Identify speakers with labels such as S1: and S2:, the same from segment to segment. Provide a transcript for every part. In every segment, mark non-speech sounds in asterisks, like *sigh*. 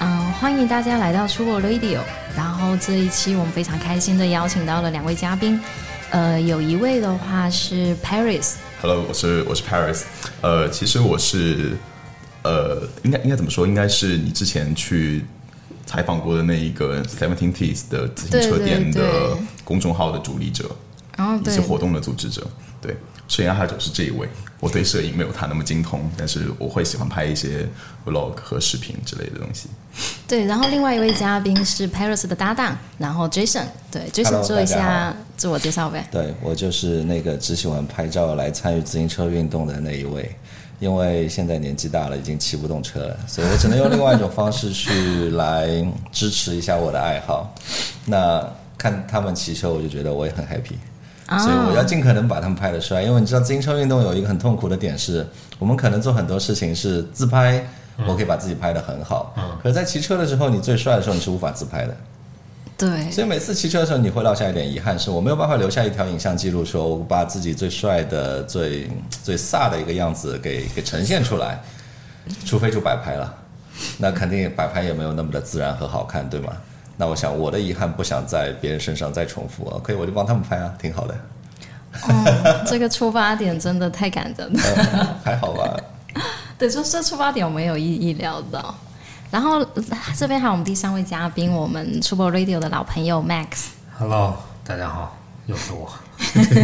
S1: 嗯，欢迎大家来到出国 Radio。然后这一期我们非常开心的邀请到了两位嘉宾，呃，有一位的话是 Paris，
S2: Hello，我是我是 Paris，呃，其实我是呃，应该应该怎么说？应该是你之前去采访过的那一个 Seventeen Tees 的自行车店
S1: 对对
S2: 的
S1: 对
S2: 公众号的主理者，
S1: 然后
S2: 以
S1: 哦对
S2: 及活动的组织者。对，摄影爱好者是这一位。我对摄影没有他那么精通，但是我会喜欢拍一些 vlog 和视频之类的东西。
S1: 对，然后另外一位嘉宾是 Paris 的搭档，然后 Jason，对 Jason
S3: Hello，
S1: 做一
S3: 大家
S1: 下
S3: 好
S1: 自我介绍呗。
S3: 对我就是那个只喜欢拍照来参与自行车运动的那一位，因为现在年纪大了，已经骑不动车了，所以我只能用另外一种方式去来支持一下我的爱好。那看他们骑车，我就觉得我也很 happy。所以我要尽可能把他们拍的帅，因为你知道自行车运动有一个很痛苦的点是，我们可能做很多事情是自拍，我可以把自己拍得很好，可是在骑车的时候，你最帅的时候你是无法自拍的，
S1: 对，
S3: 所以每次骑车的时候，你会落下一点遗憾，是我没有办法留下一条影像记录，说我把自己最帅的、最最飒的一个样子给给呈现出来，除非就摆拍了，那肯定摆拍也没有那么的自然和好看，对吗？那我想我的遗憾不想在别人身上再重复，OK，我就帮他们拍啊，挺好的，
S1: 嗯，这个出发点真的太感人了。 *laughs*
S3: 嗯、还好吧。
S1: 对，就这出发点我没有意意料到。然后呃这边还有我们第三位嘉宾，我们 t r u b l e Radio 的老朋友 Max。
S4: Hello，大家好，又是我，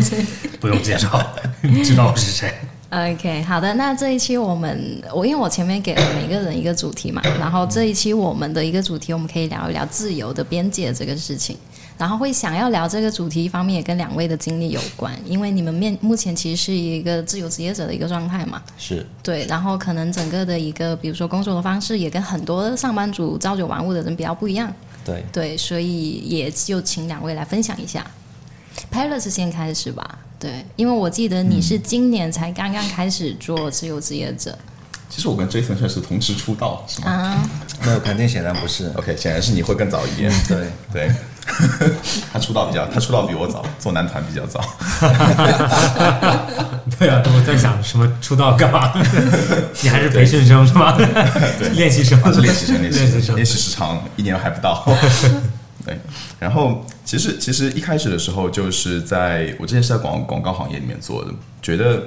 S4: *laughs* 不用介绍， *laughs* 你知道我是谁。
S1: OK，好的，那这一期我们我因为我前面给了每个人一个主题嘛，然后这一期我们的一个主题，我们可以聊一聊自由的边界这个事情。然后会想要聊这个主题，一方面也跟两位的经历有关，因为你们面目前其实是一个自由职业者的一个状态嘛，
S3: 是，
S1: 对，然后可能整个的一个，比如说工作的方式，也跟很多上班族朝九晚五的人比较不一样，
S2: *laughs*
S3: 对，
S1: 对，所以也就请两位来分享一下。Paris 先开始吧，对，因为我记得你是今年才刚刚开始做自由职业者、
S2: 其实我跟 Jason 算是同时出道，是吗、
S1: 啊，
S3: 没有，肯定显然不是，
S2: o k 显然是你会更早一点。
S1: 嗯
S3: 对，
S2: 对， *laughs* 他出道比较，他出道比我早，做男团比较早。
S4: 对啊，我在想什么出道干 *laughs* 嘛？你还是培训生是吧？ *laughs* 练习生
S2: 啊，是练习生，练习生，
S4: *laughs* 练
S2: 练
S4: 习
S2: 习时长一年还不 *laughs* 到。对，然后其实其实一开始的时候，就是在我之前是在广广告行业里面做的，觉得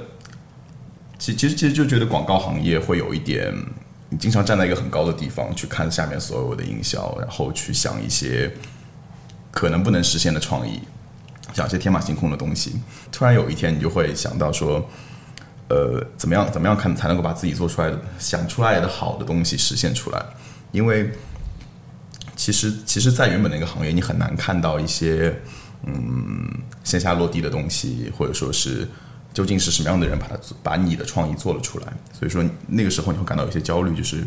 S2: 其其实其实就觉得广告行业会有一点，你经常站在一个很高的地方去看下面所有的营销，然后去想一些可能不能实现的创意，想一些天马行空的东西。突然有一天，你就会想到说，呃，怎么样怎么样看才能够把自己做出来的想出来的好的东西实现出来？因为其实其实，在原本那个行业，你很难看到一些嗯线下落地的东西，或者说是究竟是什么样的人把它做把你的创意做了出来。所以说那个时候你会感到有些焦虑，就是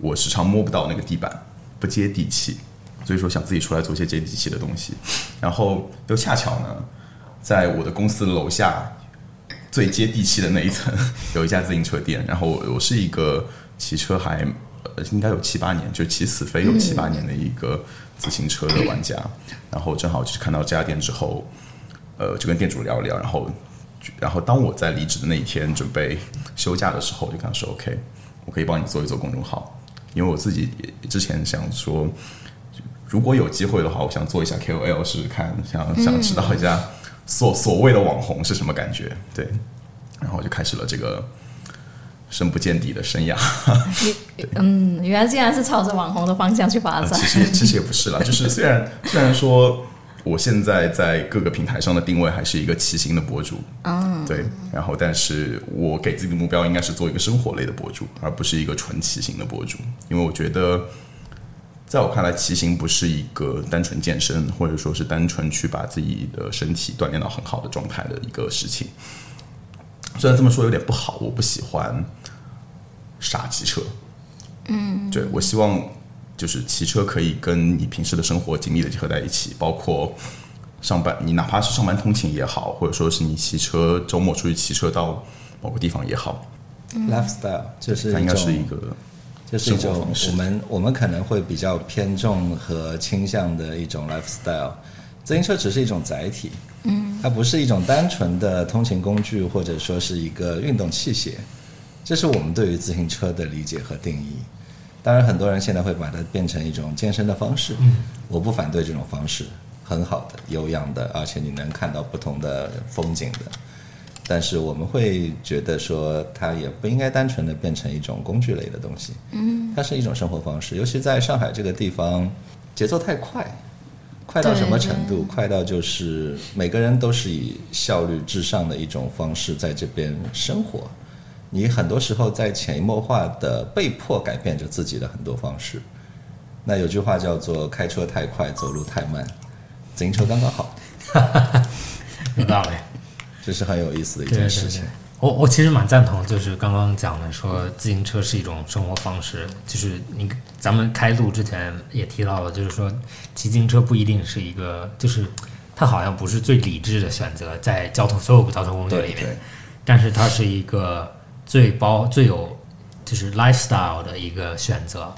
S2: 我时常摸不到那个地板，不接地气。所以说想自己出来做一些接地气的东西，然后又恰巧呢，在我的公司楼下最接地气的那一层 *laughs* 有一家自行车店，然后我我是一个骑车还呃应该有七八年，就骑死飞有七八年的一个自行车的玩家，然后正好就是看到这家店之后，呃就跟店主聊一聊，然后然后当我在离职的那一天准备休假的时候，我就跟他说 OK，我可以帮你做一做公众号，因为我自己也之前想说。如果有机会的话，我想做一下 KOL 试试看，想想知道一下所所谓的网红是什么感觉。对，然后就开始了这个深不见底的生涯。
S1: 嗯，原来竟然是朝着网红的方向去发
S2: 呃
S1: 展
S2: 其，实也其实也不是啦，就是虽然虽然说我现在在各个平台上的定位还是一个骑行的博主，嗯，对，然后但是我给自己的目标应该是做一个生活类的博主，而不是一个纯骑行的博主，因为我觉得。在我看来，骑行不是一个单纯健身，或者说是单纯去把自己的身体锻炼到很好的状态的一个事情。虽然这么说有点不好，我不喜欢傻骑车。嗯，对我希望就是骑车可以跟你平时的生活紧密的结合在一起，包括上班，你哪怕是上班通勤也好，或者说是你骑车周末出去骑车到某个地方也好，
S3: lifestyle 就是
S2: 它应该是一
S3: 种
S2: 个
S3: 就是一
S2: 生活
S3: 种
S2: 方式
S3: 我们我们可能会比较偏重和倾向的一种 lifestyle。自行车只是一种载体，嗯，它不是一种单纯的通勤工具，或者说是一个运动器械。这是我们对于自行车的理解和定义。当然，很多人现在会把它变成一种健身的方式，嗯，我不反对这种方式，很好的、有氧的，而且你能看到不同的风景的。但是我们会觉得说，它也不应该单纯的变成一种工具类的东西，嗯，它是一种生活方式，尤其在上海这个地方，节奏太快，快到什么程度？快到就是每个人都是以效率至上的一种方式在这边生活，你很多时候在潜移默化的被迫改变着自己的很多方式。那有句话叫做“开车太快，走路太慢”，自行车刚刚好，
S4: 有道理。
S3: 这是很有意思的一件事情。
S4: 我我其实蛮赞同，就是刚刚讲的说，自行车是一种生活方式。就是你咱们开录之前也提到了，就是说骑自行车不一定是一个，就是它好像不是最理智的选择，在交通所有交通工具里面，但是它是一个最包最有就是 lifestyle 的一个选择。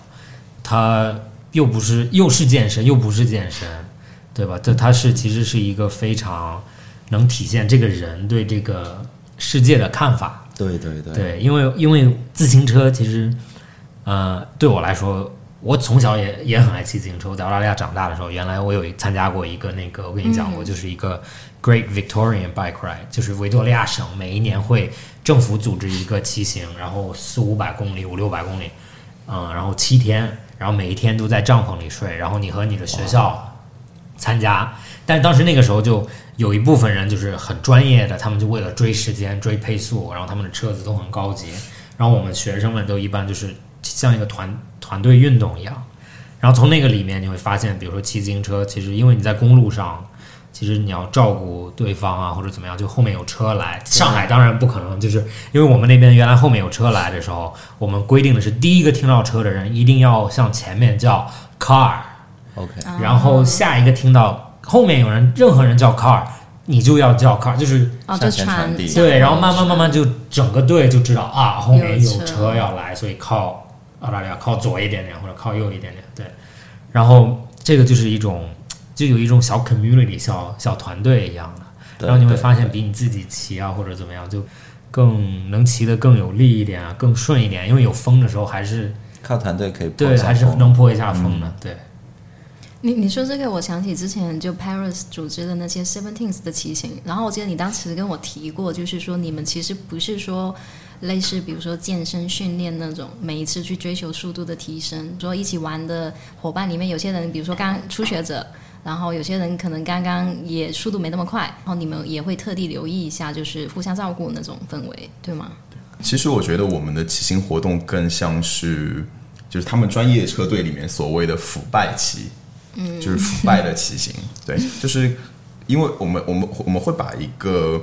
S4: 它又不是又是健身又不是健身，对吧？这它是其实是一个非常能体现这个人对这个世界的看法。
S3: 对对对，
S4: 对，因为因为自行车其实，呃，对我来说，我从小也也很爱骑自行车。我在澳大利亚长大的时候，原来我有参加过一个那个，我跟你讲过，就是一个 Great Victorian Bike Ride，就是维多利亚省每一年会政府组织一个骑行，然后四五百公里、五六百公里，嗯，然后七天，然后每一天都在帐篷里睡，然后你和你的学校参加。但当时那个时候就有一部分人就是很专业的，他们就为了追时间、追配速，然后他们的车子都很高级。然后我们学生们都一般就是像一个团团队运动一样。然后从那个里面你会发现，比如说骑自行车，其实因为你在公路上，其实你要照顾对方啊，或者怎么样，就后面有车来。上海当然不可能，就是因为我们那边原来后面有车来的时候，我们规定的是第一个听到车的人一定要向前面叫 car，
S3: OK，
S1: 啊
S4: 然后下一个听到后面有人任何人叫 car，你就要叫 car，就是
S1: 哦，就
S3: 向前
S1: 传
S3: 传递
S4: 对，然后慢慢慢慢就整个队就知道啊，后面
S1: 有车
S4: 有车要来，所以靠澳大利亚靠左一点点或者靠右一点点，对。然后这个就是一种，就有一种小 community 小小团队一样的，
S3: 对
S4: 然后你会发现比你自己骑啊或者怎么样就更能骑得更有力一点啊，更顺一点，因为有风的时候还是
S3: 靠团队可以
S4: 对还是
S3: 能。
S4: 能破一下风的，对。
S1: 你你说这个，我想起之前就 Paris 组织的那些 Seventeens 的骑行，然后我记得你当时跟我提过，就是说你们其实不是说类似比如说健身训练那种，每一次去追求速度的提升，说一起玩的伙伴里面有些人，比如说刚初学者。然后有些人可能刚刚也速度没那么快，然后你们也会特地留意一下，就是互相照顾那种氛围，对吗？
S2: 其实我觉得我们的骑行活动更像是，就是他们专业车队里面所谓的腐败骑，嗯，就是腐败的骑行。 *laughs* 对，就是因为我们我们我们会把一个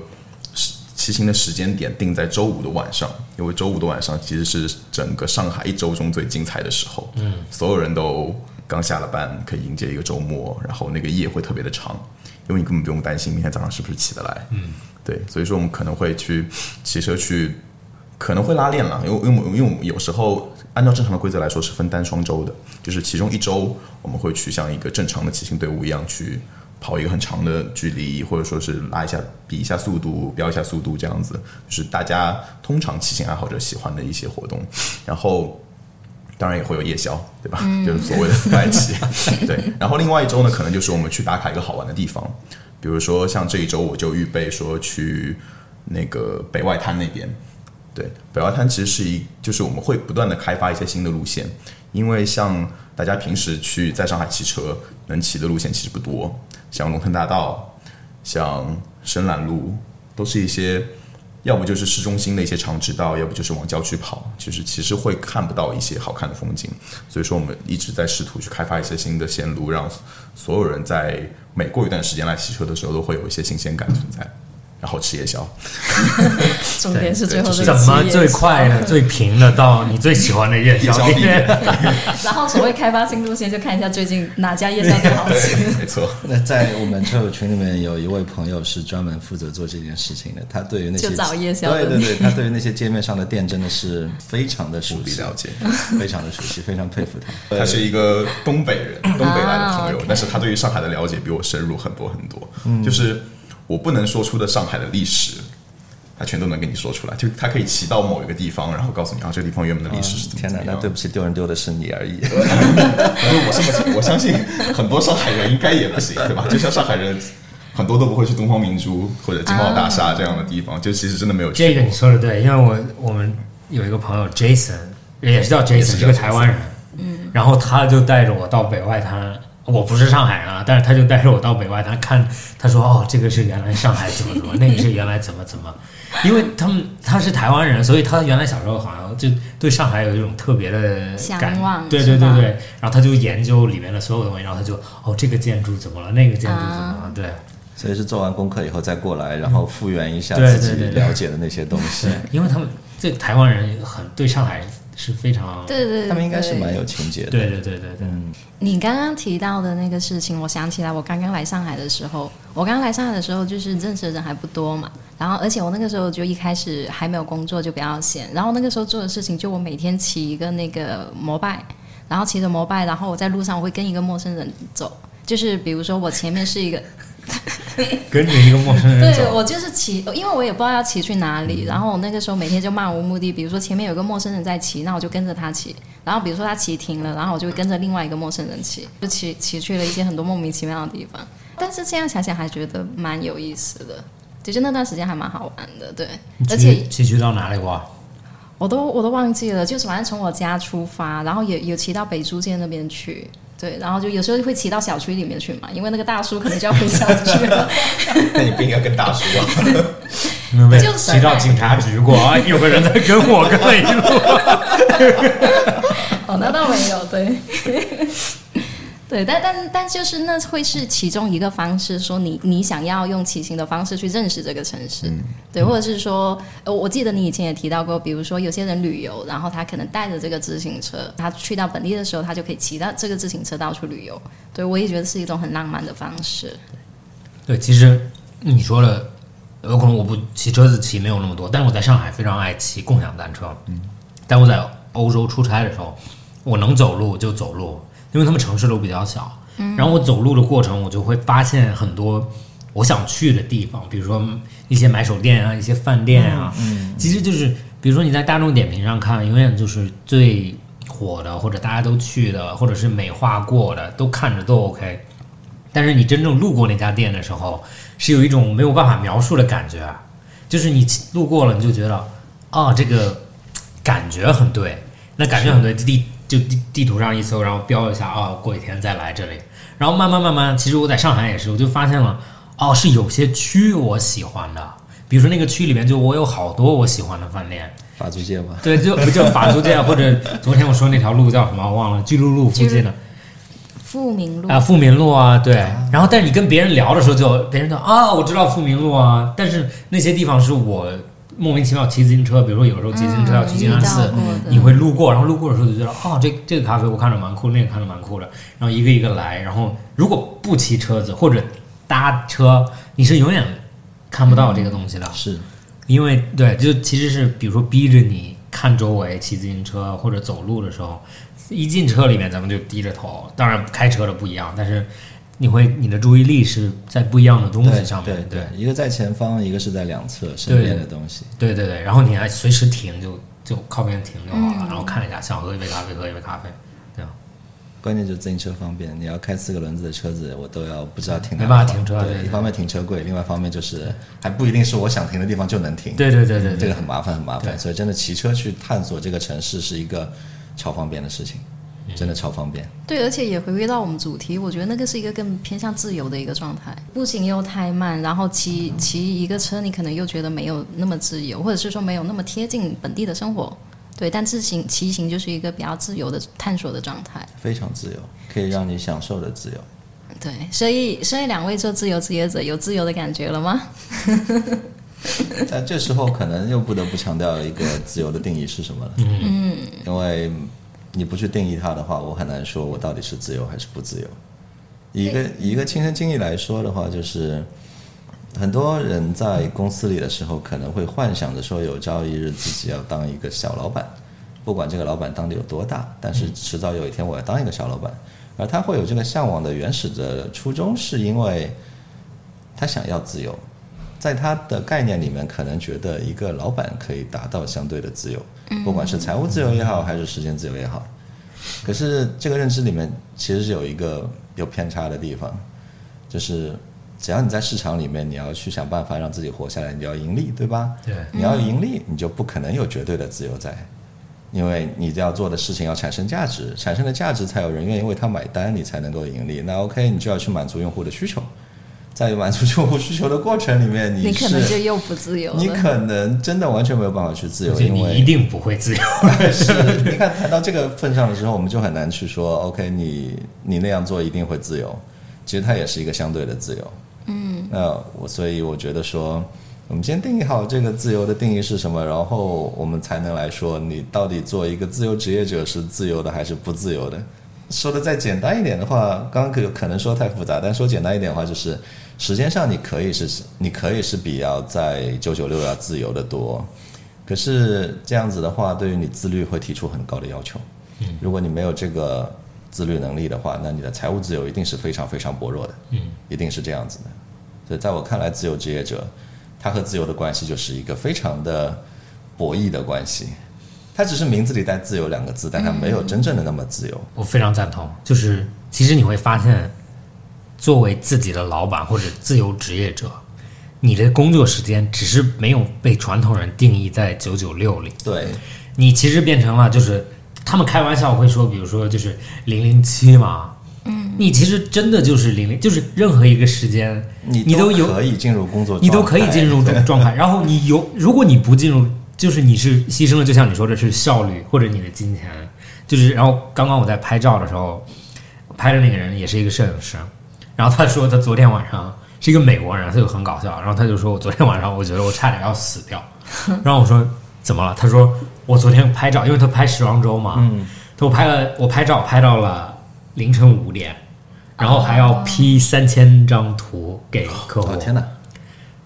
S2: 时骑行的时间点定在周五的晚上，因为周五的晚上其实是整个上海一周中最精彩的时候，嗯，所有人都刚下了班，可以迎接一个周末，然后那个夜会特别的长，因为你根本不用担心明天早上是不是起得来，嗯，对，所以说我们可能会去骑车去。可能会拉练了，因为因为我们因为我们有时候按照正常的规则来说是分单双周的，就是其中一周我们会去像一个正常的骑行队伍一样去跑一个很长的距离，或者说是拉一下比一下速度、飙一下速度这样子，就是大家通常骑行爱好者喜欢的一些活动。然后当然也会有夜宵，对吧？就是所谓的腐败期。 *laughs* 对，然后另外一周呢，可能就是我们去打卡一个好玩的地方，比如说像这一周我就预备说去那个北外滩那边。对，北外滩其实是一，就是我们会不断的开发一些新的路线，因为像大家平时去在上海骑车能骑的路线其实不多，像龙腾大道、像深蓝路，都是一些要不就是市中心的一些长直道，要不就是往郊区跑，就是其实会看不到一些好看的风景。所以说，我们一直在试图去开发一些新的线路，让所有人在每过一段时间来骑车的时候，都会有一些新鲜感存在。然后吃夜宵。
S1: 重点是最后这
S4: 怎
S1: 个
S4: 么
S1: 企业
S4: 最快的、最平的到你最喜欢的夜宵
S2: 夜宵
S4: 店？
S1: 然后所谓开发新路线，就看一下最近哪家
S4: *laughs*
S1: 夜宵店好吃。
S2: *laughs* 没错，
S3: 那 *laughs* 在我们车友群里面有一位朋友是专门负责做这件事情的，他对于那些
S1: 就找夜宵的
S3: 对对对，他对于那些界面上的店真的是非常的熟
S2: 比
S3: 悉，
S2: 了解。
S3: 非常的熟悉，非常佩服 *laughs* 他。
S2: 他是一个东北人，东北来的朋友，
S1: OK
S2: 但是他对于上海的了解比我深入很多很多。就是我不能说出的上海的历史，他全都能跟你说出来。就他可以骑到某一个地方，然后告诉你啊，这个地方原本的历史是怎么
S3: 天
S2: 怎么，
S3: 哪那
S2: 样。
S3: 对不起，丢人丢的是你而啊已。
S2: 不是我这么想，我相信很多上海人应该也不行，对吧？就像上海人很多都不会去东方明珠或者金茂大厦这样的地方，就其实真的没有去
S4: 这个
S2: 过
S4: 你。说的对，因为我我们有一个朋友 Jason，也是叫 Jason，
S2: 是
S4: 是
S2: 叫
S4: 个台湾人。嗯，然后他就带着我到北外滩，我不是上海人啊，但是他就带着我到北外滩看，他说哦，这个是原来上海怎么怎么，那个是原来怎么怎么，因为他们他是台湾人，所以他原来小时候好像就对上海有一种特别的
S1: 向
S4: 感
S1: 往
S4: 对
S1: 是
S4: 对对
S1: 吧
S4: 对，然后他就研究里面的所有东西，然后他就哦，这个建筑怎么了，那个建筑怎么
S1: 啊
S4: 了，对。
S3: 所以是做完功课以后再过来，然后复原一下
S4: 对
S3: 自己
S4: 对对对
S3: 了解的那些东西。
S4: 对，因为他们这台湾人很对上海是非常
S1: 对对对，
S3: *laughs* 他们应该是蛮有情节的。
S4: 对对对对对，
S1: 你刚刚提到的那个事情，我想起来，我刚刚来上海的时候，我刚刚来上海的时候，就是认识的人还不多嘛。然后，而且我那个时候就一开始还没有工作，就比较闲。然后那个时候做的事情，就我每天骑一个那个摩拜，然后骑着摩拜，然后我在路上我会跟一个陌生人走，就是比如说我前面是一个
S4: 跟着一个陌生人
S1: 对
S4: 走，
S1: 我就是骑，因为我也不知道要骑去哪里，然后我那个时候每天就漫无目的，比如说前面有个陌生人在骑，那我就跟着他骑，然后比如说他骑停了，然后我就跟着另外一个陌生人骑，就骑骑去了一些很多莫名其妙的地方，但是这样想想还觉得蛮有意思的。其实那段时间还蛮好玩的，对，而且
S4: 骑去到哪里哇？
S1: 我都我都忘记了，就是反正从我家出发，然后也有骑到北珠街那边去，对，然后就有时候会骑到小区里面去嘛，因为那个大叔可能就要回小区了，
S2: 那你不应该跟大叔啊，
S4: 你们被
S1: 就
S4: 骑到警察局过啊？有个人在跟我跟了一路，
S1: 哦，那倒没有，对，对，但但但就是那会是其中一个方式，说你你想要用骑行的方式去认识这个城市，对，或者是说，呃，我记得你以前也提到过，比如说有些人旅游，然后他可能带着这个自行车，他去到本地的时候，他就可以骑到这个自行车到处旅游，对我也觉得是一种很浪漫的方式，
S4: 对，其实你说了，有可能我不骑车子骑没有那么多，但是我在上海非常爱骑共享单车。嗯，但我在欧洲出差的时候，我能走路就走路，因为他们城市都比较小。嗯，然后我走路的过程，我就会发现很多我想去的地方，比如说一些买手店啊，一些饭店啊。嗯，其实就是比如说你在大众点评上看，永远就是最火的，或者大家都去的，或者是美化过的，都看着都 OK。但是你真正路过那家店的时候，是有一种没有办法描述的感觉，就是你路过了，你就觉得啊，这个嘖感觉很对，那感觉很对，地就地地图上一搜，然后标一下啊，过几天再来这里，然后慢慢慢慢，其实我在上海也是，我就发现了，哦，是有些区我喜欢的，比如说那个区里面就我有好多我喜欢的饭店，
S3: 法租界吗？
S4: 对，就不叫法租界，或者昨天我说那条路叫什么忘了，巨鹿路附近的。
S1: 富民路
S4: 啊，富民路啊，对。然后，但是你跟别人聊的时候就，别人就啊，我知道富民路啊，但是那些地方是我莫名其妙骑自行车，比如说有时候骑自行车要去金山寺，你会路过，然后路过的时候就觉得，哦，这这个咖啡我看着蛮酷，那个看着蛮酷的，然后一个一个来。然后如果不骑车子或者搭车，你是永远看不到这个东西的，
S3: 是，
S4: 因为对，就其实是比如说逼着你看周围，骑自行车或者走路的时候，一进车里面咱们就低着头，当然开车的不一样，但是你会你的注意力是在不一样的东西上面，
S3: 对
S4: 对
S3: 一个在前方，一个是在两侧身边的东西。
S4: 对对对，然后你还随时停就就靠边停就好了，然后看一下，想喝一杯咖啡喝一杯咖啡，对吧？
S3: 关键就是自行车方便，你要开四个轮子的车子，我都要不知道停哪。
S4: 没办法停车对
S3: 对，
S4: 对
S3: 一方面停车贵，另外一方面就是还不一定是我想停的地方就能停。
S4: 对对对对
S3: 这
S4: 对
S3: 个很麻烦，很麻烦。所以真的骑车去探索这个城市是一个超方便的事情，真的超方便。
S1: 对，而且也回归到我们主题，我觉得那个是一个更偏向自由的一个状态，嗯步行又太慢，然后骑骑一个车，你可能又觉得没有那么自由，或者是说没有那么贴近本地的生活。对，但自行骑行就是一个比较自由的探索的状态。
S3: 非常自由，可以让你享受的自由。
S1: 对，所以所以两位做自由职业者有自由的感觉了吗？
S3: *laughs* 但这时候可能又不得不强调一个自由的定义是什么了。嗯，因为你不去定义它的话，我很难说我到底是自由还是不自由。以一个以一个亲身经历来说的话，就是很多人在公司里的时候，可能会幻想着说有朝一日自己要当一个小老板，不管这个老板当的有多大，但是迟早有一天我要当一个小老板。而他会有这个向往的原始的初衷，是因为他想要自由，在他的概念里面，可能觉得一个老板可以达到相对的自由，不管是财务自由也好，还是时间自由也好。可是这个认知里面其实是有一个有偏差的地方，就是只要你在市场里面，你要去想办法让自己活下来，你就要盈利，对吧？
S4: 对，
S3: 你要盈利，你就不可能有绝对的自由在，因为你要做的事情要产生价值，产生的价值才有人愿意为它买单，你才能够盈利。那 OK，你就要去满足用户的需求，在满足用户需求的过程里面，
S1: 你
S3: 是
S1: 可能就又不自由
S3: 你
S1: 了。
S3: 可能真的完全没有办法去自
S4: 我
S3: 由，
S4: 觉得
S3: 因
S4: 你
S3: 为
S4: 一定不会自由。
S3: 是，你看谈到这个份上的时候，我们就很难去说，OK，你你那样做一定会自由。其实它也是一个相对的自由。嗯，那我所以我觉得说，我们先定义好这个自由的定义是什么，然后我们才能来说，你到底做一个自由职业者是自由的还是不自由的。说的再简单一点的话，刚刚可可能说太复杂，但说简单一点的话，就是时间上你可以是你可以是比要在九九六要自由的多，可是这样子的话，对于你自律会提出很高的要求。
S4: 嗯
S3: 如果你没有这个自律能力的话，那你的财务自由一定是非常非常薄弱的。嗯，一定是这样子的。所以在我看来，自由职业者，他和自由的关系就是一个非常的博弈的关系。他只是名字里带“自由”两个字，但他没有真正的那么自由。
S4: 我非常赞同，就是其实你会发现，作为自己的老板或者自由职业者，你的工作时间只是没有被传统人定义在九九六里，
S3: 对，
S4: 你其实变成了就是他们开玩笑会说，比如说就是零零七嘛，嗯，你其实真的就是零零，就是任何一个时间
S3: 你
S4: 你都有
S3: 可以进入工作，
S4: 你都可以进。入状状态。然后你有，如果你不进入，就是你是牺牲了，就像你说的是效率或者你的金钱，就是然后刚刚我在拍照的时候，拍的那个人也是一个摄影师，然后他说他昨天晚上是一个美国人，他就很搞笑，然后他就说我昨天晚上我觉得我差点要死掉，然后我说怎么了？他说我昨天拍照，因为他拍时装周嘛，嗯，他说我拍了我拍照拍到了凌晨五点。然后还要 P 三千张图给客户，
S3: 哦天哪！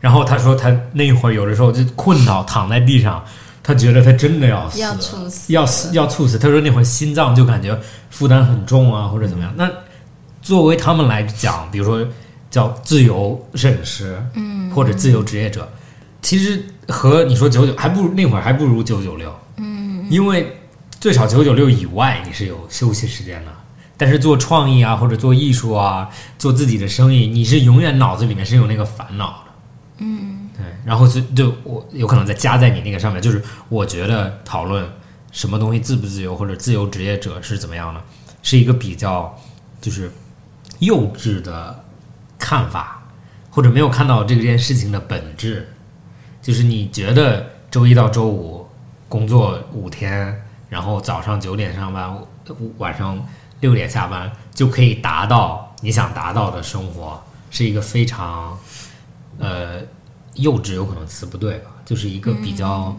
S4: 然后他说他那会儿有的时候就困到躺在地上，他觉得他真的要死了，
S1: 要猝死
S4: 要死要猝死。他说那会儿心脏就感觉负担很重啊，或者怎么样。那作为他们来讲，比如说叫自由摄影师，嗯，或者自由职业者，其实和你说九九还不如那会儿还不如九九六，嗯，因为最少九九六以外你是有休息时间的。但是做创意啊，或者做艺术啊，做自己的生意，你是永远脑子里面是有那个烦恼的。对，然后就就我有可能再加在你那个上面，就是我觉得讨论什么东西自不自由或者自由职业者是怎么样呢？是一个比较就是幼稚的看法，或者没有看到这件事情的本质。就是你觉得周一到周五工作五天，然后早上九点上班，呃晚上六点下班，就可以达到你想达到的生活，是一个非常呃幼稚有可能词不对吧，就是一个比较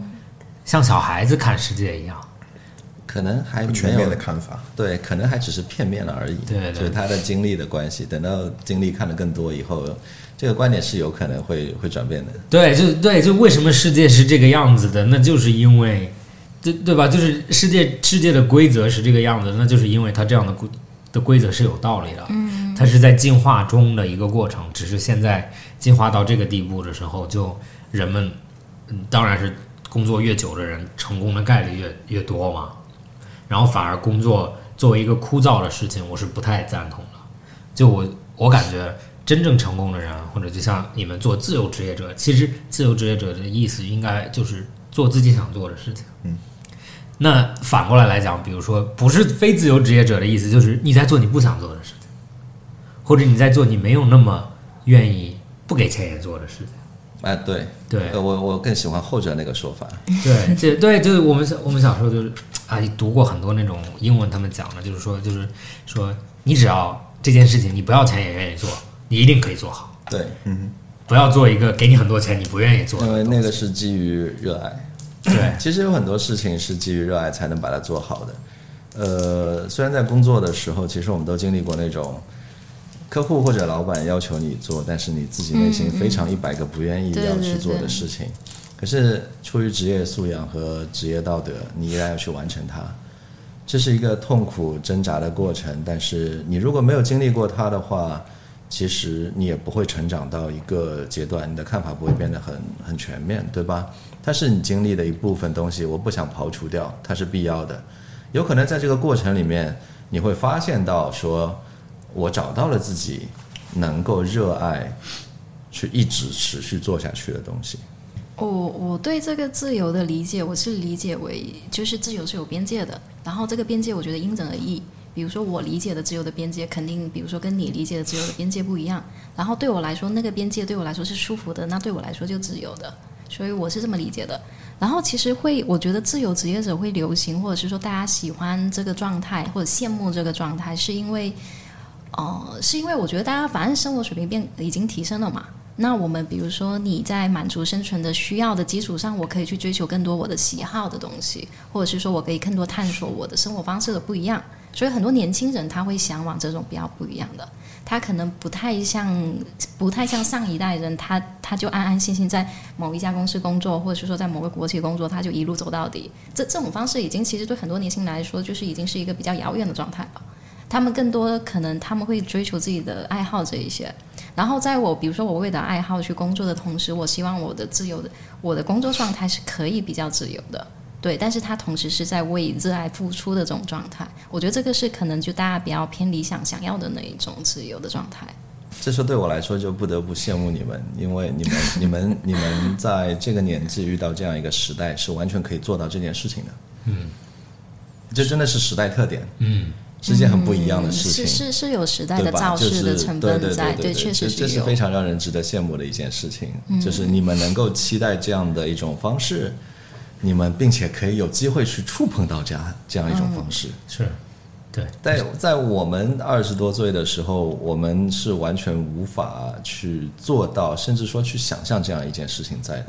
S4: 像小孩子看世界一样。
S3: 可能还
S2: 不
S3: 没
S2: 全面
S3: 有
S2: 的看法。
S3: 对，可能还只是片面了而已。
S4: 对对
S3: 就是他的经历的关系。等到经历看得更多以后，这个观点是有可能会会转变的。
S4: 对，就对，就为什么世界是这个样子的？那就是因为，对对吧？就是世界世界的规则是这个样子的，那就是因为它这样的规的规则是有道理的。嗯，它是在进化中的一个过程，只是现在进化到这个地步的时候，就人们，嗯，当然是工作越久的人，成功的概率越越多嘛。然后反而工作作为一个枯燥的事情，我是不太赞同的。就我我感觉，真正成功的人，啊或者就像你们做自由职业者，其实自由职业者的意思应该就是做自己想做的事情。嗯。那反过来来讲，比如说，不是非自由职业者的意思，就是你在做你不想做的事情，或者你在做你没有那么愿意不给钱也做的事情。
S3: 啊，对，
S4: 对
S3: 呃我我更喜欢后者那个说法。
S4: 对，这对就是我们小我们小时候就是啊，读过很多那种英文，他们讲的就是说，就是说，你只要这件事情你不要钱也愿意做，你一定可以做好。
S3: 对，嗯
S4: 不不要做一个给你很多钱你不愿嗯意做
S3: 因
S4: 的。
S3: 为那个是基于热爱。
S4: 对，
S3: 其实有很多事情是基于热爱才能把它做好的。呃，虽然在工作的时候，其实我们都经历过那种客户或者老板要求你做，但是你自己内心非常一百个不愿意
S1: 对
S3: 要
S1: 对
S3: 去做
S1: 对
S3: 的事情。可是出于职业素养和职业道德，你依然要去完成它。这是一个痛苦挣扎的过程，但是你如果没有经历过它的话，其实你也不会成长到一个阶段，你的看法不会变得很很全面，对吧？它是你经历的一部分东西，我不想刨除掉，它是必要的。有可能在这个过程里面，你会发现到说，我找到了自己能够热爱，去一直持续做下去的东西。
S1: 我我对这个自由的理解，我是理解为就是自由是有边界的，然后这个边界我觉得因人而异。比如说我理解的自由的边界，肯定比如说跟你理解的自由的边界不一样。然后对我来说，那个边界对我来说是舒服的，那对我来说就自由的，所以我是这么理解的。然后其实会，我觉得自由职业者会流行，或者是说大家喜欢这个状态或者羡慕这个状态，是因为呃，是因为我觉得大家反正生活水平变已经提升了嘛。那我们比如说你在满足生存的需要的基础上，我可以去追求更多我的喜好的东西，或者是说我可以更多探索我的生活方式的不一样。所以很多年轻人他会向往这种比较不一样的，他可能不太像不太像上一代人，他他就安安心心在某一家公司工作，或者是说在某个国企工作，他就一路走到底。这这种方式已经其实对很多年轻人来说，就是已经是一个比较遥远的状态了。他们更多可能他们会追求自己的爱好这一些。然后在我比如说我为了爱好去工作的同时，我希望我的自由的我的工作状态是可以比较自由的。对，但是他同时是在为热爱付出的这种状态，我觉得这个是可能就大家比较偏理想想要的那一种自由的状态。
S3: 这时候对我来说就不得不羡慕你们，因为你们、 *laughs* 你们、你们在这个年纪遇到这样一个时代，是完全可以做到这件事情的。嗯，这真的是时代特点。嗯，是一件很不一样的事
S1: 是
S3: 情，
S1: 是是有时代
S3: 对
S1: 的
S3: 吧？
S1: 造
S3: 就
S1: 势
S3: 是
S1: 的成
S3: 对
S1: 分
S3: 对
S1: 在，
S3: 对对，
S1: 确实
S3: 这
S1: 是
S3: 这是
S1: 有嗯
S3: 非。常让人值得羡慕的一件事情。就是你们能够期待这样的一种方式，你们并且可以有机会去触碰到这样这样一种
S1: 嗯
S3: 方式。
S4: 是，对，
S3: 在在我们二十多岁的时候，我们是完全无法去做到，甚至说去想象这样一件事情在的，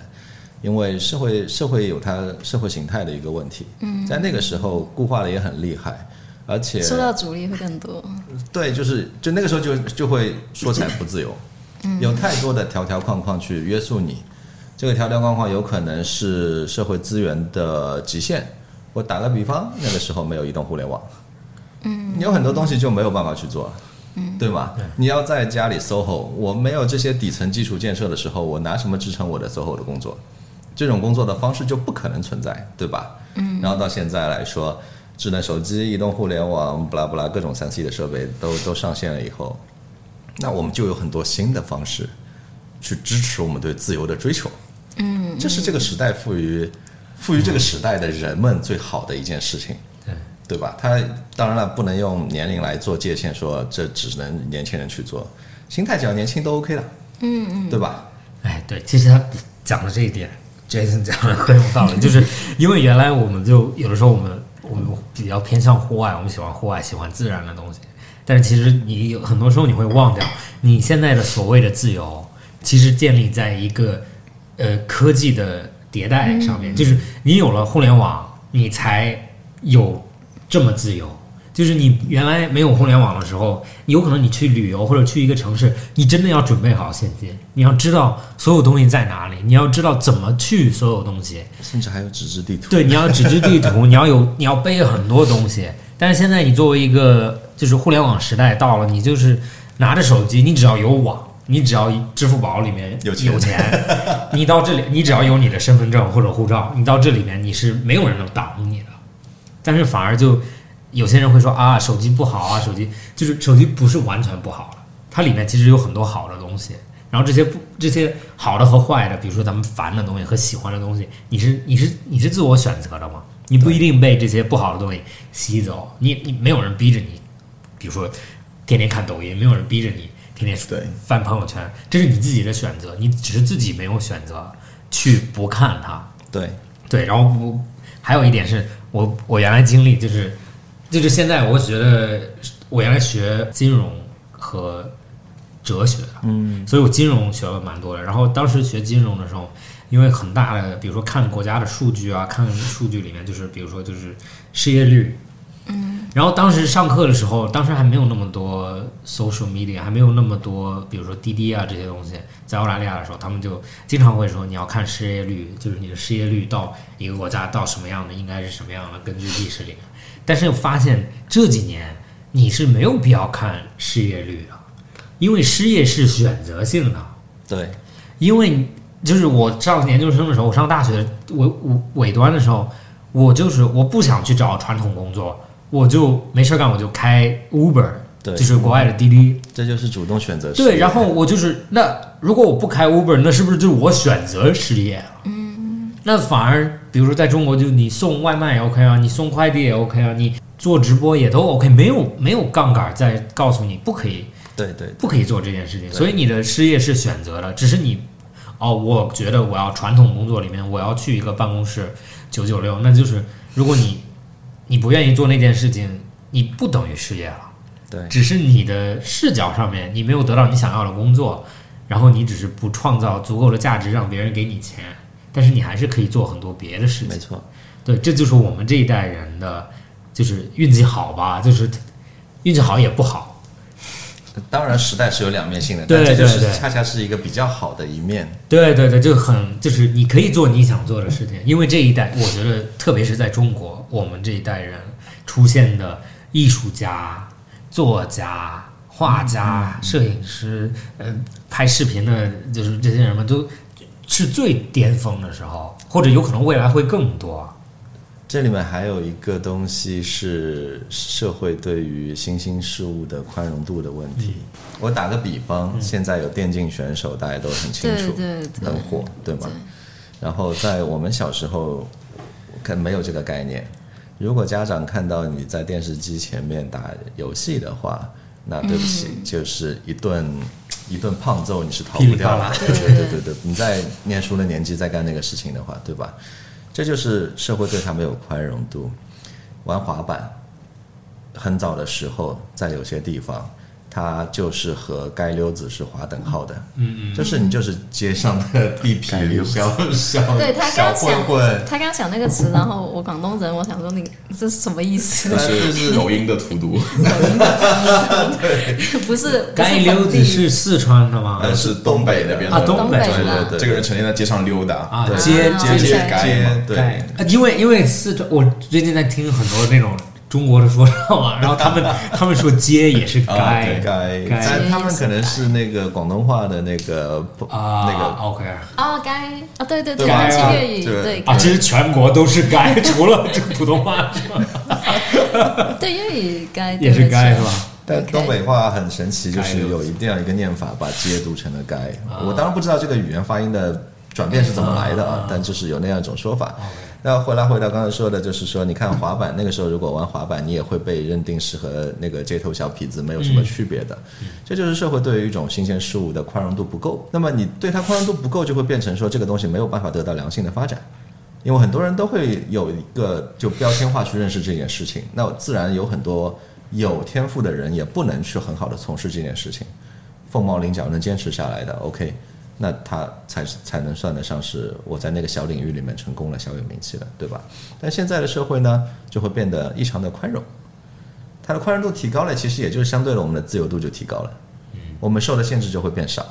S3: 因为社会社会有它社会形态的一个问题，嗯，在那个时候固化的也很厉害，而且
S1: 受到阻力会更多，
S3: 对，就是就那个时候就就会说起来不自由，有太多的条条框框去约束你。这个条条框框有可能是社会资源的极限。我打个比方，那个时候没有移动互联网，嗯，有很多东西就没有办法去做，嗯，对吧？你要在家里 SOHO，我没有这些底层基础建设的时候，我拿什么支撑我的 SOHO 的工作？这种工作的方式就不可能存在，对吧？嗯。然后到现在来说，智能手机、移动互联网、不拉不拉各种三 C 的设备都都上线了以后，那我们就有很多新的方式去支持我们对自由的追求。嗯，这是这个时代赋予赋予这个时代的人们最好的一件事情。
S4: 对
S3: 对吧？它当然了，不能用年龄来做界限，说这只能年轻人去做，心态只要年轻都 OK 的，嗯嗯，对吧？
S4: 哎，对，其实他讲的这一点，Jason 讲的很有道理，就是因为原来我们就有的时候我们我们比较偏向户外，我们喜欢户外，喜欢自然的东西，但是其实你有很多时候你会忘掉你现在的所谓的自由，其实建立在一个呃科技的迭代上面，就是你有了互联网，你才有这么自由。就是你原来没有互联网的时候，有可能你去旅游或者去一个城市，你真的要准备好现金，你要知道所有东西在哪里，你要知道怎么去所有东西。
S3: 甚至还有纸质地图。
S4: *laughs* 对，你要纸质地图，你要有，你要背很多东西。但是现在你作为一个就是互联网时代到了，你就是拿着手机，你只要有网，你只要支付宝里面
S3: 有钱
S4: 有钱你到这里，你只要有你的身份证或者护照，你到这里面你是没有人能挡你的。但是反而就有些人会说啊，手机不好啊，手机就是手机不是完全不好了，它里面其实有很多好的东西。然后这些不这些好的和坏的，比如说咱们烦的东西和喜欢的东西，你是你是你是自我选择的嘛？你不一定被这些不好的东西吸走，你你没有人逼着你，比如说天天看抖音，没有人逼着你天天
S3: 对
S4: 翻朋友圈，这是你自己的选择，你只是自己没有选择去不看它，
S3: 对，
S4: 对，然后我还有一点是我我原来经历就是就是现在我觉得我原来学金融和哲学的，嗯，所以我金融学了蛮多的。然后当时学金融的时候，因为很大的，比如说看国家的数据啊，看数据里面就是，比如说就是失业率，嗯，然后当时上课的时候，当时还没有那么多 social media，还没有那么多，比如说滴滴啊这些东西，在澳大利亚的时候，他们就经常会说你要看失业率，就是你的失业率到一个国家到什么样的，应该是什么样的，根据历史里面。但是发现这几年你是没有必要看失业率的，因为失业是选择性的。
S3: 对，
S4: 因为你就是我上研究生的时候，我上大学尾尾尾端的时候，我就是我不想去找传统工作，我就没事儿干，我就开 Uber，
S3: 对
S4: 就是国外的滴滴。
S3: 这就是主动选择失业。
S4: 对，然后我就是那如果我不开 Uber，那是不是就是我选择失业了？嗯，那反而比如说在中国，就你送外卖也 OK 啊，你送快递也 OK 啊，你做直播也都 OK，没有没有杠杆在告诉你不可以
S3: 对对
S4: 不可以做这件事情，所以你的失业是选择的，只是你哦，我觉得我要传统工作里面，我要去一个办公室九九六，那就是如果你你不愿意做那件事情，你不等于失业了。
S3: 对
S4: 只是你的视角上面你没有得到你想要的工作，然后你只是不创造足够的价值让别人给你钱，但是你还是可以做很多别的事
S3: 没
S4: 情。
S3: 错，
S4: 对，这就是我们这一代人的，就是运气好吧，就是运气好也不好。
S3: 当然时代是有两面性的，
S4: 对
S3: 但这就是
S4: 对对
S3: 恰恰是一个比较好的一面。
S4: 对对对，就很就是你可以做你想做的事情，因为这一代，我觉得特别是在中国，我们这一代人出现的艺术家、作家、画家、摄影师，呃，拍视频的，就是这些人们都是最巅峰的时候，或者有可能未来会更多。
S3: 这里面还有一个东西是社会对于新兴事物的宽容度的问题。
S4: 嗯
S3: 我打个比方，现在有电竞选手，大家都很清楚，
S1: 对对对
S3: 很火，对吗？然后在我们小时候，可没有这个概念。如果家长看到你在电视机前面打游戏的话，那对不起，
S1: 嗯
S3: 就是一顿一顿胖揍，你是逃
S1: 噼
S3: 不掉的。
S1: 里啪啦
S3: 对
S1: 对
S3: 对对对，你在念书的年纪在干那个事情的话，对吧？这就是社会对他们有宽容度。玩滑板，很早的时候，在有些地方，它就是和街溜子是划等号的。嗯嗯，就是你就是街上的地痞小小
S1: 对他
S3: 小
S1: 刚
S3: 混
S1: 想
S3: 混，
S1: 他刚想那个词，然后我广东人，我想说你这是什么意思？
S2: 这是抖音的荼毒，
S1: 不是不
S4: 街
S1: 是
S4: 溜
S1: 本
S4: 子
S1: 地呃
S4: 是四川的吗？
S2: 但是东北那边的
S4: 啊东北
S2: 对
S1: 是吧
S2: 对对，这个人成天在街上溜达
S4: 啊
S2: 对
S4: 街
S2: 街街
S1: 街
S2: 街
S3: 对
S4: 对，呃因为因为四川，我最近在听很多那种中国的说唱嘛，然后他们
S3: *laughs*
S4: 他们说街也是街，
S2: 啊
S3: 对该，
S4: 该
S3: 但他们可能是那个广东话的那个
S4: 啊，
S3: 那个，
S4: OK
S1: 哦，该啊，对对对，
S3: 对吧
S1: 该是粤语，
S3: 对
S1: 对
S4: 啊，其
S1: 该
S4: 实全国都是街， *laughs* 除了这个普通话是吧
S1: 对粤语该
S4: 也是街是
S1: *laughs*
S4: 吧？？
S3: 但
S1: OK
S3: 东北话很神奇，就
S4: 街
S3: 是
S4: 溜子
S3: 有一啊定要一个念法把街读成了该。我当然不知道这个语言发音的转变是怎么来的啊，但就是有那样一种说法。那回来回到刚才说的，就是说，你看滑板那个时候，如果玩滑板，你也会被认定是和那个街头小痞子没有什么区别的。这就是社会对于一种新鲜事物的宽容度不够。那么你对它宽容度不够，就会变成说这个东西没有办法得到良性的发展。因为很多人都会有一个就标签化去认识这件事情，那自然有很多有天赋的人也不能去很好的从事这件事情，凤毛麟角能坚持下来的，OK，那他才是才能算得上是我在那个小领域里面成功了，小有名气了，对吧？但现在的社会呢，就会变得异常的宽容，它的宽容度提高了，其实也就是相对的我们的自由度就提高了，我们受的限制就会变少，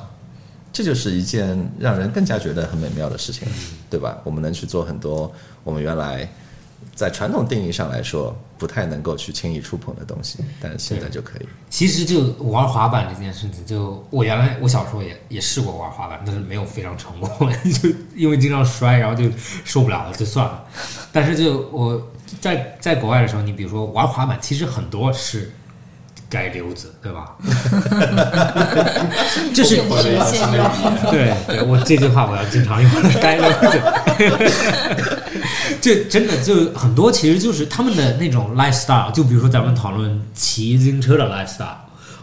S3: 这就是一件让人更加觉得很美妙的事情，对吧？我们能去做很多我们原来在传统定义上来说不太能够去轻易触碰的东西，但是现在就可以。
S4: 其实就玩滑板这件事情，就我原来我小时候也也试过玩滑板，但是没有非常成功， *laughs* 就因为经常摔，然后就受不了了，就算了。但是就我在在国外的时候，你比如说玩滑板，其实很多是街溜子，对吧？就是
S1: 用语现用。
S4: 对，对我这句话我要经常用，街溜子。这真的就很多，其实就是他们的那种 lifestyle，就比如说咱们讨论骑自行车的 lifestyle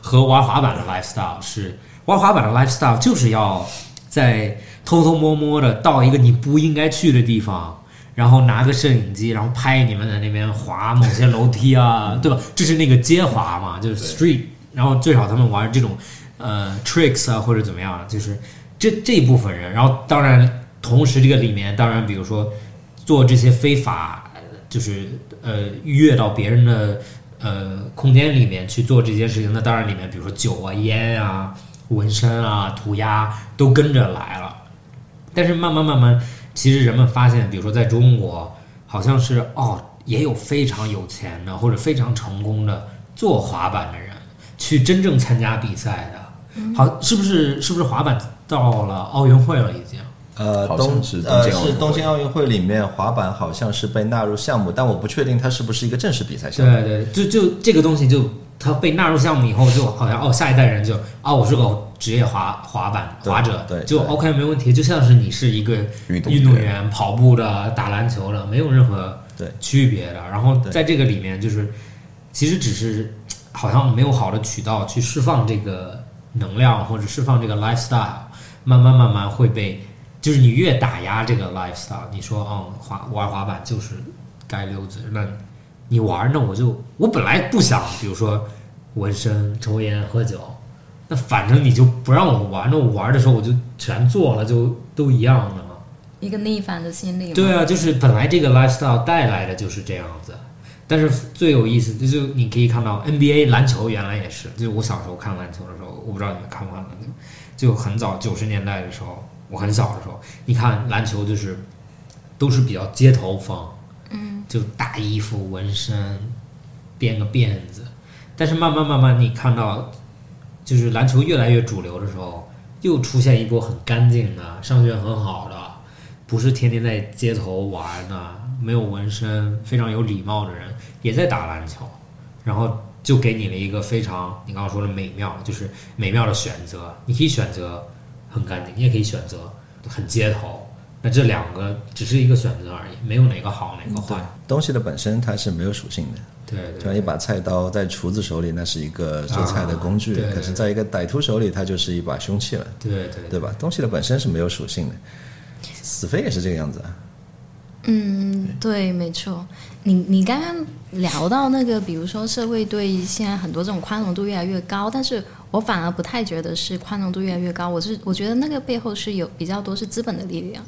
S4: 和玩滑板的 lifestyle 是，玩滑板的 lifestyle 就是要在偷偷摸摸的到一个你不应该去的地方，然后拿个摄影机，然后拍你们在那边滑某些楼梯啊，对吧？这是那个街滑嘛，就是 street，然后最少他们玩这种。呃 tricks 啊或者怎么样啊，就是这这一部分人。然后当然，同时这个里面当然，比如说做这些非法，呃就是呃越到别人的呃空间里面去做这些事情，那当然里面比如说酒啊、烟啊、纹身啊、涂鸦都跟着来了。但是慢慢慢慢，其实人们发现，比如说在中国，好像是哦，也有非常有钱的或者非常成功的做滑板的人，去真正参加比赛的，好，是不是？是不是滑板到了奥运会了已经？
S3: 呃，
S2: 好
S3: 东
S2: 像是东
S3: 呃
S2: 京奥运
S3: 是
S2: 会
S3: 东京奥运会里面滑板好像是被纳入项目，但我不确定它是不是一个正式比赛项目。
S4: 对对，就就这个东西就它被纳入项目以后，就好像哦，下一代人就啊，我是个职业滑滑板
S3: 对
S4: 滑者，
S3: 对对
S4: 就 OK 没问题，就像是你是一个
S2: 运动
S4: 运动
S2: 员
S4: 员、跑步的、打篮球的，没有任何
S3: 对
S4: 区别的。然后
S3: 对
S4: 在这个里面，就是其实只是好像没有好的渠道去释放这个能量或者释放这个 lifestyle，慢慢慢慢会被。就是你越打压这个 lifestyle，你说嗯滑玩滑板就是该溜子，那你玩儿呢，我就我本来不想，比如说纹身、抽烟、喝酒，那反正你就不让我玩，那我玩的时候我就全做了，就都一样的嘛。
S1: 一个逆反的心理嘛。
S4: 对啊，就是本来这个 lifestyle 带来的就是这样子。但是最有意思，就是你可以看到 NBA 篮球原来也是，就是我小时候看篮球的时候，我不知道你们看不看篮球，就很早九十年代的时候，我很小的时候，你看篮球就是都是比较街头风，嗯，就大衣服、纹身、编个辫子。但是慢慢慢慢，你看到就是篮球越来越主流的时候，又出现一波很干净的、上学很好的，不是天天在街头玩的、没有纹身、非常有礼貌的人，也在打篮球，然后就给你了一个非常你刚刚说的美妙，就是美妙的选择。你可以选择很干净，你也可以选择很街头。那这两个只是一个选择而已，没有哪个好哪个
S3: 对
S4: 坏。，
S3: 东西的本身它是没有属性的，
S4: 对
S3: 就像一把菜刀在厨子手里，那是一个做菜的工具
S4: 啊对；
S3: 可是在一个歹徒手里，它就是一把凶器了，
S4: 对对对
S3: 对吧？东西的本身是没有属性的，死飞也是这个样子啊。
S1: 嗯，对，没错。你你刚刚聊到那个，比如说社会对现在很多这种宽容度越来越高，但是我反而不太觉得是宽容度越来越高，我是我觉得那个背后是有比较多是资本的力量。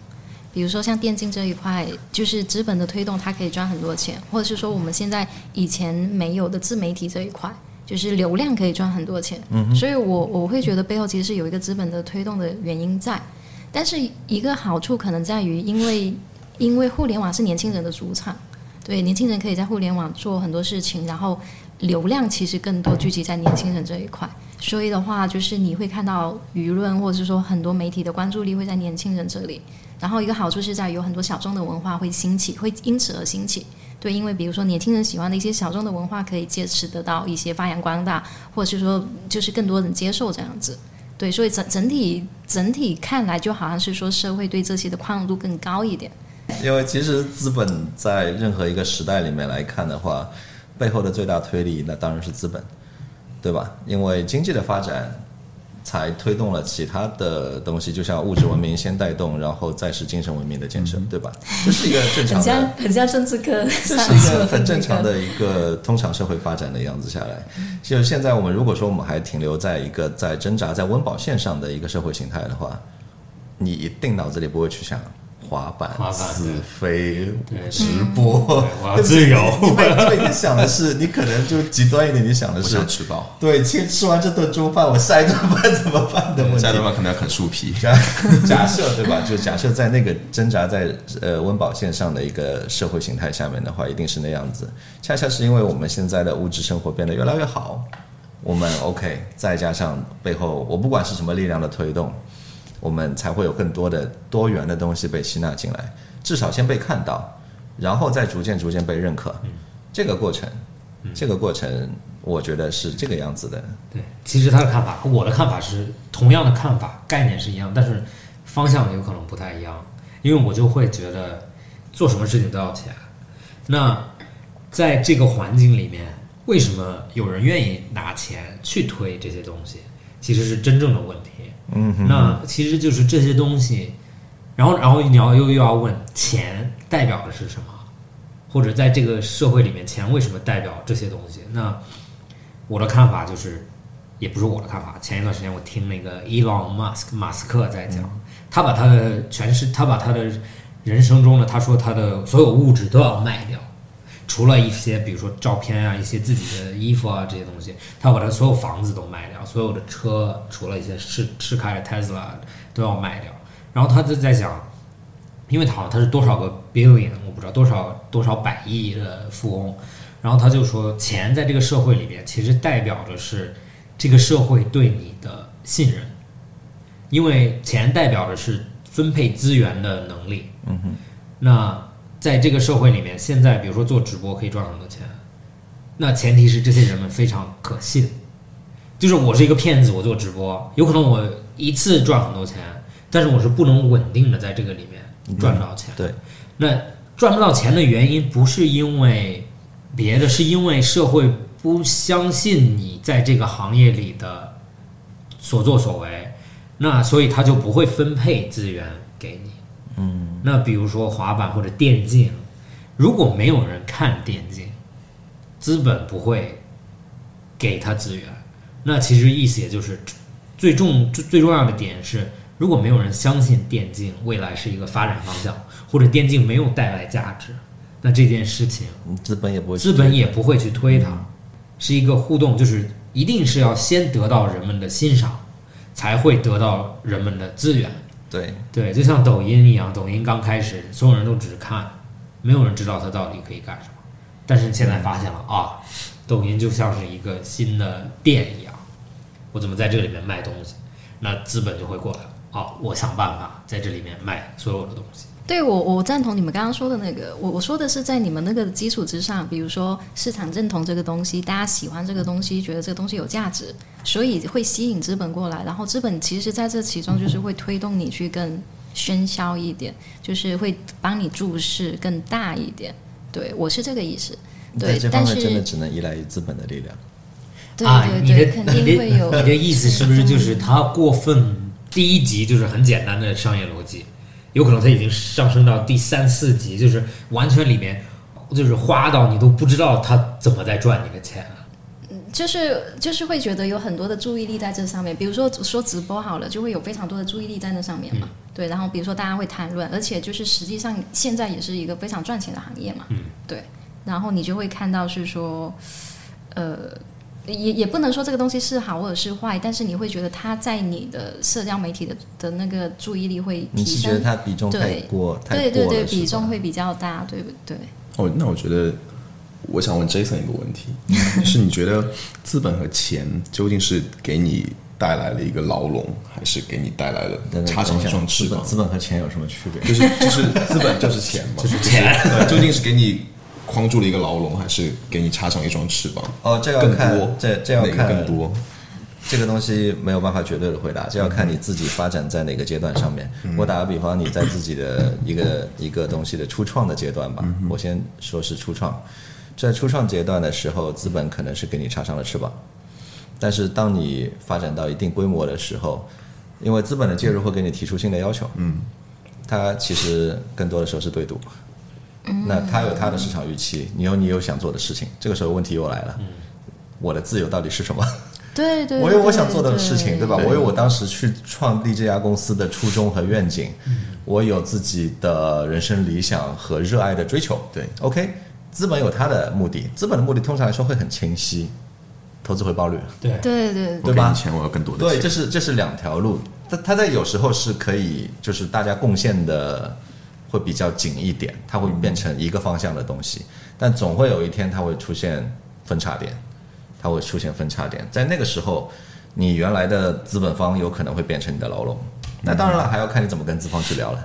S1: 比如说像电竞这一块，就是资本的推动，它可以赚很多钱，或者是说我们现在以前没有的自媒体这一块，就是流量可以赚很多钱。嗯、所以我我会觉得背后其实是有一个资本的推动的原因在，但是一个好处可能在于，因为因为互联网是年轻人的主场，对，年轻人可以在互联网做很多事情，然后流量其实更多聚集在年轻人这一块。所以的话，就是你会看到舆论或者是说很多媒体的关注力会在年轻人这里。然后一个好处是在于有很多小众的文化会兴起，会因此而兴起。对，因为比如说年轻人喜欢的一些小众的文化，可以借此得到一些发扬光大，或者是说就是更多人接受这样子。对，所以整整体整体看来，就好像是说社会对这些的宽容度更高一点。
S3: 因为其实资本在任何一个时代里面来看的话，背后的最大推力那当然是资本，对吧？因为经济的发展才推动了其他的东西，就像物质文明先带动，然后再是精神文明的建设，对吧？这是一个正常
S1: 很像
S3: 的。
S1: 很像政治课
S3: 这
S1: 上
S3: 是一
S1: 说
S3: 个
S1: 的
S3: 很
S1: 那
S3: 正
S1: 个
S3: 常的一个通常社会发展的样子下来，就是现在我们如果说我们还停留在一个在挣扎在温饱线上的一个社会形态的话，你一定脑子里不会去想滑板、
S4: 滑板
S3: 死飞、
S4: 对
S3: 直播
S4: 对，我要自由
S3: 你每因为你想的是，你可能就极端一点，你想的
S2: 我
S3: 是
S2: 想吃饱，
S3: 对，吃吃完这顿中饭，我下一顿饭怎么办的问题
S2: 下。顿饭可能要啃树皮。
S3: 假 *laughs* 假设对吧？就假设在那个挣扎在呃温饱线上的一个社会形态下面的话，一定是那样子。恰恰是因为我们现在的物质生活变得越来越好，我们 OK，再加上背后我不管是什么力量的推动，我们才会有更多的多元的东西被吸纳进来，至少先被看到，然后再逐渐逐渐被认可。
S4: 嗯
S3: 这个过程，这个过程，我觉得是这个样子的。
S4: 对，其实他的看法和我的看法是同样的看法，概念是一样，但是方向有可能不太一样，因为我就会觉得做什么事情都要钱。那在这个环境里面，为什么有人愿意拿钱去推这些东西，其实是真正的问题。嗯哼，那其实就是这些东西，然后然后你要又又要问钱代表的是什么，或者在这个社会里面，钱为什么代表这些东西？那我的看法就是，也不是我的看法。前一段时间我听那个 Elon Musk 马斯克在讲，他把他的全是他把他的人生中的他说他的所有物质都要卖掉，除了一些比如说照片啊、一些自己的衣服啊这些东西，他把他所有房子都卖掉，所有的车除了一些试试开的 Tesla 都要卖掉。然后他就在想，因为他好像他是多少个 billion，我不知道多少多少百亿的富翁，然后他就说，钱在这个社会里边其实代表的是这个社会对你的信任，因为钱代表的是分配资源的能力。嗯哼，那在这个社会里面，现在比如说做直播可以赚很多钱，那前提是这些人们非常可信。就是我是一个骗子，我做直播，有可能我一次赚很多钱，但是我是不能稳定的在这个里面赚到钱。
S3: 对，
S4: 那赚不到钱的原因不是因为别的，是因为社会不相信你在这个行业里的所作所为，那所以他就不会分配资源给你。嗯，那比如说滑板或者电竞，如果没有人看电竞，资本不会给他资源。那其实意思也就是，最重最最重要的点是，如果没有人相信电竞未来是一个发展方向，或者电竞没有带来价值，那这件事情
S3: 嗯资本也不会去
S4: 资本也不会去推它，是一个互动，就是一定是要先得到人们的欣赏，才会得到人们的资源。
S3: 对，
S4: 对，就像抖音一样，抖音刚开始，所有人都只看，没有人知道它到底可以干什么。但是现在发现了啊，抖音就像是一个新的店一样，我怎么在这个里面卖东西？那资本就会过来啊，我想办法在这里面卖所有的东西。
S1: 对我，我赞同你们刚刚说的那个。我我说的是在你们那个基础之上，比如说市场认同这个东西，大家喜欢这个东西，觉得这个东西有价值，所以会吸引资本过来。然后资本其实在这其中就是会推动你去更喧嚣一点，就是会帮你注视更大一点。对我是这个意思。
S3: 在
S1: 对
S3: 这，方
S1: 但
S3: 面
S1: 是
S3: 真的只能依赖于资本的力量。
S1: 对
S4: 啊，
S1: 对
S4: 你
S1: 对，
S4: 的
S1: 肯
S4: 你
S1: 定
S4: 的
S1: 会有。
S4: 你的意思是不是就是它过分？第一集就是很简单的商业逻辑，有可能它已经上升到第三四集，就是完全里面就是花到你都不知道它怎么在赚你的钱。
S1: 就是就是会觉得有很多的注意力在这上面，比如说说直播好了，就会有非常多的注意力在那上面嘛。
S3: 嗯
S1: 对，然后比如说大家会谈论，而且就是实际上现在也是一个非常赚钱的行业嘛。嗯，对，然后你就会看到是说，呃，也也不能说这个东西是好或者是坏，但是你会觉得它在你的社交媒体的的那个注意力会提
S3: 你是觉得
S1: 升，
S3: 它比重太
S1: 对
S3: 过太
S1: 对
S3: 过
S1: 对
S3: 了，
S1: 对，
S3: 是
S1: 比
S3: 吧
S1: 重会比较大，对不对？
S2: 哦，那我觉得，我想问 Jason 一个问题，就是你觉得资本和钱究竟是给你带来了一个牢笼，还是给你带来了
S3: 等等
S2: 插上
S3: 等一
S2: 一
S3: 下
S2: 双
S3: 资
S2: 翅
S3: 本
S2: 膀？
S3: 资本和钱有什么区别？
S2: 就是就是资本就是钱嘛， *laughs* 就是钱，对究竟是给你框住了一个牢笼，还是给你插上一双翅膀？
S3: 哦，这要
S2: 更
S3: 看
S2: 多，
S3: 这这要
S2: 哪个
S3: 看
S2: 更多？
S3: 这个东西没有办法绝对的回答，这要看你自己发展在哪个阶段上面。我打个比方，你在自己的一个一个东西的初创的阶段吧，我先说是初创，在初创阶段的时候，资本可能是给你插上了翅膀，但是当你发展到一定规模的时候，因为资本的介入会给你提出新的要求，嗯，它其实更多的时候是对赌。那他有他的市场预期，你有你有想做的事情，这个时候问题又来了，我的自由到底是什么？
S1: 对对，
S3: 我有我想做的事情，对
S1: 对
S3: 吧？我有我当时去创立这家公司的初衷和愿景，我有自己的人生理想和热爱的追求。
S2: 对
S3: ，OK，资本有它的目的，资本的目的通常来说会很清晰，投资回报率。
S4: 对
S1: 对对
S2: 我给
S3: 对吧
S2: 你钱，我要更多的
S3: 对，
S2: 钱。
S3: 这是这是两条路，它它在有时候是可以，就是大家贡献的会比较紧一点，它会变成一个方向的东西，但总会有一天它会出现分叉点，它会出现分叉点，在那个时候，你原来的资本方有可能会变成你的牢笼，那当然了，还要看你怎么跟资方去聊了，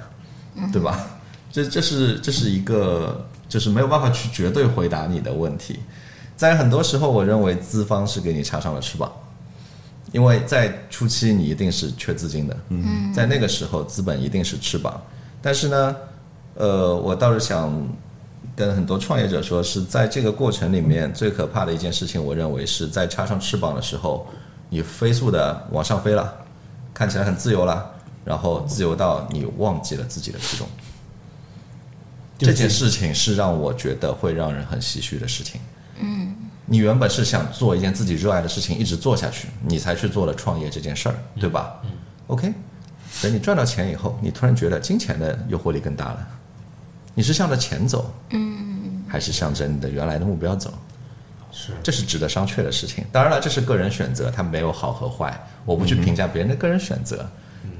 S3: 对吧？这这是这是一个就是没有办法去绝对回答你的问题，在很多时候，我认为资方是给你插上了翅膀。因为在初期你一定是缺资金的，嗯，在那个时候资本一定是翅膀，但是呢，呃，我倒是想跟很多创业者说，是在这个过程里面最可怕的一件事情，我认为是在插上翅膀的时候，你飞速的往上飞了，看起来很自由了，然后自由到你忘记了自己的初衷，
S4: 就是
S3: 这件事情是让我觉得会让人很唏嘘的事情。嗯，你原本是想做一件自己热爱的事情，一直做下去，你才去做了创业这件事儿，对吧？嗯。OK，等你赚到钱以后，你突然觉得金钱的诱惑力更大了，你是向着钱走，嗯，还是向着你的原来的目标走？
S4: 是
S3: 这是值得商榷的事情。当然了，这是个人选择，它没有好和坏，我不去
S4: 嗯
S3: 评价别人的个人选择。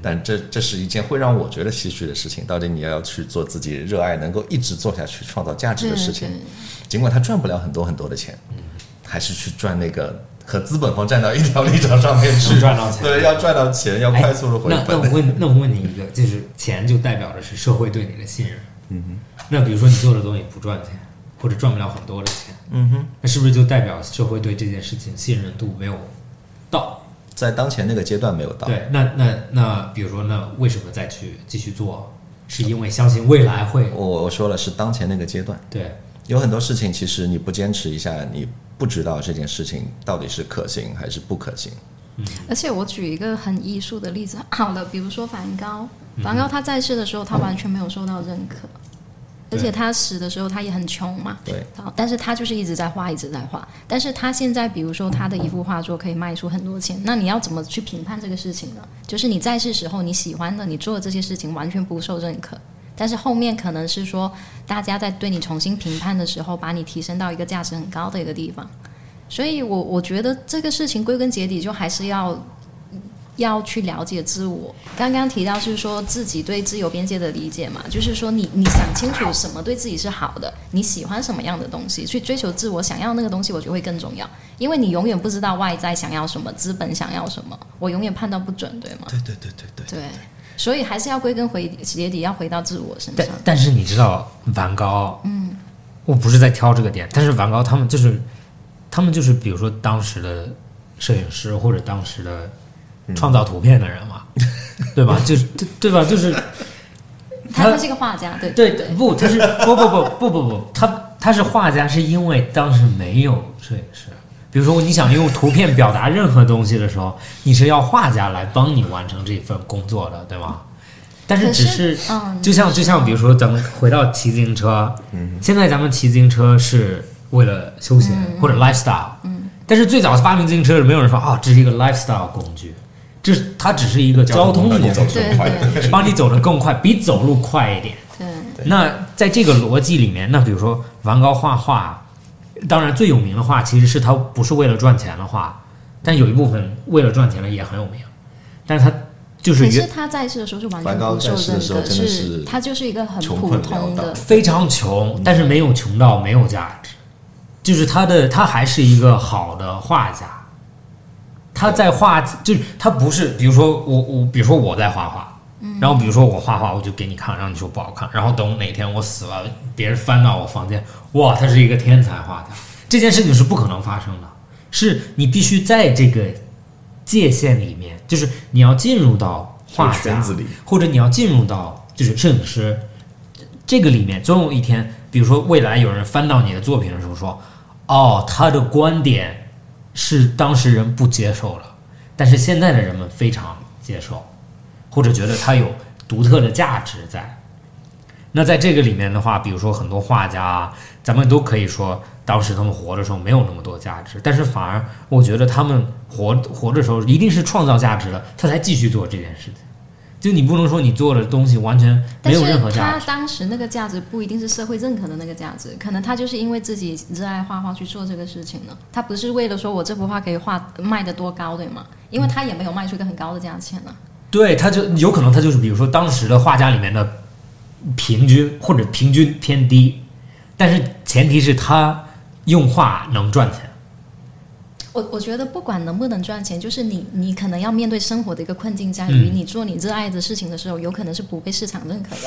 S3: 但这这是一件会让我觉得唏嘘的事情。到底你要去做自己热爱、能够一直做下去、创造价值的事情
S1: 对对，
S3: 尽管他赚不了很多很多的钱，
S4: 嗯
S3: 还是去赚那个和资本方站到一条立场上面去
S4: 能赚到钱
S3: 对，要赚到钱，要
S4: 哎
S3: 快速的回
S4: 那那
S3: 本。
S4: 我问，那我问你一个，就是钱就代表的是社会对你的信任。嗯哼。那比如说你做的东西不赚钱，或者赚不了很多的钱，嗯哼，那是不是就代表社会对这件事情信任度没有到？
S3: 在当前那个阶段没有到，
S4: 对，那那那，比如说，那为什么再去继续做？是因为相信未来会
S3: 我我说了是当前那个阶段。
S4: 对
S3: 有很多事情，其实你不坚持一下，你不知道这件事情到底是可行还是不可行。
S1: 而且我举一个很艺术的例子，好了，比如说梵高，梵高他在世的时候，他完全没有受到认可，而且他死的时候他也很穷嘛，
S3: 对，
S1: 然后但是他就是一直在画，一直在画，但是他现在比如说他的一幅画作可以卖出很多钱，那你要怎么去评判这个事情呢？就是你在世时候你喜欢的，你做的这些事情完全不受认可。但是后面可能是说，大家在对你重新评判的时候，把你提升到一个价值很高的一个地方，所以我我觉得这个事情归根结底就还是要要去了解自我。刚刚提到是说自己对自由边界的理解嘛，就是说你你想清楚什么对自己是好的，你喜欢什么样的东西，去追求自我想要那个东西，我觉得会更重要，因为你永远不知道外在想要什么，资本想要什么，我永远判断不准，对吗？
S3: 对对对对对。
S1: 对，所以还是要归根回结底要回到自我身上
S4: 但。但是你知道梵高，嗯，我不是在挑这个点，但是梵高他们就是，他们就是比如说当时的摄影师或者当时的创造图片的人嘛，对 *laughs* 吧？就是对对吧？就是
S1: 他他是一个画家，对
S4: 对不，他是不不不不不不，他他是画家，是因为当时没有摄影师。比如说，你想用图片表达任何东西的时候，你是要画家来帮你完成这份工作的，对吗？但是
S1: 可
S4: 只
S1: 是
S4: 是，
S1: 嗯
S4: 就像就像比如说，咱们回到骑自行车，现在咱们骑自行车是为了休闲
S1: 嗯
S4: 或者 lifestyle，但是最早发明自行车的时候没有人说啊，这是一个 lifestyle 工具，这是它只是一个交通工
S2: 工具走
S4: 具，
S2: 得更快
S1: 对对
S4: *laughs* 帮你走得更快，比走路快一点。
S1: 对，
S4: 那在这个逻辑里面，那比如说梵高画画，当然最有名的画其实是他不是为了赚钱的画，但有一部分为了赚钱的也很有名，但是他就是
S1: 可是
S4: 原
S1: 他在世的时候是完全
S3: 梵高
S1: 不受
S3: 在世的
S1: 认
S3: 时候
S1: 可，
S3: 真的
S1: 是
S3: 是
S1: 他就是一个很
S3: 穷
S1: 普
S3: 困
S1: 通
S3: 潦倒
S1: 的，
S4: 非常
S1: 嗯
S4: 穷，但是没有穷到没有价值，就是他的他还是一个好的画家，他在画就是他不是，比如说我我比如说我在画画，然后比如说我画画，我就给你看，然后你说不好看，然后等哪天我死了，别人翻到我房间，哇，他是一个天才画家，这件事情是不可能发生的，是你必须在这个界限里面，就是你要进入到画
S2: 这个
S4: 家
S2: 圈子里，
S4: 或者你要进入到就是摄影师这个里面，总有一天，比如说未来有人翻到你的作品的时候说，哦，他的观点是当时人不接受了，但是现在的人们非常接受，或者觉得它有独特的价值在。那在这个里面的话，比如说很多画家啊，咱们都可以说，当时他们活的时候没有那么多价值，但是反而我觉得他们活活的时候一定是创造价值的，他才继续做这件事情。就你不能说你做的东西完全
S1: 但
S4: 没
S1: 是
S4: 有任何价
S1: 他。
S4: 值
S1: 当时那个价值不一定是社会认可的那个价值，可能他就是因为自己热爱画画去做这个事情了。他不是为了说我这幅画可以画卖得多高，对吗？因为他也没有卖出一个很高的价钱啊。
S4: 对，他就有可能他就是比如说当时的画家里面的平均或者平均偏低，但是前提是他用画能赚钱。
S1: 我我觉得不管能不能赚钱，就是你你可能要面对生活的一个困境，在
S3: 嗯
S1: 于你做你热爱的事情的时候，有可能是不被市场认可的，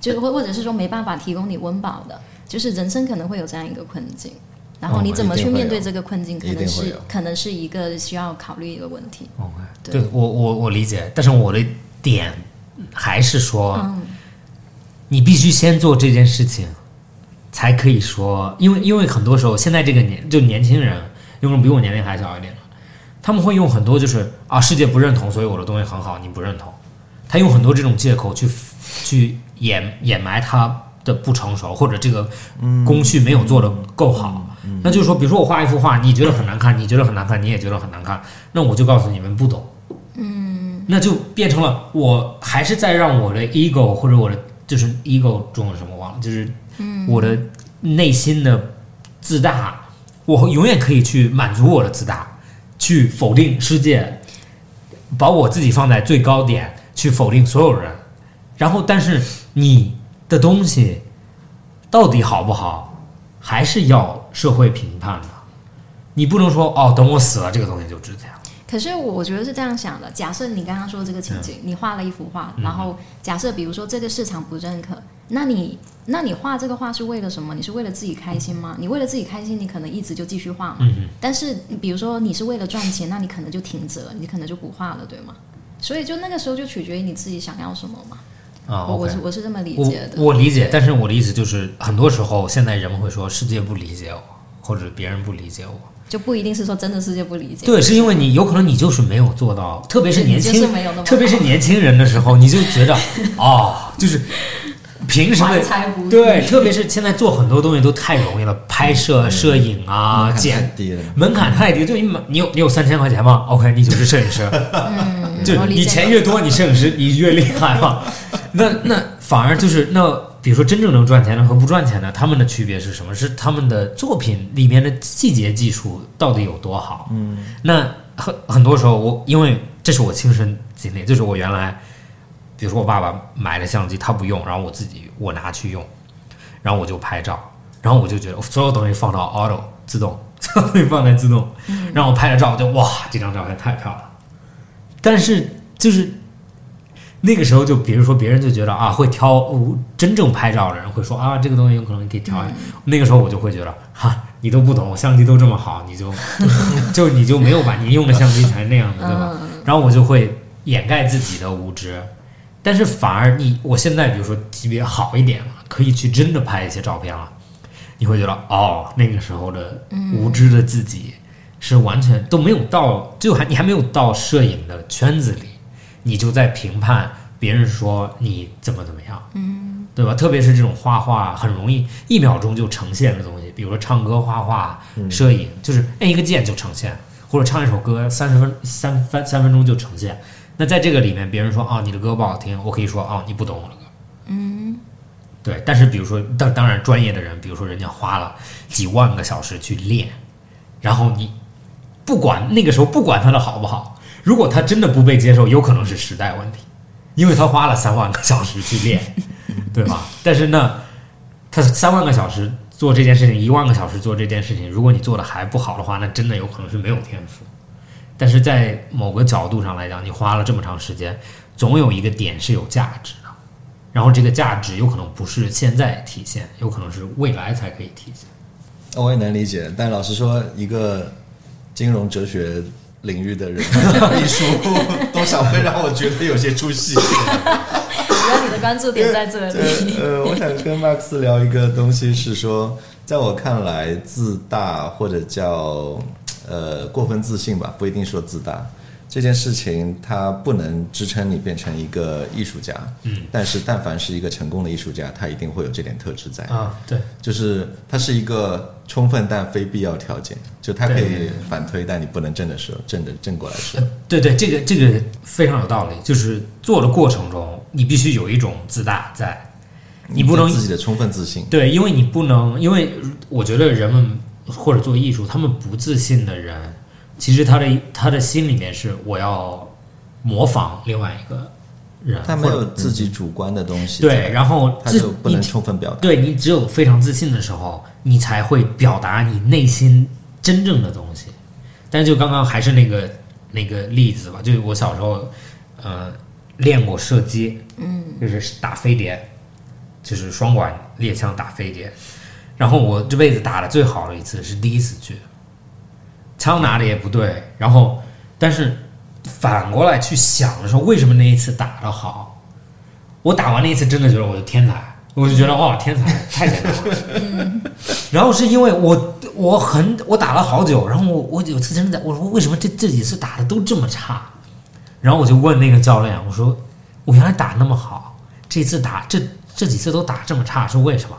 S1: 就或或者是说没办法提供你温饱的，就是人生可能会有这样一个困境。然后
S4: 哦
S1: 你怎么
S3: 一定
S1: 去
S3: 会
S1: 面对
S3: 有
S1: 这个困境，可
S3: 一
S1: 能
S3: 定会
S1: 是
S3: 有
S1: 可能是一个需要考虑一个问题。对
S4: 对我我我理解，但是我的点还是说，你必须先做这件事情，才可以说，因为因为很多时候现在这个年就年轻人，因为比我年龄还小一点了，他们会用很多就是啊世界不认同，所以我的东西很好，你不认同，他用很多这种借口去去掩掩埋他的不成熟，或者这个工序没有做得够好。那就是说，比如说我画一幅画，你觉得很难看，你觉得很难看，你也觉得很难看，那我就告诉你们不懂。嗯，那就变成了我还是在让我的 ego 或者我的就是 ego 中文什么忘了，就是
S1: 嗯
S4: 我的内心的自大，我永远可以去满足我的自大，去否定世界，把我自己放在最高点，去否定所有人。然后，但是你的东西到底好不好，还是要社会评判的。你不能说哦，等我死了，这个东西就值钱了。
S1: 可是我觉得是这样想的：假设你刚刚说这个情景，
S4: 嗯
S1: 你画了一幅画，然后假设比如说这个市场不认可，那你那你画这个画是为了什么？你是为了自己开心吗？你为了自己开心，你可能一直就继续画嘛。
S4: 嗯
S1: 但是比如说你是为了赚钱，那你可能就停止了，你可能就不画了，对吗？所以就那个时候就取决于你自己想要什么嘛。
S4: 啊、
S1: 我
S4: o
S1: 我
S4: k
S1: 是我是这么理
S4: 我
S1: 解的。
S4: 我理解，但是我的意思就是，很多时候现在人们会说世界不理解我，或者别人不理解我。
S1: 就不一定是说真的世界不理解。
S4: 对，是因为你有可能你就是没有做到，特别是
S1: 你
S4: 年
S1: 就
S4: 轻，
S1: 是没有那么
S4: 特别是
S1: 好
S4: 年轻人的时候，你就
S1: *laughs*
S4: 觉着哦，就是凭什么
S1: 怀？才不遇
S4: 对，特别是现在做很多东西都太容易了，拍
S1: 嗯
S4: 摄、摄影啊，
S3: 门槛太
S4: 剪
S3: 低了
S4: 门槛太低，就你买你有你有三千块钱吗？OK，你就是摄
S3: *laughs*
S4: 影师。
S1: 嗯
S4: 就
S1: 我理
S4: 你
S1: 解
S4: 钱越多，你摄影师你越厉害嘛。那那反而就是那，比如说真正能赚钱的和不赚钱的，他们的区别是什么？是他们的作品里面的细节技术到底有多好？嗯，那很很多时候我因为这是我亲身经历，就是我原来，比如说我爸爸买了相机，他不用，然后我自己我拿去用，然后我就拍照，然后我就觉得所有东西放到 auto 自动，所有东西放在自动，
S1: 嗯
S4: 然后我拍了照，我就哇，这张照片太漂亮了。但是就是那个时候，就比如说别人就觉得啊，会挑哦真正拍照的人会说啊，这个东西有可能可以挑一下。那个时候我就会觉得哈，你都不懂，我相机都这么好，你就就 *laughs* 你就没有吧？你用的相机才是那样的，对吧？然后我就会掩盖自己的无知。但是反而你，我现在比如说级别好一点了，可以去真的拍一些照片了，你会觉得哦，那个时候的无知的自己是完全都没有到，就还你还没有到摄影的圈子里，你就在评判别人说你怎么怎么样，嗯，对吧？特别是这种画画，很容易一秒钟就呈现的东西，比如说唱歌、画画、摄影，就是按一个键就呈现，或者唱一首歌三十分三分三分钟就呈现。那在这个里面，别人说啊、你的歌不好听，我可以说啊、你不懂我的歌。对，但是比如说，当当然专业的人，比如说人家花了几万个小时去练，然后你不管那个时候不管他的好不好，如果他真的不被接受，有可能是时代问题，因为他花了三万个小时去练，对吧？但是呢，他三万个小时做这件事情，一万个小时做这件事情，如果你做的还不好的话，那真的有可能是没有天赋。但是在某个角度上来讲，你花了这么长时间，总有一个点是有价值的。然后这个价值有可能不是现在体现，有可能是未来才可以体现。
S3: 那我也能理解，但老实说，一个金融哲学领域的 *laughs* 人，
S2: 艺术多少会让我觉得有些出戏。
S1: 原来你的关注点在
S4: *laughs*
S1: 这里。
S3: 呃，呃我想跟 Max 聊一个东西，是说，在我看来，自大或者叫呃过分自信吧，不一定说自大这件事情，它不能支撑你变成一个艺术家。嗯，但是但凡是一个成功的艺术家，他一定会有这点特质在。
S4: 啊，对，
S3: 就是它是一个充分但非必要条件，就它可以反推，但你不能正着说，正着正过来说
S4: 呃。，对对，这个这个非常有道理，就是做的过程中，你必须有一种自大在，你不能
S3: 自己的充分自信，
S4: 对，因为你不能，因为我觉得人们或者做艺术，他们不自信的人，其实他的他的心里面是我要模仿另外一个人，
S3: 他没
S4: 或者嗯
S3: 有自己主观的东西在，
S4: 对，然后
S3: 他
S4: 自
S3: 就不
S4: 你
S3: 能充分表达。
S4: 对你只有非常自信的时候，你才会表达你内心真正的东西。但就刚刚还是那个那个例子吧，就是我小时候，呃，练过射击，嗯，就是打飞碟，就是双管猎枪打飞碟。然后我这辈子打的最好的一次是第一次去，枪拿的也不对，然后但是反过来去想的时候，为什么那一次打的好？我打完那一次，真的觉得我是天才，我就觉得哇，天才太简单了。然后是因为我我很我打了好久，然后我我有次真的在我说为什么这这几次打的都这么差？然后我就问那个教练，我说我原来打那么好，这次打这这几次都打这么差是为什么？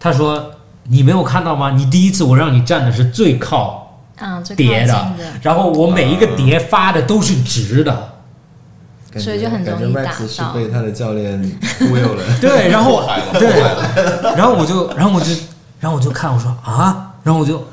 S4: 他说你没有看到吗？你第一次我让你站的是最靠
S1: 啊，最靠
S4: 叠
S1: 近
S4: 的，然后我每一个叠发的都是直的，
S3: 感觉
S1: 所以就很容易
S3: 感觉
S1: 打
S3: Max 是
S1: 到
S3: 被他的教练忽悠了。 *laughs*
S4: 对，然后
S2: 祸害了，
S4: 对
S2: 祸害了。
S4: 然后我就，然后我就，然后我就看，我说啊，然后我就，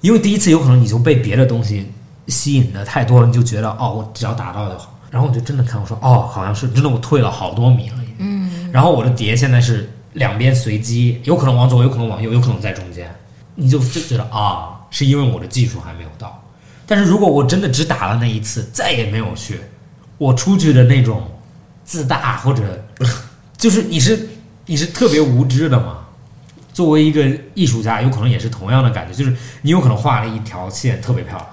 S4: 因为第一次有可能你就被别的东西吸引的太多了，你就觉得哦，我只要打到就好。然后我就真的看，我说哦，好像是真的，我退了好多米了。嗯。然后我的碟现在是两边随机，有可能往左，有可能往右，有可能在中间，你就就觉得啊，是因为我的技术还没有到。但是如果我真的只打了那一次，再也没有去，我出去的那种自大或者就是你是你是特别无知的嘛。作为一个艺术家，有可能也是同样的感觉，就是你有可能画了一条线特别漂亮，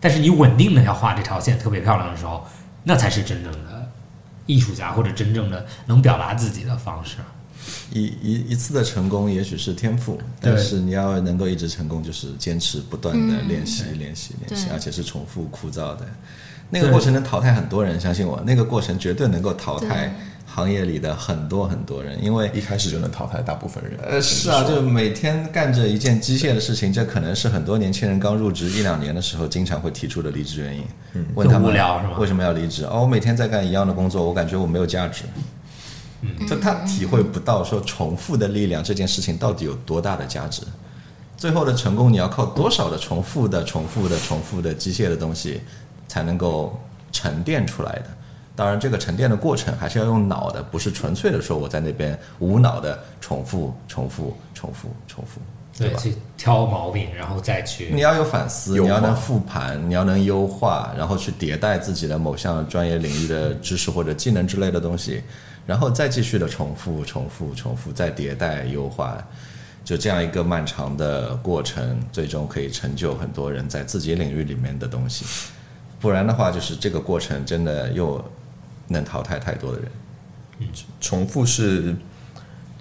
S4: 但是你稳定的要画这条线特别漂亮的时候，那才是真正的艺术家或者真正的能表达自己的方式。
S3: 一一一次的成功也许是天赋，
S4: 对
S3: 但是你要能够一直成功，就是坚持不断的练习、练习、练习，
S1: 嗯对
S3: 而且是重复枯燥的。那个
S4: 对
S3: 过程能淘汰很多人，相信我，那个过程绝对能够淘汰行业里的很多很多人，因为
S2: 一开始就能淘汰大部分人。
S3: 呃，是啊，就每天干着一件机械的事情，这可能是很多年轻人刚入职一两年的时候经常会提出的离职原因。嗯，问他
S4: 就
S3: 们
S4: 无聊是吗
S3: 为什么要离职？哦，我每天在干一样的工作，我感觉我没有价值。嗯，就他体会不到说重复的力量这件事情到底有多大的价值。最后的成功，你要靠多少的重复的、重复的、重复的机械的东西，才能够沉淀出来的。当然，这个沉淀的过程还是要用脑的，不是纯粹的说我在那边无脑的重复、重复、重复、重复。
S4: 对，去挑毛病，然后再去
S3: 你要有反思，
S2: 优
S3: 你
S2: 化
S3: 要能复盘，你要能优化，然后去迭代自己的某项专业领域的知识或者技能之类的东西，然后再继续的重复、重复、重复，再迭代优化，就这样一个漫长的过程，最终可以成就很多人在自己领域里面的东西。不然的话，就是这个过程真的又能淘汰太多的人。
S2: 重复是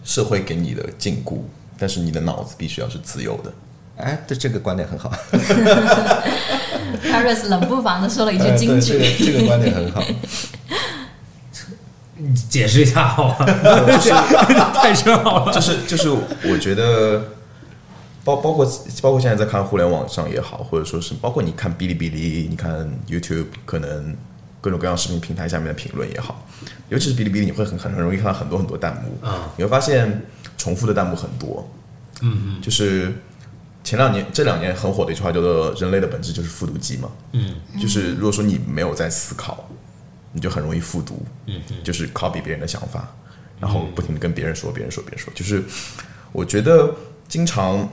S2: 社会给你的禁锢，但是你的脑子必须要是自由的。
S3: 哎，对这个观点很好，
S1: Paris 冷不防的说
S4: 呃
S1: 了一句
S3: 哎
S1: 金
S3: *laughs* 对这
S1: 句
S3: 个，这个观点很 *laughs* 好。
S4: 你解释一下好 *laughs* 吗？ *laughs* 太深奥了。
S2: 就是就是，我觉得包包括包括现在在看互联网上也好，或者说是包括你看哔哩哔哩，你看 YouTube，可能各种各样视频平台下面的评论也好，尤其是哔哩哔哩，你会很很很容易看到很多很多弹幕，
S4: 啊
S2: 你会发现重复的弹幕很多。嗯嗯，就是前两年这两年很火的一句话叫做“人类的本质就是复读机”嘛。
S4: 嗯，
S2: 就是如果说你没有在思考，你就很容易复读。嗯，就是 copy 别人的想法，然后不停的跟别人说，别人说，别人说，就是。我觉得经常，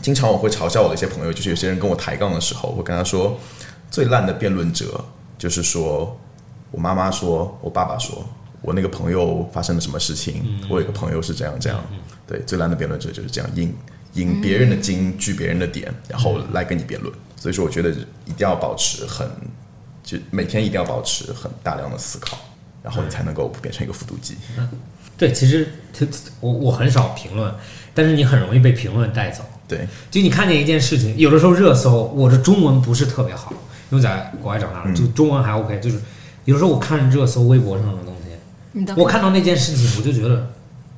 S2: 经常我会嘲笑我的一些朋友，就是有些人跟我抬杠的时候，我跟他说，最烂的辩论者就是说我妈妈说，我爸爸说，我那个朋友发生了什么事情，我有个朋友是这样这样，对，最烂的辩论者就是这样引引别人的经，据别人的点，然后来跟你辩论。所以说，我觉得一定要保持很，就每天一定要保持很大量的思考，然后你才能够不变成一个复读机。
S4: 对，其实我我很少评论，但是你很容易被评论带走。
S2: 对，
S4: 就你看见一件事情，有的时候热搜，我的中文不是特别好，因为在国外长大的，就中文还 OK。就是有时候我看热搜、微博上的东西，
S1: 你都
S4: 我看到那件事情，我就觉得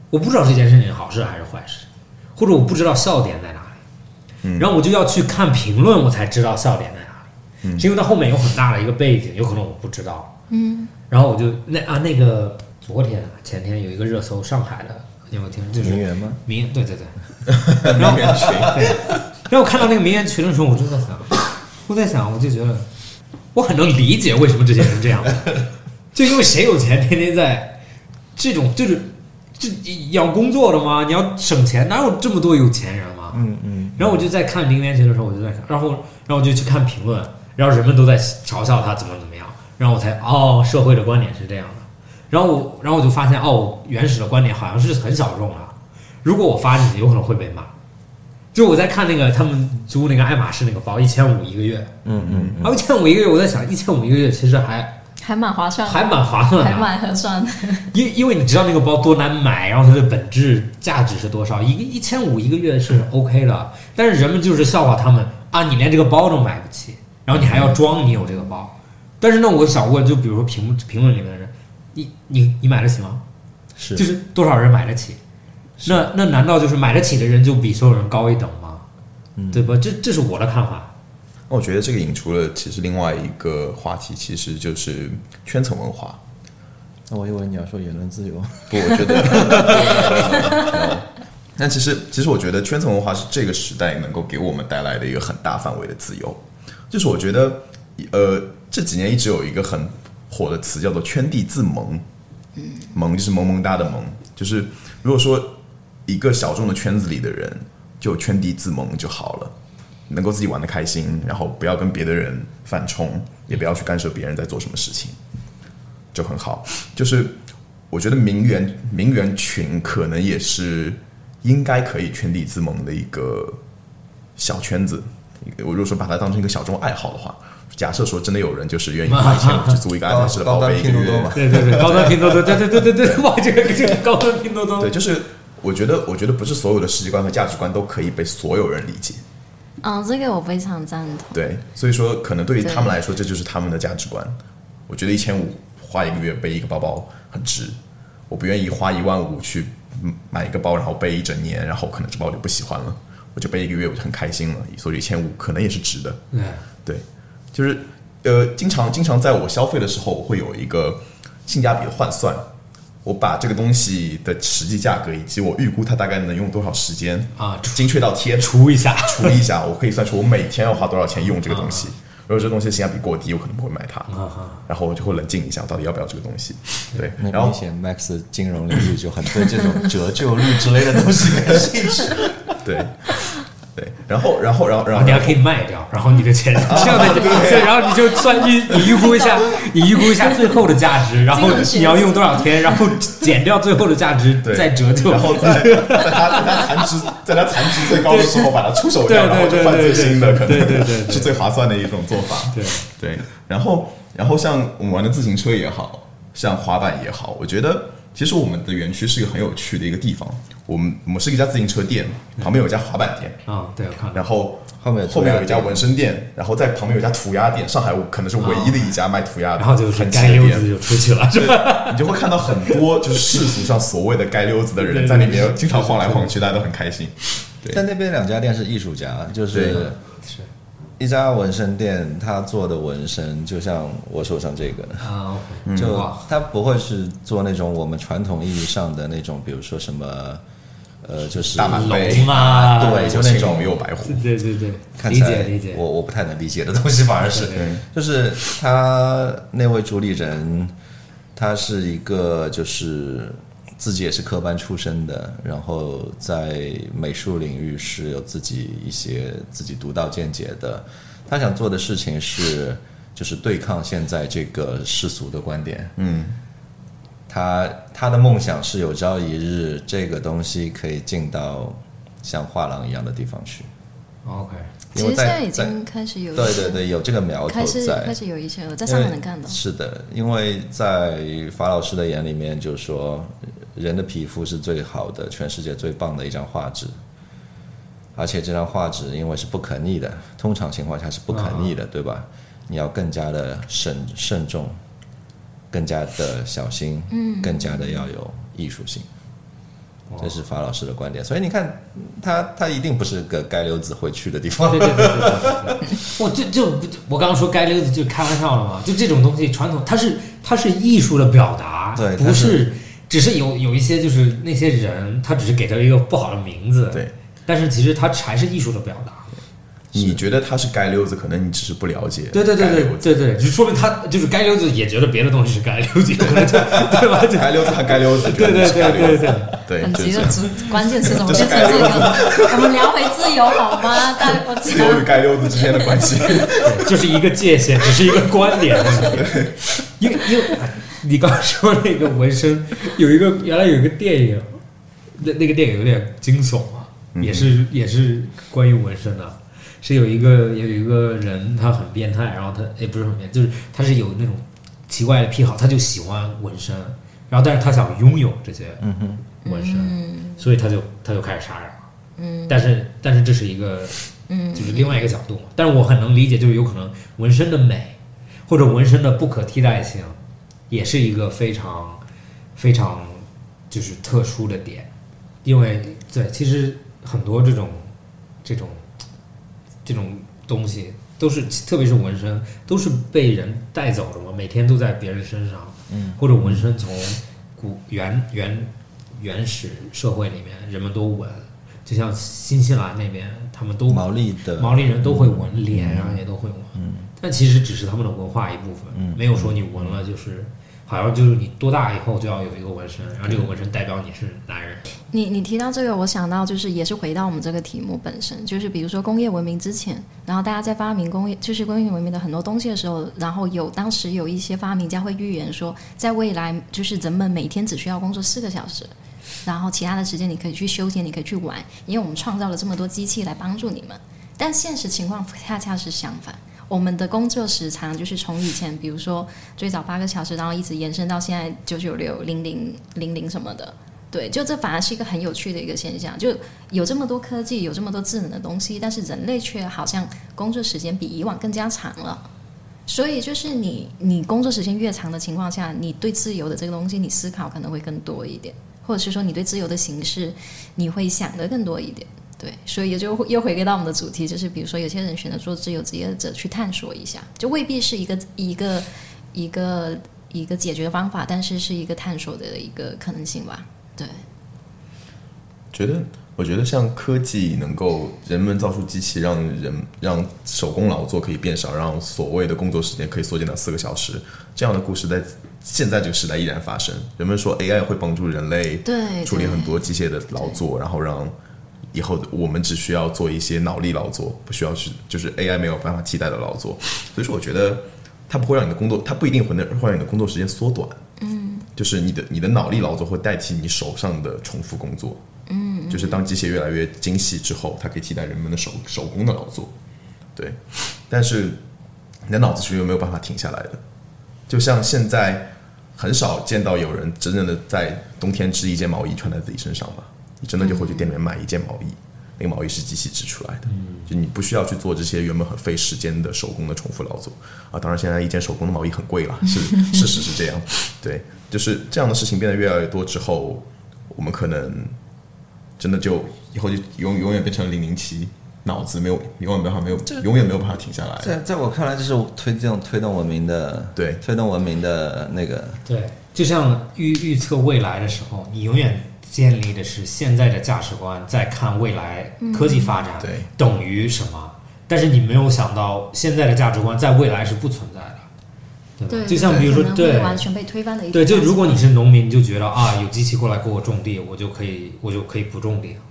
S4: 我不知道这件事情好事还是坏事，或者我不知道笑点在哪里，然后我就要去看评论，我才知道笑点在哪里，是因为它后面有很大的一个背景，有可能我不知道。嗯，然后我就那啊那个昨天啊前天有一个热搜，上海的，你有没有听？就是
S3: 名媛吗？
S4: 名对对对，
S3: *laughs*
S4: 然后 *laughs* 对，然后我看到那个名言群的时候，我就在想，我在想，我就觉得我很能理解为什么这些人这样， *laughs* 就因为谁有钱天天在这种就是这要工作的吗？你要省钱，哪有这么多有钱人嘛？
S3: 嗯嗯，
S4: 然后我就在看名言群的时候，我就在想，然后然后我就去看评论，然后人们都在嘲笑他怎么怎么样，然后我才哦，社会的观点是这样的。然后我，然后我就发现，哦，原始的观点好像是很小众啊。如果我发进去，有可能会被骂。就我在看那个他们租那个爱马仕那个包，一千五一个月，
S3: 嗯嗯，
S4: 啊，一千五一个月，我在想，一千五一个月其实还
S1: 还蛮划算的，
S4: 还蛮划算
S1: 还
S4: 的，
S1: 蛮合算的。
S4: 因因为你知道那个包多难买，然后它的本质价值是多少，一个一千五一个月是 OK 的，但是人们就是笑话他们啊，你连这个包都买不起，然后你还要装你有这个包，但是呢，我想问，就比如说评评论里面的人，你你你买得起吗？
S3: 是
S4: 就是多少人买得起？那那难道就是买得起的人就比所有人高一等吗？对吧？这这是我的看法。
S2: 那我觉得这个引出了其实另外一个话题，其实就是圈层文化。
S3: 那哦我以为你要说言论自由，
S2: 不，我觉得。但其实，其实我觉得圈层文化是这个时代能够给我们带来的一个很大范围的自由。就是我觉得，呃，这几年一直有一个很火的词叫做“圈地自萌”，萌就是萌萌哒的萌，就是如果说一个小众的圈子里的人就圈地自萌就好了，能够自己玩的开心，然后不要跟别的人犯冲，也不要去干涉别人在做什么事情，就很好。就是我觉得名媛名媛群可能也是应该可以圈地自萌的一个小圈子。我如果说把它当成一个小众爱好的话，假设说真的有人就是愿意花钱去租一个爱马仕的
S3: 哦高
S2: 包
S3: 端
S2: 背一个
S3: 拼多多
S2: 月
S3: 嘛，
S4: 对对对，高端拼多多，对对对对对，哇，这个这个高端拼多多，
S2: 对，就是我觉得，我觉得不是所有的世界观和价值观都可以被所有人理解。
S1: 嗯，这个我非常赞同。
S2: 对，所以说可能对于
S1: 对
S2: 他们来说，这就是他们的价值观。我觉得一千五花一个月背一个包包很值，我不愿意花一万五去嗯买一个包，然后背一整年，然后可能这包我就不喜欢了，我就背一个月我就很开心了，所以一千五可能也是值的。
S4: 对
S2: 对，就是呃，经常经常在我消费的时候，我会有一个性价比的换算，我把这个东西的实际价格以及我预估它大概能用多少时间，
S4: 啊，
S2: 精确到贴除
S4: 除一下，
S2: 除一下，我可以算出我每天要花多少钱用这个东西。如果这东西的性价比过低，我可能不会买它，
S4: 啊
S2: 然后我就会冷静一下，我到底要不要这个东西。对，
S3: 那
S2: 然
S3: 明
S2: 后
S3: 显 Max 的金融领域就很对这种折旧率之类的东西感兴趣。
S2: 对对，然后然后然后然后
S4: 然后啊你还可以卖掉，然后你的钱这样的，对，然后你就算预你预估一下，你预估一下最后的价值，然后你要用多少天，然后减掉最后的价值
S2: 对
S4: 再折旧，
S2: 然后在在它在它残值在它残值最高的时候把它出手掉，
S4: *laughs* 对对
S2: 然后就换最新的，可
S4: 对
S2: 能
S4: 对对对对对
S2: 是最划算的一种做法。
S4: 对，
S2: 对，然后然后像我们玩的自行车也好像滑板也好，我觉得其实我们的园区是一个很有趣的一个地方。我们我们是一家自行车店，
S4: 嗯
S2: 旁边有一家滑板店，
S4: 啊，对我看了，
S2: 然后
S3: 后面有涂鸦
S2: 后面有一家纹身店，然后在旁边有一家涂鸦店，上海可能是唯一的一家卖涂鸦的，
S4: 啊然后就是
S2: 很
S4: 街
S2: 奇的
S4: 溜
S2: 店
S4: 子就出去了，是吧？
S2: 你就会看到很多就是世俗上所谓的街溜子的
S4: 对对
S2: 人在里面经常晃来晃去，大家都很开心。对
S3: 但那边两家店是艺术家，就
S2: 对
S3: 是一家纹身店，他做的纹身就像我手上这个，
S4: 啊
S3: 就
S4: 哇
S3: 他不会是做那种我们传统意义上的那种，比如说什么，呃，就是
S2: 大满背
S4: 龙啊，
S3: 对就那
S2: 那
S3: 种
S2: 种又白虎，
S4: 对对对对，
S3: 看
S4: 理
S3: 起来
S4: 解理解，
S3: 我我不太能理解的东西，反而是
S4: 对
S2: 对
S3: 就是他那位主理人，他是一个就是自己也是科班出身的，然后在美术领域是有自己一些自己独到见解的。他想做的事情是，就是对抗现在这个世俗的观点。
S2: 嗯，
S3: 他他的梦想是有朝一日这个东西可以进到像画廊一样的地方去。
S4: OK，
S1: 其实
S3: 因为
S1: 现在
S3: 在
S1: 已
S3: 在
S1: 经开始有一
S3: 对
S1: 些
S3: 对对，有这个苗头
S1: 开始
S3: 在，
S1: 开始有一些了，在
S3: 因
S1: 上
S3: 为
S1: 海能看到。
S3: 是的，因为在法老师的眼里面，就是说人的皮肤是最好的，全世界最棒的一张画纸。而且这张画纸因为是不可逆的，通常情况下是不可逆
S1: 啊
S3: 的，对吧？你要更加的慎慎重，更加的小心，嗯，更加的要有艺术性。这是法老师的观点，所以你看，他他一定不是个街溜子会去的地方
S4: 对。对对对对对，我就就我刚刚说街溜子就开玩笑了嘛，就这种东西传统，它是它是艺术的表达，
S3: 对它
S4: 不是只是有有一些就是那些人他只是给他一个不好的名字，
S2: 对，
S4: 但是其实它还是艺术的表达，
S2: 你觉得他是街溜子，可能你只是不了解。
S4: 对对对对对对，就说明他就是街溜子也觉得别的东西是街
S2: *laughs*
S4: 溜子，可能就对吧？就
S2: 街溜子和街溜子，
S4: 对对对对对，
S2: 对
S1: 本
S2: 对，
S1: 集
S2: 就
S1: 的
S2: 是
S1: 主关键词怎么
S2: 这
S1: 变
S2: 是
S1: 成这个？我们聊回自由好吗？大我
S2: 自由与街溜子之间的关系。
S4: 就是一个界限，只是一个观点问题。因为因为啊你刚刚说那个纹身，有一个原来有一个电影，那那个电影有点惊悚啊，也是也是关于纹身的、是有一个有一个人他很变态，然后他也不是很变态，就是他是有那种奇怪的癖好，他就喜欢纹身，然后但是他想拥有这些纹身，所以他就他就开始杀人了。嗯，但是但是这是一个嗯，就是另外一个角度嘛。但是我很能理解，就是有可能纹身的美或者纹身的不可替代性，也是一个非常非常就是特殊的点。因为对，其实很多这种这种这种东西都是，特别是纹身，都是被人带走的嘛，每天都在别人身上，嗯，或者纹身从古原原原始社会里面人们都纹，就像新西兰那边他们都
S3: 毛利的嗯
S4: 毛利人都会纹脸啊，也都会纹，但其实只是他们的文化一部分，
S3: 嗯
S4: 没有说你纹了就是。好像就是你多大以后就要有一个纹身，然后这个纹身代表你是男人。
S1: 你你提到这个，我想到就是也是回到我们这个题目本身，就是比如说工业文明之前，然后大家在发明工业就是工业文明的很多东西的时候，然后有当时有一些发明家会预言说，在未来就是人们每天只需要工作四个小时，然后其他的时间你可以去休闲，你可以去玩，因为我们创造了这么多机器来帮助你们。但现实情况恰恰是相反，我们的工作时长就是从以前，比如说最早八个小时，然后一直延伸到现在九九六、零零零零什么的。对，就这反而是一个很有趣的一个现象，就有这么多科技，有这么多智能的东西，但是人类却好像工作时间比以往更加长了。所以就是你，你工作时间越长的情况下，你对自由的这个东西，你思考可能会更多一点，或者是说你对自由的形式，你会想的更多一点。对，所以也就又回归到我们的主题，就是比如说有些人选择做自由职业者去探索一下，就未必是一个一个一个一个解决方法，但是是一个探索的一个可能性吧。对。
S2: 觉得，我觉得像科技能够人们造出机器，让人让手工劳作可以变少，让所谓的工作时间可以缩减到四个小时，这样的故事在现在这个时代依然发生。人们说 AI 会帮助人类
S1: 对
S2: 处理很多机械的劳作，然后让以后我们只需要做一些脑力劳作，不需要去就是 AI 没有办法替代的劳作。所以说，我觉得它不会让你的工作，它不一定会能会让你的工作时间缩短。嗯，就是你的你的脑力劳作会代替你手上的重复工作。嗯，就是当机械越来越精细之后，它可以替代人们的手手工的劳作。对，但是你的脑子是又没有办法停下来的。就像现在很少见到有人真正的在冬天织一件毛衣穿在自己身上吧？你真的就会去店里面买一件毛衣，那个毛衣是机器织出来的，就你不需要去做这些原本很费时间的手工的重复劳作啊。当然，现在一件手工的毛衣很贵了，是事实是这样。对，就是这样的事情变得越来越多之后，我们可能真的就以后就永永远变成零零七。脑子没有，永远没有办法，没有，永远没有办法停下来。
S3: 啊在在我看来，这是推动推动文明的，
S2: 对
S3: 推动文明的那个，
S4: 对，就像预预测未来的时候，你永远建立的是现在的价值观，在看未来科技发展、
S2: 对
S4: 等于什么，但是你没有想到现在的价值观在未来是不存在的，对吧？就像比如说
S1: 可能，会
S4: 对
S1: 完全被推翻的一
S4: 对，就如果你是农民，你就觉得啊，有机器过来给我种地，我就可以，我就可以不种地了。
S2: 嗯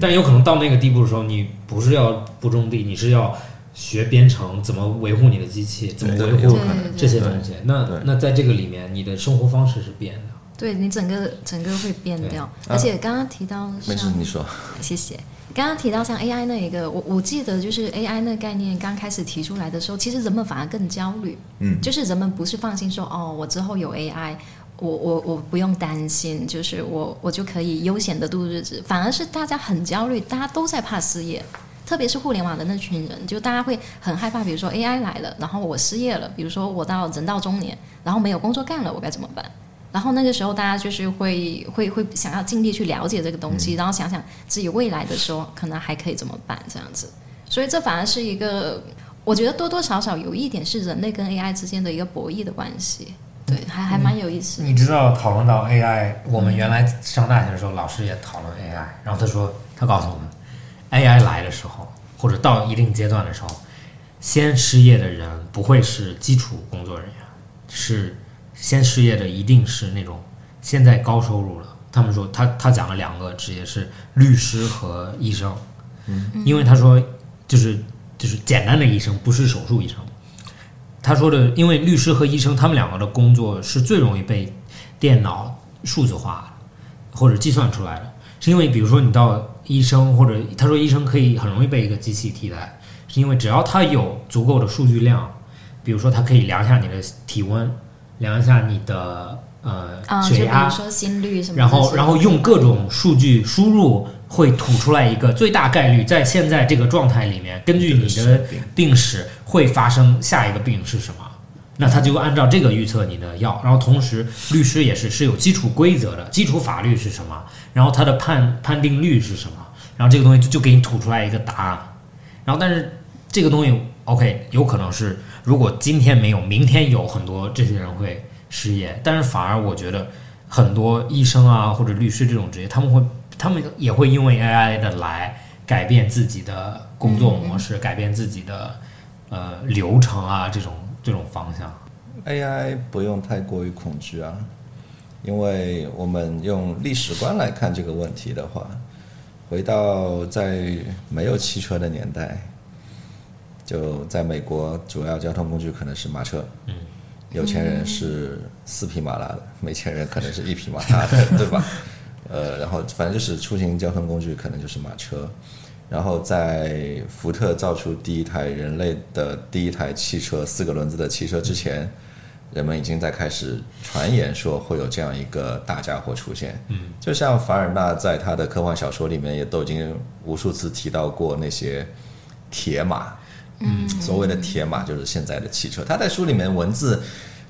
S4: 但有可能到那个地步的时候，你不是要不种地，你是要学编程，怎么维护你的机器，怎么
S2: 对
S4: 维
S2: 有
S4: 护
S2: 可能
S4: 这些东西。那那在这个里面，你的生活方式是变的。
S1: 对你整个整个会变
S4: 对
S2: 啊
S1: 掉，而且刚刚提到
S3: 没事
S1: 像，
S3: 你说，
S1: 谢谢。刚刚提到像 AI 那一个，我我记得就是 AI 那个概念刚开始提出来的时候，其实人们反而更焦虑，
S2: 嗯
S1: 就是人们不是放心说哦，我之后有 AI，我我我不用担心，就是我我就可以悠闲的度日子，反而是大家很焦虑，大家都在怕失业，特别是互联网的那群人，就大家会很害怕，比如说 AI 来了，然后我失业了，比如说我到人到中年，然后没有工作干了，我该怎么办？然后那个时候，大家就是会会会想要尽力去了解这个东西，然后想想自己未来的时候可能还可以怎么办这样子。所以这反而是一个，我觉得多多少少有一点是人类跟 AI 之间的一个博弈的关系，对，还还蛮有意思的。
S4: 你知道讨论到 AI，我们原来上大学的时候，老师也讨论 AI，然后他说，他告诉我们，AI 来的时候，或者到一定阶段的时候，先失业的人不会是基础工作人员，是先失业的一定是那种现在高收入了。他们说他他讲了两个职业是律师和医生，因为他说就是就是简单的医生，不是手术医生。他说的，因为律师和医生他们两个的工作是最容易被电脑数字化或者计算出来的，是因为比如说你到医生或者他说医生可以很容易被一个机器替代，是因为只要他有足够的数据量，比如说他可以量一下你的体温，量一下你的
S1: 啊、
S4: 呃
S1: 就比
S4: 血压
S1: 如，说心率什么的，
S4: 然后，然后用各种数据输入，会吐出来一个最大概率在现在这个状态里面，根据你的病史会发生下一个病是什么。那他就按照这个预测你的药，然后同时律师也是是有基础规则的，基础法律是什么，然后它的判判定率是什么，然后这个东西就就给你吐出来一个答案，然后但是这个东西 OK 有可能是如果今天没有，明天有很多这些人会失业，但是反而我觉得很多医生啊或者律师这种职业，他们会他们也会因为 AI 的来改变自己的工作模
S1: 嗯
S4: 式，改变自己的呃流程啊这种这种方向。
S3: AI 不用太过于恐惧啊，因为我们用历史观来看这个问题的话，回到在没有汽车的年代，就在美国主要交通工具可能是马车，嗯，有钱人是四匹马拉的，没钱人可能是一匹马拉的，对吧？呃，然后反正就是出行交通工具可能就是马车，然后在福特造出第一台人类的第一台汽车四个轮子的汽车之前，人们已经在开始传言说会有这样一个大家伙出现。嗯，就像凡尔纳在他的科幻小说里面也都已经无数次提到过那些铁马。嗯，所谓的铁马就是现在的汽车。他在书里面文字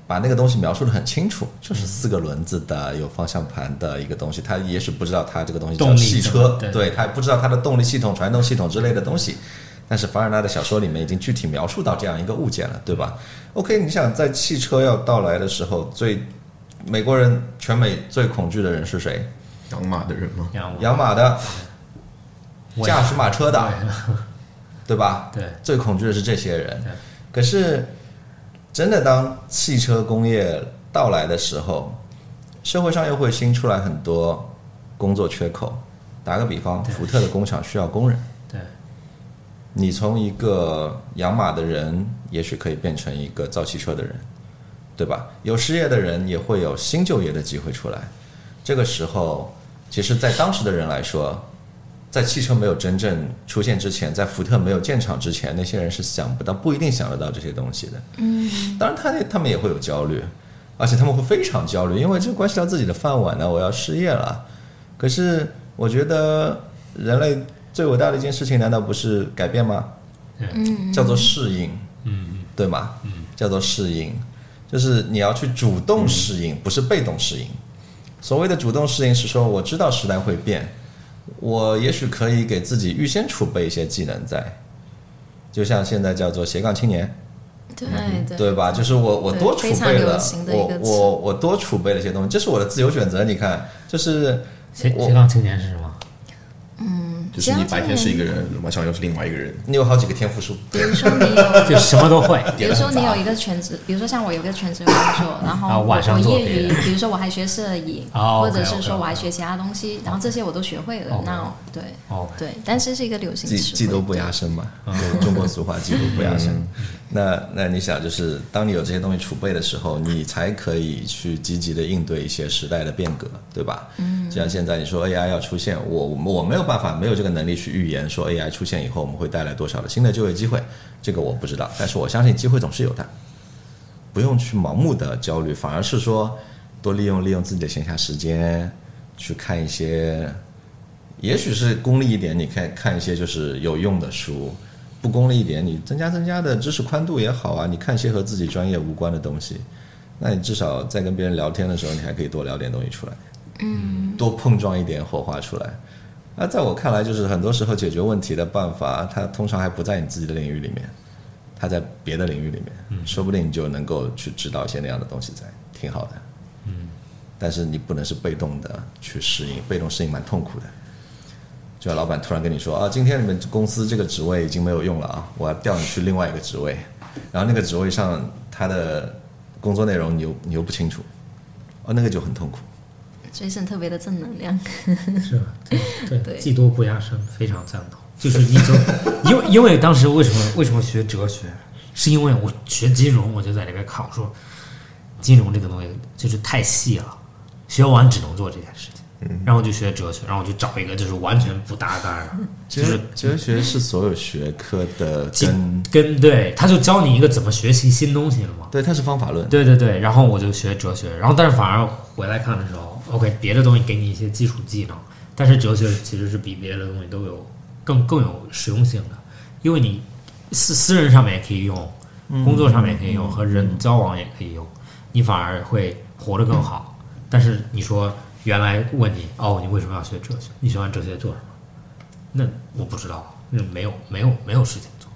S3: 把那个东西描述的很清楚，就是四个轮子的、有方向盘的一个东西。他也许不知道他这个东西叫
S4: 动力
S3: 汽
S4: 怎
S3: 车
S4: 么，对
S3: 对他也不知道它的动力系统、传动系统之类的东西。但是凡尔纳的小说里面已经具体描述到这样一个物件了，对吧？OK，你想在汽车要到来的时候，最美国人全美最恐惧的人是谁？
S2: 养马的人吗？
S4: 然后
S3: 养马的、
S4: 我
S3: 驾驶马车的， *laughs* 对吧？
S4: 对
S3: 最恐惧的是这些人
S4: 对。
S3: 可是，真的当汽车工业到来的时候，社会上又会新出来很多工作缺口。打个比方，福特的工厂需要工人，
S4: 对
S3: 你从一个养马的人，也许可以变成一个造汽车的人，对吧？有失业的人也会有新就业的机会出来。这个时候，其实，在当时的人来说，在汽车没有真正出现之前，在福特没有建厂之前，那些人是想不到，不一定想得到这些东西的。嗯，当然他，他们也会有焦虑，而且他们会非常焦虑，因为这关系到自己的饭碗呢，我要失业了。可是，我觉得人类最伟大的一件事情，难道不是改变吗？嗯，叫做适应。嗯，对吗？嗯，叫做适应，就是你要去主动适应，不是被动适应。所谓的主动适应是说，我知道时代会变，我也许可以给自己预先储备一些技能在，就像现在叫做斜杠青年，
S1: 对对
S3: 嗯对吧？就是我我
S1: 对
S3: 多储
S1: 非常
S3: 备
S1: 流
S3: 了
S1: 行，的一
S3: 我
S1: 个词
S3: 我我多储备了一些东西，这是我的自由选择。你看，就是
S4: 斜
S3: 我
S4: 斜杠青年是什么？
S2: 就是你白天是一个人，晚上又是另外一个人。
S3: 你有好几个天赋树，
S1: 比如说你有，
S4: 就什么都会。
S1: 比如说你有一个全职，比如说像我有一个全职工作，然
S4: 啊
S1: 后我
S4: 晚上做
S1: 业
S4: 别
S1: 余
S4: 的，
S1: 比如说我还学
S2: *laughs*
S1: 摄影，
S2: 啊
S4: 哦
S1: 或者
S4: OK，OK，
S1: 是说我还学其他东西，然后这些我都学会了。
S4: 哦
S1: 那对
S4: 哦，
S1: 对，但是是一个流行
S3: 技
S1: 词汇
S3: 技多不压身嘛，对中国俗话技多不压身。 *laughs* 那那你想，就是当你有这些东西储备的时候，你才可以去积极的应对一些时代的变革，对吧？嗯，就像现在你说 AI 要出现，我我没有办法，没有这个能力去预言说 AI 出现以后我们会带来多少的新的就业机会，这个我不知道，但是我相信机会总是有的，不用去盲目的焦虑，反而是说多利用利用自己的闲暇时间去看一些也许是功利一点，你看看一些就是有用的书；不功利一点，你增加增加的知识宽度也好啊。你看一些和自己专业无关的东西，那你至少在跟别人聊天的时候，你还可以多聊点东西出来，嗯，多碰撞一点火花出来。那在我看来，就是很多时候解决问题的办法，它通常还不在你自己的领域里面，它在别的领域里面，说不定你就能够去知道一些那样的东西在，挺好的。嗯，但是你不能是被动的去适应，被动适应蛮痛苦的。就老板突然跟你说啊，今天你们公司这个职位已经没有用了啊，我要调你去另外一个职位，然后那个职位上他的工作内容你又你又不清楚，哦，那个就很痛苦。
S1: Jason 特别的正能量，
S4: 是吧？对，
S1: 对
S4: 技多不压身，非常赞同。就是你从， *laughs* 因为因为当时为什么为什么学哲学，是因为我学金融，我就在里边看，我说金融这个东西就是太细了，学完只能做这件事情。然后我就学哲学，然后我就找一个就是完全不搭嘎的，就是
S3: 哲学是所有学科的根，
S4: 跟对，他就教你一个怎么学习新东西了嘛。
S3: 对，它是方法论。
S4: 对对对，然后我就学哲学，然后但是反而回来看的时候，OK，别的东西给你一些基础技能，但是哲学其实是比别的东西都有更更有实用性的，因为你私私人上面也可以用，工作上面也可以用，和人交往也可以用，你反而会活得更好。但是你说原来问你哦，你为什么要学哲学？你学完哲学做什么？那我不知道，那没有没有没有事情做。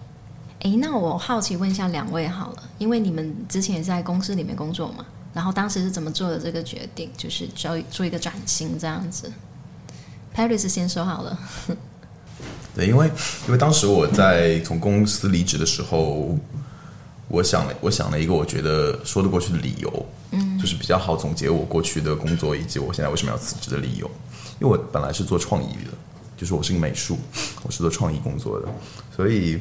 S4: *laughs*
S1: 诶，那我好奇问一下两位好了，因为你们之前也在公司里面工作嘛，然后当时是怎么做的这个决定，就是做做一个转型这样子？Paris 先说好了，
S2: 对，因为因为当时我在从公司离职的时候，我想了我想了一个我觉得说得过去的理由，嗯，就是比较好总结我过去的工作以及我现在为什么要辞职的理由。因为我本来是做创意的，就是我是个美术，我是做创意工作的，所以。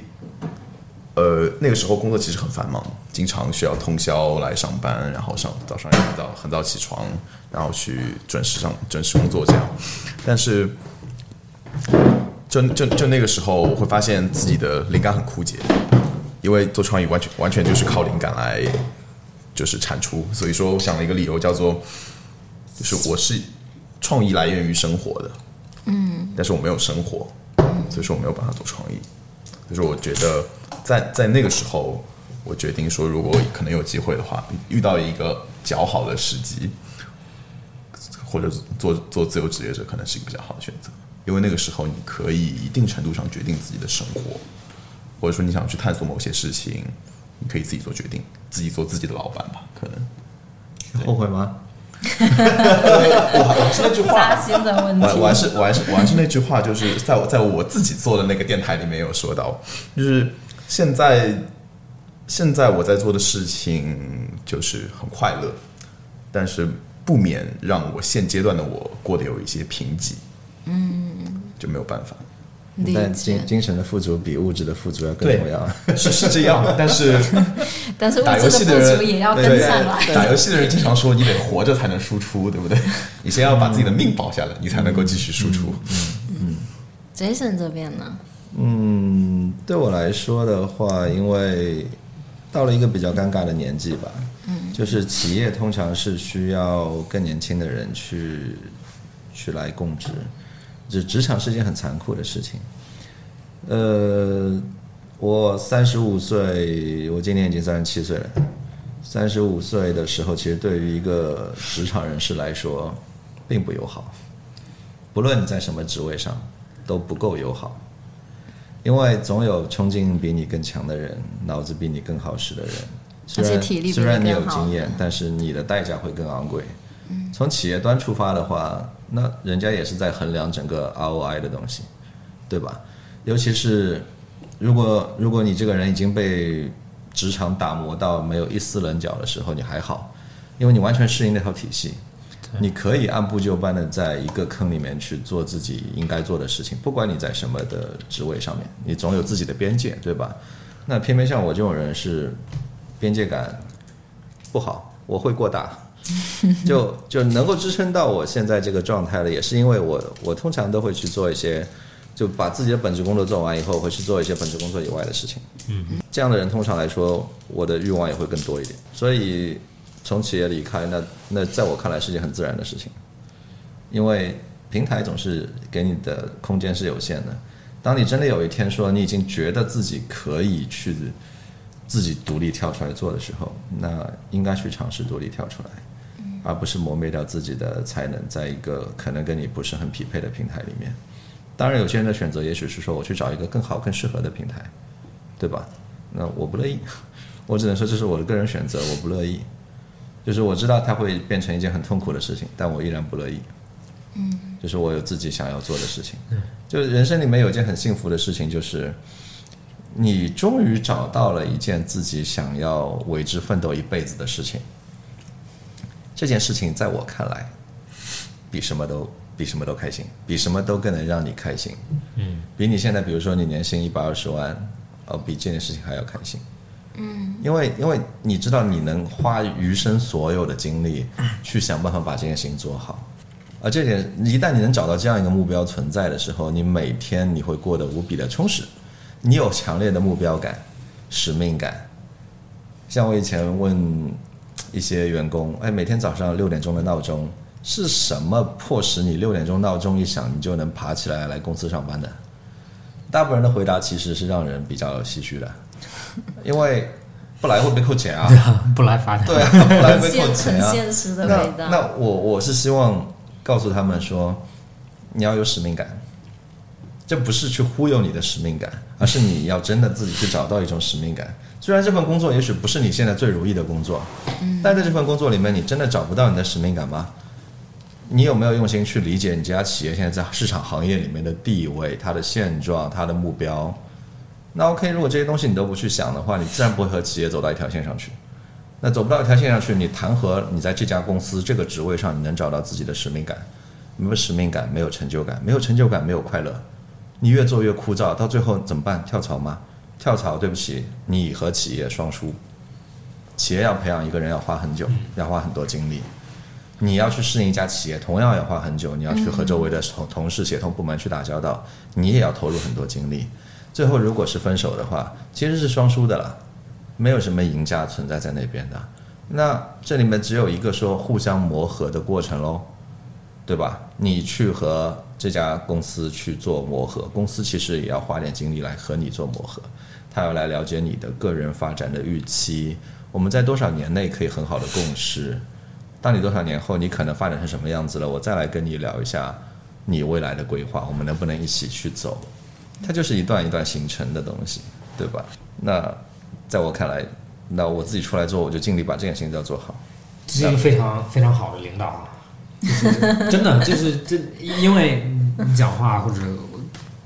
S2: 呃，那个时候工作其实很繁忙，经常需要通宵来上班，然后上早上要很早很早起床，然后去准时上准时工作这样。但是就就就那个时候，我会发现自己的灵感很枯竭，因为做创意完全完全就是靠灵感来就是产出，所以说我想了一个理由叫做，就是我是创意来源于生活的，嗯，但是我没有生活，所以说我没有办法做创意，就是我觉得在在那个时候，我决定说，如果可能有机会的话，遇到一个较好的时机，或者做做自由职业者，可能是一个比较好的选择，因为那个时候你可以一定程度上决定自己的生活，或者说你想去探索某些事情，你可以自己做决定，自己做自己的老板吧，可能。
S3: 后悔吗？
S2: 是那句
S1: 扎心的问
S2: 我我还是我还是我还是那句话，就是在我在我自己做的那个电台里面有说到，就是现在现在我在做的事情就是很快乐，但是不免让我现阶段的我过得有一些贫瘠，嗯，就没有办法。
S1: 理
S3: 但
S1: 解
S3: 精，精神的富足比物质的富足要更
S2: 对
S3: 重要。
S2: 是是这样，但是
S1: 但是物
S2: 打游
S1: 质
S2: 戏
S1: 的
S2: 人
S1: 付出也要跟
S2: 对对
S1: 上来。
S2: 打游戏的人经常说，你得活着才能输出，对不对？你先要把自己的命保下来，你才能够继续输出。
S4: 嗯
S1: Jason 这边呢？
S3: 嗯，对我来说的话，因为到了一个比较尴尬的年纪吧，嗯，就是企业通常是需要更年轻的人去去来供职，就职场是一件很残酷的事情。呃，我三十五岁，我今年已经三十七岁了。三十五岁的时候，其实对于一个职场人士来说，并不友好。不论你在什么职位上，都不够友好。因为总有冲劲比你更强的人，脑子比你更好使的人，虽然
S1: 而且体力比你
S3: 虽然你有
S1: 更好嗯
S3: 经验，但是你的代价会更昂贵。从企业端出发的话，那人家也是在衡量整个 ROI 的东西，对吧？尤其是如果如果你这个人已经被职场打磨到没有一丝棱角的时候，你还好，因为你完全适应那套体系，你可以按部就班的在一个坑里面去做自己应该做的事情，不管你在什么的职位上面，你总有自己的边界，对吧？那偏偏像我这种人是边界感不好，我会过大。 *laughs* 就就能够支撑到我现在这个状态了，也是因为我我通常都会去做一些，就把自己的本职工作做完以后，会去做一些本职工作以外的事情。嗯，这样的人通常来说，我的欲望也会更多一点。所以从企业离开，那那在我看来是件很自然的事情，因为平台总是给你的空间是有限的。当你真的有一天说你已经觉得自己可以去自己独立跳出来做的时候，那应该去尝试独立跳出来。而不是磨灭掉自己的才能，在一个可能跟你不是很匹配的平台里面。当然，有些人的选择也许是说我去找一个更好、更适合的平台，对吧？那我不乐意，我只能说这是我的个人选择，我不乐意。就是我知道它会变成一件很痛苦的事情，但我依然不乐意。嗯，就是我有自己想要做的事情。就是人生里面有一件很幸福的事情，就是你终于找到了一件自己想要为之奋斗一辈子的事情。这件事情在我看来，比什么都比什么都开心，比什么都更能让你开心。嗯，比你现在，比如说你年薪一百二十万，哦，比这件事情还要开心。嗯，因为因为你知道你能花余生所有的精力去想办法把这件事情做好，而这点一旦你能找到这样一个目标存在的时候，你每天你会过得无比的充实，你有强烈的目标感、使命感。像我以前问一些员工，哎，每天早上六点钟的闹钟是什么迫使你六点钟闹钟一响你就能爬起来来公司上班的？大部分人的回答其实是让人比较唏嘘的，因为不来会被扣钱啊，
S4: 不来罚
S3: 对啊，不来
S1: 很
S3: 被扣
S1: 现
S3: 钱
S1: 很
S3: 啊。
S1: 现实的
S3: 那
S1: 味道。
S3: 那我我是希望告诉他们说，你要有使命感，这不是去忽悠你的使命感，而是你要真的自己去找到一种使命感。虽然这份工作也许不是你现在最如意的工作，
S1: 嗯
S3: 但在这份工作里面，你真的找不到你的使命感吗？你有没有用心去理解你这家企业现在在市场行业里面的地位、它的现状、它的目标？那 OK，如果这些东西你都不去想的话，你自然不会和企业走到一条线上去。那走不到一条线上去，你谈何你在这家公司这个职位上你能找到自己的使命感？没有使命感，没有成就感，没有成就感，没有快乐。你越做越枯燥，到最后怎么办？跳槽吗？跳槽，对不起，你和企业双输。企业要培养一个人要花很久，要花很多精力。你要去适应一家企业，同样要花很久。你要去和周围的同同事、协同部门去打交道，你也要投入很多精力。最后，如果是分手的话，其实是双输的了。没有什么赢家存在在那边的。那这里面只有一个说互相磨合的过程喽，对吧？你去和这家公司去做磨合，公司其实也要花点精力来和你做磨合，他要来了解你的个人发展的预期，我们在多少年内可以很好的共识。当你多少年后你可能发展成什么样子了，我再来跟你聊一下你未来的规划，我们能不能一起去走？它就是一段一段形成的东西，对吧？那在我看来，那我自己出来做，我就尽力把这件事情要做好。
S4: 这是一个非常非常好的领导啊，就是真的就是这，因为你讲话或者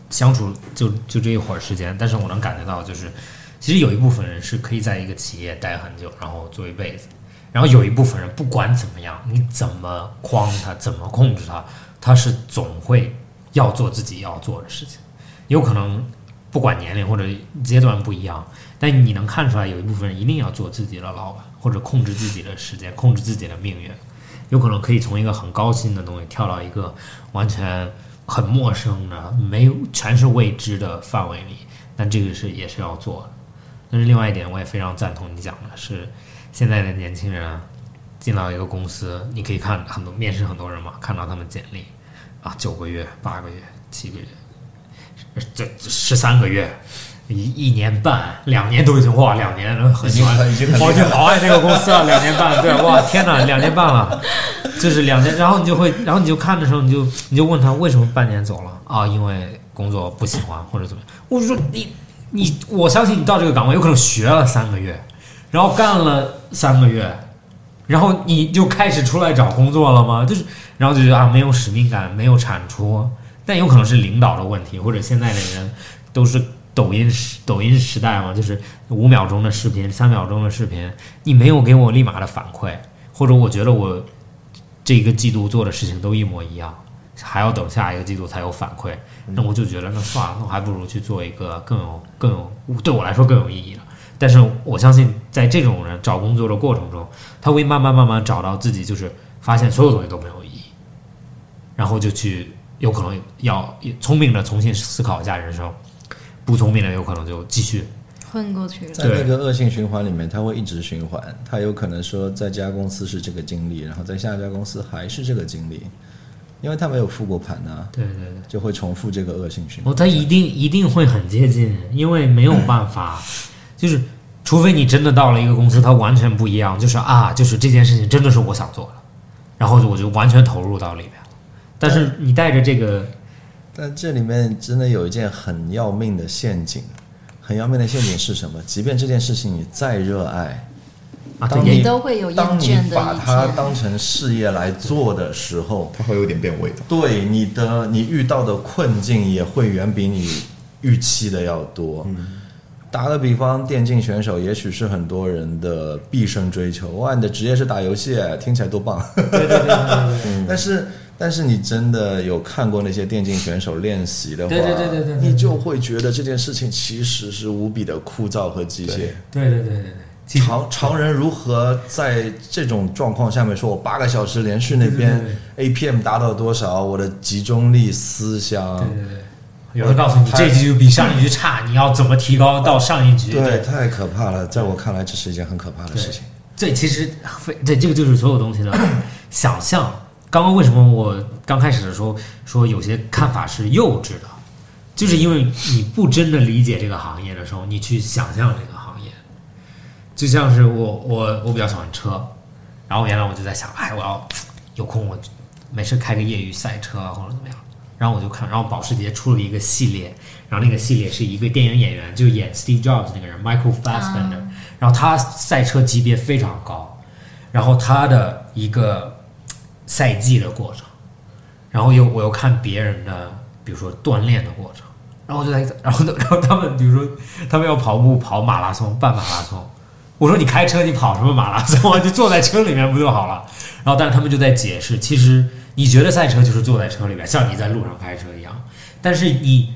S4: 相处就就这一会儿时间，但是我能感觉到，就是其实有一部分人是可以在一个企业待很久，然后做一辈子，然后有一部分人不管怎么样，你怎么框他，怎么控制他，他是总会要做自己要做的事情，有可能不管年龄或者阶段不一样，但你能看出来，有一部分人一定要做自己的老板，或者控制自己的时间，控制自己的命运。有可能可以从一个很高薪的东西跳到一个完全很陌生的、没有全是未知的范围里，但这个是也是要做的。但是另外一点，我也非常赞同你讲的是，现在的年轻人啊，进到一个公司，你可以看很多面试很多人嘛，看到他们简历啊，九个月、八个月、七个月，这十三个月。一一年半、两年都已经哇，两年了，很喜欢，
S3: 已经很
S4: 我就好爱那个公司啊，两年半，对，
S3: *laughs*
S4: 哇，天哪，两年半了，就是两年，然后你就会，然后你就看的时候，你就你就问他为什么半年走了啊？因为工作不喜欢或者怎么样？我说你你，我相信你到这个岗位有可能学了三个月，然后干了三个月，然后你就开始出来找工作了吗？就是，然后就觉得啊，没有使命感，没有产出，但有可能是领导的问题，或者现在的人都是抖音时抖音时代嘛，就是五秒钟的视频，三秒钟的视频，你没有给我立马的反馈，或者我觉得我这个季度做的事情都一模一样，还要等下一个季度才有反馈，那我就觉得那算了，那我还不如去做一个更有更有对我来说更有意义的。但是我相信，在这种人找工作的过程中，他会慢慢慢慢找到自己，就是发现所有东西都没有意义，然后就去有可能要聪明的重新思考一下人生，不聪明的有可能就继续
S1: 混过去了，
S3: 在那个恶性循环里面，它会一直循环。它有可能说，在这家公司是这个经历，然后在下一家公司还是这个经历，因为它没有复过盘呐、
S4: 对对对。
S3: 就会重复这个恶性循
S4: 哦，
S3: 环。
S4: 他一定一定会很接近，因为没有办法，就是除非你真的到了一个公司，它完全不一样，就是啊，就是这件事情真的是我想做的，然后我就完全投入到里面了。但是你带着这个，
S3: 但这里面真的有一件很要命的陷阱，很要命的陷阱是什么？即便这件事情你再热爱，
S4: 啊，它
S3: 当
S4: 也
S1: 你
S3: 你
S1: 都会有厌
S3: 当你
S1: 倦的
S3: 把
S1: 一
S3: 它
S1: 天。
S3: 当成事业来做的时候，
S2: 它会有点变味的。
S3: 对你的你遇到的困境也会远比你预期的要多。
S4: 嗯
S3: 打个比方，电竞选手也许是很多人的毕生追求。哇，你的职业是打游戏，听起来多棒！
S4: 对对对
S3: *laughs*
S4: 对
S3: 但是，但是你真的有看过那些电竞选手练习的话，
S4: 对对对对对对
S3: 你就会觉得这件事情其实是无比的枯燥和机械。
S4: 对对对对对，其实
S3: 常常人如何在这种状况下面说，我八个小时连续那边 APM 达到多少，我的集中力、思想
S4: 对，对对，有人告诉你嗯这一局比上一局差，你要怎么提高到上一局？
S3: 对，太可怕了。在我看来，这是一件很可怕的事情。
S4: 对，其实非对这个就是所有东西 *clears throat* 的想象。刚刚为什么我刚开始的时候说有些看法是幼稚的，就是因为你不真的理解这个行业的时候，你去想象这个行业，就像是我我我比较喜欢车，然后原来我就在想，哎，我要有空我没事开个业余赛车啊或者怎么样，然后我就看，然后保时捷出了一个系列，然后那个系列是一个电影演员，就是演 Steve Jobs 那个人 Michael Fassbender，、然后他赛车级别非常高，然后他的一个赛季的过程。然后又我又看别人的，比如说锻炼的过程，然后我就在， *laughs* 然后然后他们比如说他们要跑步跑马拉松、半马拉松，我说你开车你跑什么马拉松啊？就坐在车里面不就好了？然后但是他们就在解释，其实你觉得赛车就是坐在车里面，像你在路上开车一样，但是你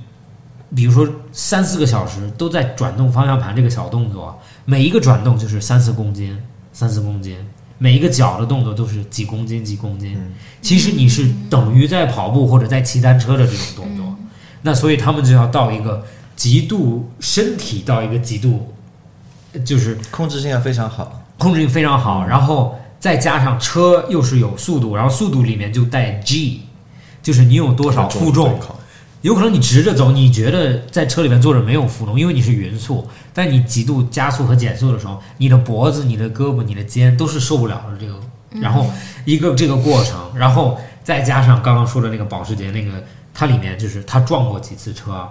S4: 比如说三四个小时都在转动方向盘这个小动作，每一个转动就是三四公斤，三四公斤。每一个脚的动作都是几公斤几公斤，其实你是等于在跑步或者在骑单车的这种动作，那所以他们就要到一个极度身体到一个极度，呃就是
S3: 控制性也非常好。
S4: 控制性非常好，然后再加上车又是有速度，然后速度里面就带 G，就是你有多少负重
S2: 对，抗
S4: 有可能你直着走，你觉得在车里面坐着没有负重，因为你是匀速，但你极度加速和减速的时候，你的脖子、你的胳膊、你的肩都是受不了的这个。然后一个这个过程，然后再加上刚刚说的那个保时捷那个，它里面就是他撞过几次车，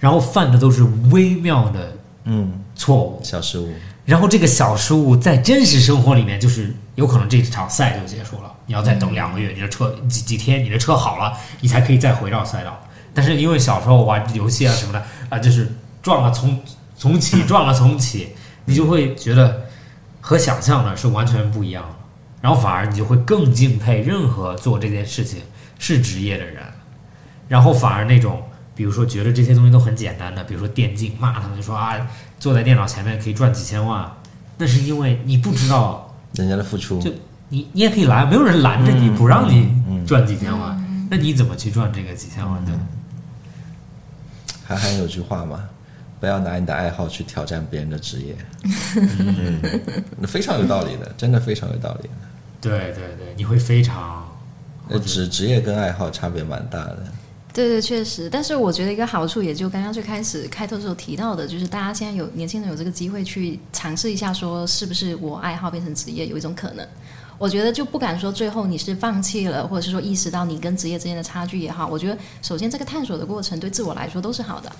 S4: 然后犯的都是微妙的
S3: 嗯，
S4: 错误，
S3: 小失误。
S4: 然后这个小失误在真实生活里面，就是有可能这场赛就结束了，你要再等两个月，你的车几几天，你的车好了，你才可以再回到赛道。但是因为小时候玩游戏啊什么的啊，就是撞了重重启，撞了重启，你就会觉得和想象的是完全不一样的，然后反而你就会更敬佩任何做这件事情是职业的人，然后反而那种比如说觉得这些东西都很简单的，比如说电竞，骂他们就说啊，坐在电脑前面可以赚几千万，那是因为你不知道
S3: 人家的付出
S4: 就你你也可以来，没有人拦着你不让你赚几千万，那你怎么去赚这个几千万？对吧，
S3: 嗯韩寒有句话嘛，不要拿你的爱好去挑战别人的职业，嗯，非常有道理的，真的非常有道理的。
S4: 对对对，你会非常
S3: 呃职职业跟爱好差别蛮大的，
S1: 对对，确实，但是我觉得一个好处，也就刚刚最开始开头时候提到的，就是大家现在有年轻人有这个机会去尝试一下，说是不是我爱好变成职业，有一种可能。我觉得就不敢说最后你是放弃了，或者是说意识到你跟职业之间的差距也好，我觉得首先这个探索的过程对自我来说都是好的。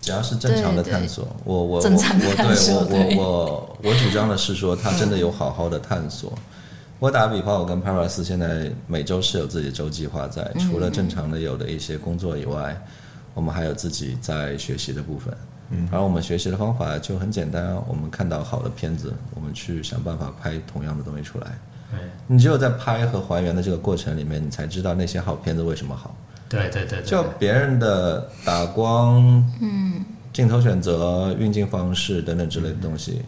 S3: 只要是正常的探索，我我我我
S1: 正常的探索嗯
S3: 对我我我我主张的是说，他真的有好好的探索。我打个比方，我跟 Paris 现在每周是有自己的周计划在，除
S1: 嗯
S3: 了正常的有的一些工作以外，我们还有自己在学习的部分。嗯，而我们学习的方法就很简单，我们看到好的片子，我们去想办法拍同样的东西出来。你只有在拍和还原的这个过程里面，你才知道那些好片子为什么好。
S4: 对对对对
S3: 就别人的打光、嗯、镜头选择、运镜方式等等之类的东西，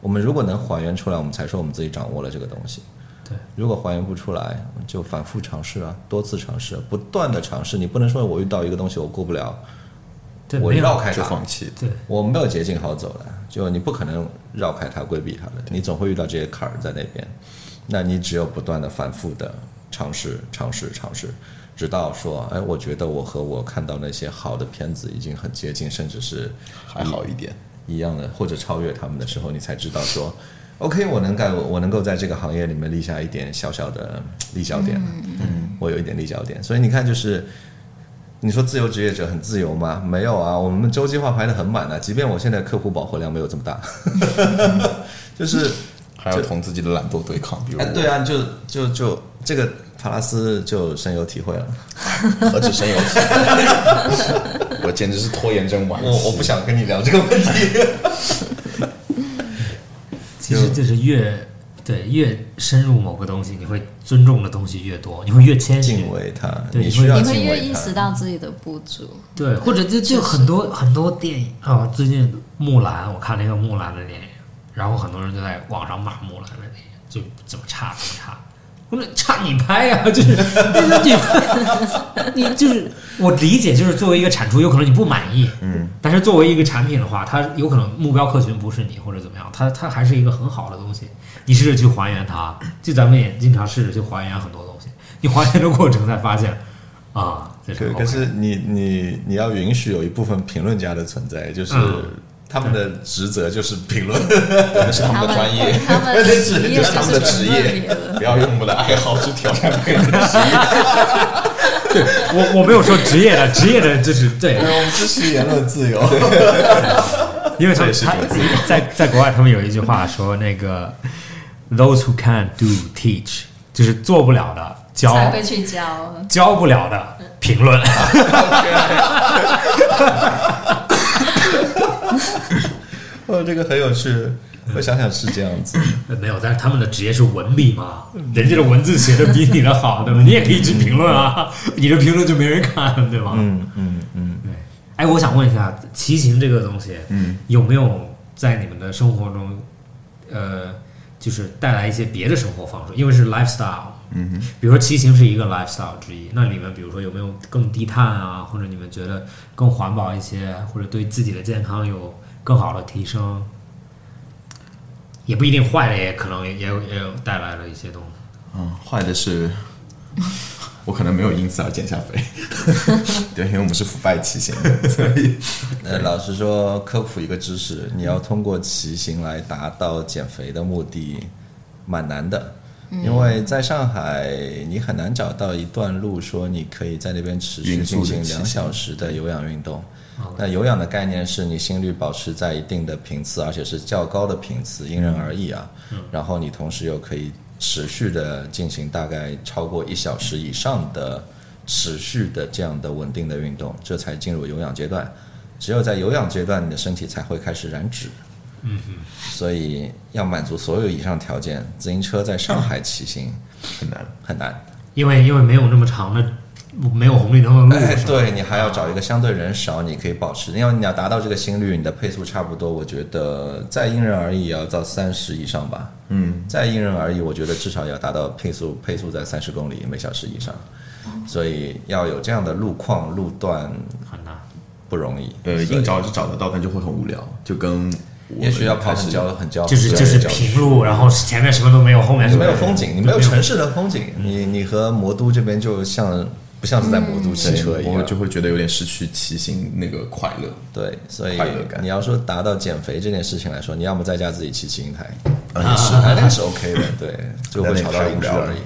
S3: 我们如果能还原出来，我们才说我们自己掌握了这个东西。
S4: 对，
S3: 如果还原不出来，就反复尝试啊，多次尝试，不断的尝试。你不能说我遇到一个东西我过不了，
S4: 对，
S3: 我
S4: 没有
S3: 绕开
S2: 就
S3: 它
S2: 放，弃。
S4: 对
S3: 我没有捷径好走的，就你不可能绕开它、规避它的，你总会遇到这些坎儿在那边。那你只有不断的、反复的尝试、尝试、尝试，直到说，哎，我觉得我和我看到那些好的片子已经很接近，甚至是
S2: 还好一点。
S3: 一样的，或者超越他们的时候，你才知道说，OK，我能干，我能够在这个行业里面立下一点小小的立脚点了，嗯，我有一点立脚点。所以你看，就是你说自由职业者很自由吗？没有啊，我们周计划排得很满的、啊即便我现在客户饱和量没有这么大， *laughs* 就是
S2: 还要同自己的懒惰对抗，比如
S3: 哎，
S2: 我
S3: 对啊，就就就这个帕拉斯就深有体会了。
S2: 何止深有体， *laughs* 我简直是拖延症晚期。
S3: 我我不想跟你聊这个问题。
S4: 其实就是越对越深入某个东西，你会尊重的东西越多，你会越谦虚
S3: 敬，畏他，
S4: 对
S3: 你需要
S1: 你
S3: 敬
S1: 会越
S3: 畏
S1: 意识
S3: 他。
S1: 到自己的不
S3: *laughs*
S1: 足。
S4: 对，或者就就很多很多电影啊，最近木兰，我看了一个木兰的电影，然后很多人就在网上骂木兰的电影，就怎么差怎么差，我说差你拍呀、 *laughs* 就是 *laughs* 你你就是我理解，就是作为一个产出，有可能你不满意，嗯，但是作为一个产品的话，它有可能目标客群不是你或者怎么样，它它还是一个很好的东西，你试着去还原它，就咱们也经常试着去还原很多东西，你还原的过程才发现，啊，这是
S3: 可
S4: OK
S3: 可是你你你要允许有一部分评论家的存在，就是
S4: 嗯
S3: 他们的职责就是评 *laughs* 论，
S2: 那是他们的专业，
S1: 他们
S2: 那是
S1: 职业
S2: 这是他们的职
S1: 就是分
S2: 业
S1: 别的，
S2: 不要用我们的爱好去挑战别人的职业。
S4: 我我没有说职业的，职业的就是对
S3: 因，为我们支持言论自由。
S4: 因为他
S2: 这
S4: 们
S2: 也是
S4: 他
S2: 一种
S4: 在在国外，他们有一句话说那个 “those who can't do teach”，就是做不了的教，
S1: 才会去教。
S4: 教不了的评论。
S3: *laughs* 哦，这个很有趣，我想想是这样子。
S4: *laughs* 没有，但是他们的职业是文笔嘛，人家的文字写的比你的 *laughs* 好，对吧？你也可以去评论啊， *laughs* 你的评论就没人看，对吧？
S3: 嗯嗯嗯，
S4: 对。哎，我想问一下，骑行这个东西，嗯，有没有在你们的生活中，呃，就是带来一些别的生活方式？因为是 lifestyle，嗯，比如说骑行是一个 lifestyle 之一，那你们比如说有没有更低碳啊，或者你们觉得更环保一些，或者对自己的健康有更好的提升？也不一定坏的，也可能也有也有带来了一些东西。
S2: *laughs* 嗯，坏的是，我可能没有因此而减下肥， *laughs* 对，因为我们是腐败骑行的，所以
S3: *laughs* 呃，老实说，科普一个知识，你要通过骑行来达到减肥的目的，蛮难的。因为在上海，你很难找到一段路说你可以在那边持续
S2: 匀速
S3: 进
S2: 地骑
S3: 行
S2: 行啊
S3: 两小时的有氧运动。那有氧的概念是你心率保持在一定的频次，而且是较高的频次，因人而异啊。
S2: 嗯
S3: 然后你同时又可以持续的进行大概超过一小时以上的持续的这样的稳定的运动，这才进入有氧阶段。只有在有氧阶段，你的身体才会开始燃脂。嗯所以要满足所有以上条件，自行车在上海骑行
S2: 很难。
S3: 很难。
S4: 因为因为没有那么长的，没有红绿灯的路，
S3: 哎，
S4: 是吧
S3: 对你还要找一个相对人少，你可以保持，因为你要达到这个心率，你的配速差不多，我觉得再因人而异，也要到三十以上吧。嗯，再因人而异，我觉得至少也要达到配速，配速在三十公里每小时以上。
S4: 哦
S3: 所以要有这样的路况路段
S4: 很难。
S3: 不容易，
S2: 呃，
S3: 所以
S2: 硬找是找得到，但就会很无聊，就跟我
S3: 也许要
S2: 们
S3: 跑
S2: 开
S3: 很
S2: 始
S3: 焦很焦，
S4: 就是
S3: 很焦
S4: 就是
S3: 很焦
S4: 平路，然后前面什么都没有，后面
S3: 你
S4: 什
S3: 没
S4: 么都
S3: 有风景，你没有城市的风景，你
S2: 嗯
S3: 你和魔都这边就像不像是在魔都骑车
S2: 对，
S3: 一
S2: 我
S3: 样，
S2: 就会觉得有点失去骑行那个快乐。
S3: 对，所以
S2: 快乐感
S3: 你要说达到减肥这件事情来说，你要么在家自己骑骑行台，
S2: 啊，也 *laughs* 是
S3: 那个是 OK 的，对，就会
S2: 那
S3: 吵到
S2: 太
S3: 邻
S2: 无
S3: 居
S2: 聊
S3: 而
S2: 了
S3: 已。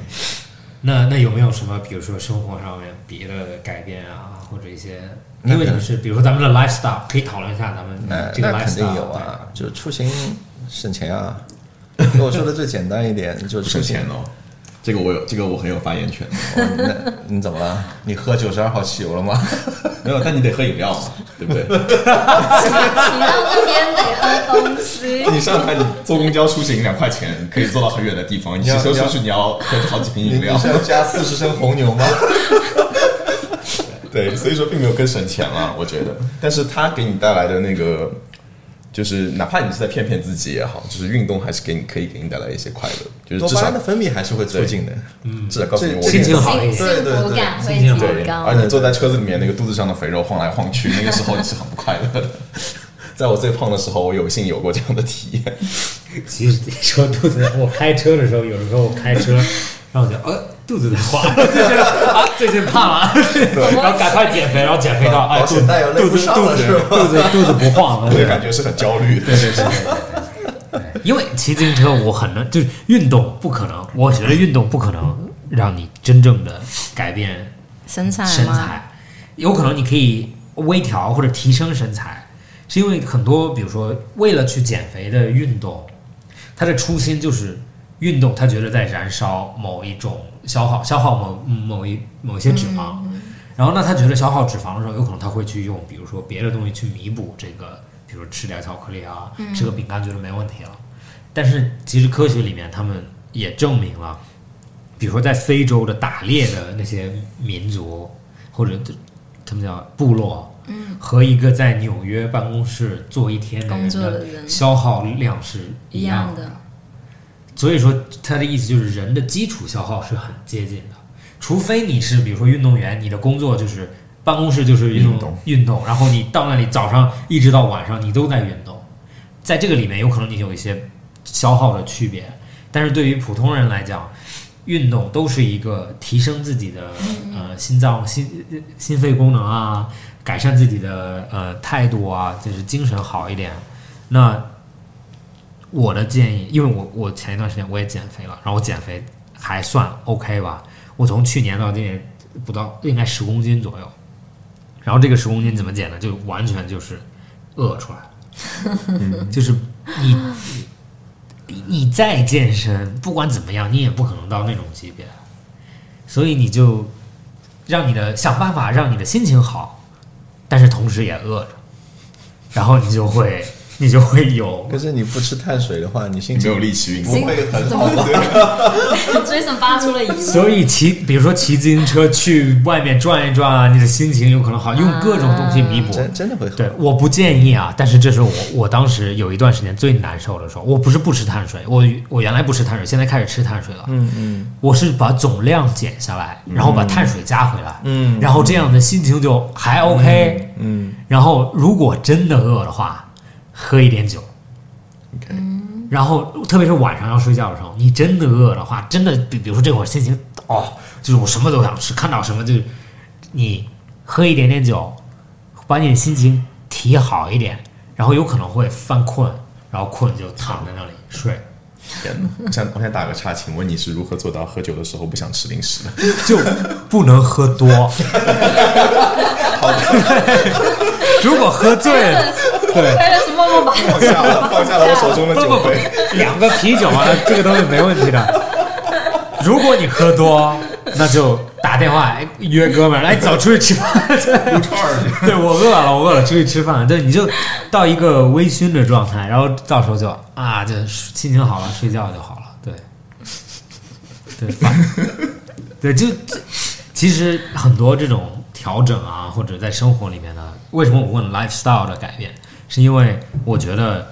S4: 那那有没有什么，比如说生活上面别的改变啊，或者一些？
S3: 那
S4: 因为
S3: 肯
S4: 你是，比如说咱们的 lifestyle 可以讨论一下咱
S2: 嗯
S4: 们
S3: 那
S4: 这个
S3: 哎那
S4: lifestyle
S3: 肯定有啊，就出行省钱啊。
S2: *laughs*
S3: 如果说的最简单一点，就
S2: 不
S3: 出
S2: 省
S3: 行
S2: 钱。哦。这个我有，这个我很有发言权。哦
S3: 那你怎么了？你喝九十二号汽油了吗？
S2: *laughs* 没有，但你得喝饮料嘛，对不
S3: *laughs*
S2: 对？
S1: 你到那边得喝东西，
S2: 你想想看，你坐公交出行两块钱，可以坐到很远的地方，你骑
S3: 要
S2: 车出
S3: 要
S2: 去你要喝好几瓶
S3: 你
S2: 饮
S3: 你
S2: 料。
S3: 是要加四十升红牛吗？
S2: *laughs* 对，所以说并没有更省钱了，我觉得。但是它给你带来的那个，就是哪怕你是在骗骗自己也好，就是运动还是给你可以给你带来一些快乐，就是 *laughs*
S3: 多
S2: 至
S3: 巴胺
S2: 少
S3: 的分泌还是会促进的。
S2: 至少告诉你
S3: 这
S2: 我
S3: 嗯这
S4: 心情好一
S1: 幸幸
S4: 点。
S1: 福感会
S4: 对对对
S1: 提
S2: 对，
S1: 高
S2: 而。你坐在车子里面，那个肚子上的肥肉晃来晃
S1: *laughs*
S2: 去，那个时候你是很不快乐的。在我最胖的时候，我有幸有过这样的体验。
S4: 其实你说肚子，我开车的时候，有时候我开
S3: *laughs*
S4: 车，然后我就呃肚子在晃，最近啊最近胖了，然后 *laughs* 赶快减肥，然后减肥到哎
S3: 保
S4: 肚
S3: 险
S4: 子
S3: 带又勒
S4: 肚
S3: 不
S4: 子
S3: 上
S4: 肚
S3: 了
S4: 子
S3: 是吧
S4: 肚子肚子不晃了，
S3: *laughs*
S2: 我
S4: 对
S2: 的
S4: 吧
S2: 感觉是很焦虑，对对对，
S4: 因为骑自行车，我很能就是运动不可能，我觉得运动不可能让你真正的改变
S1: 身材
S4: 身
S1: 吗？
S4: 材，有可能你可以微调或者提升身材，是因为很多比如说为了去减肥的运动，他的初心就是运动，他觉得在燃烧某一种消耗消耗某某一某些脂肪，
S1: 嗯
S4: 然后那他觉得消耗脂肪的时候，有可能他会去用比如说别的东西去弥补这个，比如吃点巧克力啊，
S1: 嗯
S4: 吃个饼干觉得没问题了，但是其实科学里面他们也证明了。比如说在非洲的打猎的那些民族，或者他们叫部落，嗯，和一个在纽约办公室坐一天的
S1: 工
S4: 人
S1: 作的
S4: 的
S1: 人
S4: 消耗量是一
S1: 一
S4: 样
S1: 样的，
S4: 所以说，他的意思就是人的基础消耗是很接近的，除非你是比如说运动员，你的工作就是办公室就是运动
S2: 运动
S4: 然后你到那里早上一直到晚上你都在运动，在这个里面有可能你有一些消耗的区别，但是对于普通人来讲，运动都是一个提升自己的呃心脏心心肺功能啊，改善自己的呃态度啊，就是精神好一点。那我的建议，因为我我前一段时间我也减肥了，然后我减肥还算 OK 吧，我从去年到今年不到应该十公斤左右，然后这个十公斤怎么减呢？就完全就是饿出来了，就是你你你再健身，不管怎么样，你也不可能到那种级别，所以你就让你的想办法让你的心情好，但是同时也饿着，然后你就会 *laughs* 你就会有
S3: 可是你不吃碳水的话，你心
S2: 没有
S3: 情
S2: 力气运动
S1: 心。怎么
S2: *laughs*
S1: 办？Jason 发出了疑问。
S4: 所以骑，比如说骑自行车去外面转一转啊，你的心情有可能好，用各种东西弥补。
S3: 啊真真的会
S4: 对
S3: 很，
S4: 我不建议啊，但是这是我我当时有一段时间最难受的时候。我不是不吃碳水，我我原来不吃碳水，现在开始吃碳水了。嗯嗯，我是把总量减下来，然后把碳水加回来。嗯，然后这样的心情就还 OK。嗯，然后如果真的饿的话，喝一点酒。
S2: OK，
S4: 然后特别是晚上要睡觉的时候，你真的饿的话，真的比比如说这会儿心情哦，就是我什么都想吃，看到什么就你喝一点点酒，把你的心情提好一点，然后有可能会犯困，然后困就躺在那里睡，
S2: 天哪！这样我想打个岔，请问你是如何做到喝酒的时候不想吃零食的？
S4: *laughs* 就不能喝多。 *laughs* 如果喝醉了，对，
S1: 还有什么么吧？
S2: *laughs* 放下了，放下了我手中的
S4: 不
S2: 酒 *laughs*
S4: 不
S2: 杯。
S4: 不， *laughs* 两个啤酒啊，这个东西没问题的。如果你喝多，那就打电话哎约哥们儿，来走出去吃饭。 *laughs* 对我饿了，我饿了，出去吃饭。对，你就到一个微醺的状态，然后到时候就啊，就心情好了，睡觉就好了。对，对，反对，就这其实很多这种调整啊，或者在生活里面的，为什么我问 lifestyle 的改变，是因为我觉得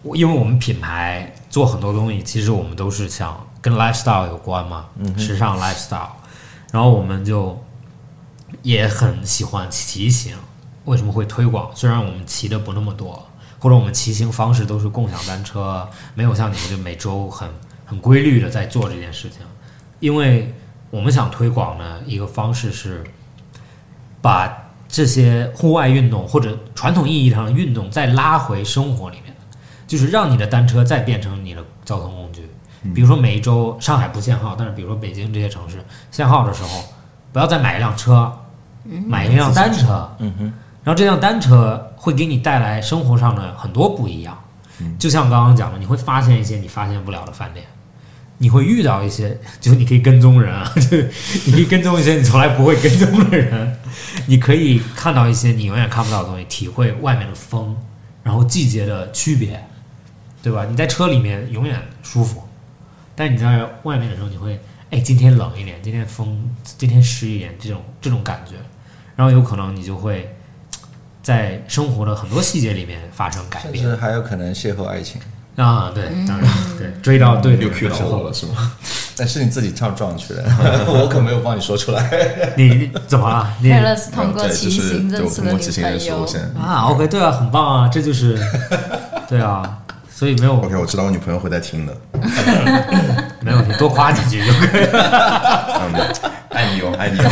S4: 我因为我们品牌做很多东西，其实我们都是想跟 lifestyle 有关嘛，时尚 lifestyle，然后我们就也很喜欢骑行。为什么会推广？虽然我们骑的不那么多，或者我们骑行方式都是共享单车，没有像你们就每周很很规律的在做这件事情，因为我们想推广的一个方式是把这些户外运动或者传统意义上的运动再拉回生活里面。就是让你的单车再变成你的交通工具。比如说每一周上海不限号，但是比如说北京这些城市限号的时候，不要再买一辆车，买一辆单车。嗯哼，然后这辆单车会给你带来生活上的很多不一样。就像刚刚讲的，你会发现一些你发现不了的饭店。你会遇到一些， *laughs* 就是你可以跟踪人啊， *laughs* 就是你可以跟踪一些你从来不会跟踪的人，你可以看到一些你永远看不到的东西，体会外面的风，然后季节的区别，对吧？你在车里面永远舒服，但你在外面的时候，你会哎，今天冷一点，今天风，今天湿一点，这种这种感觉，然后有可能你就会在生活的很多细节里面发生改
S3: 甚
S4: 变
S3: 至还有可能邂逅爱情，
S4: 啊，对，当然对，追到对的
S2: 又
S4: 人的
S2: Q 到
S4: 时候
S2: 我。了是吗？
S3: 但是你自己撞撞去的， *laughs* 我可没有帮你说出来。
S4: 你你怎么了？你
S1: 泰勒斯通过
S2: 对，就
S1: 骑
S2: 是
S1: 行
S2: 就
S1: 认识
S2: 通
S1: 了
S2: 过
S1: 女
S2: 骑行认识
S1: 朋
S2: 我
S1: 友，
S2: 现在。
S4: 啊，OK，对啊，很棒啊，这就是，对啊，所以没有
S2: OK，我知道我女朋友会在听的。
S4: 没有，你多夸几句就可以。
S2: 嗯，爱你哦，爱 *laughs* 你哦。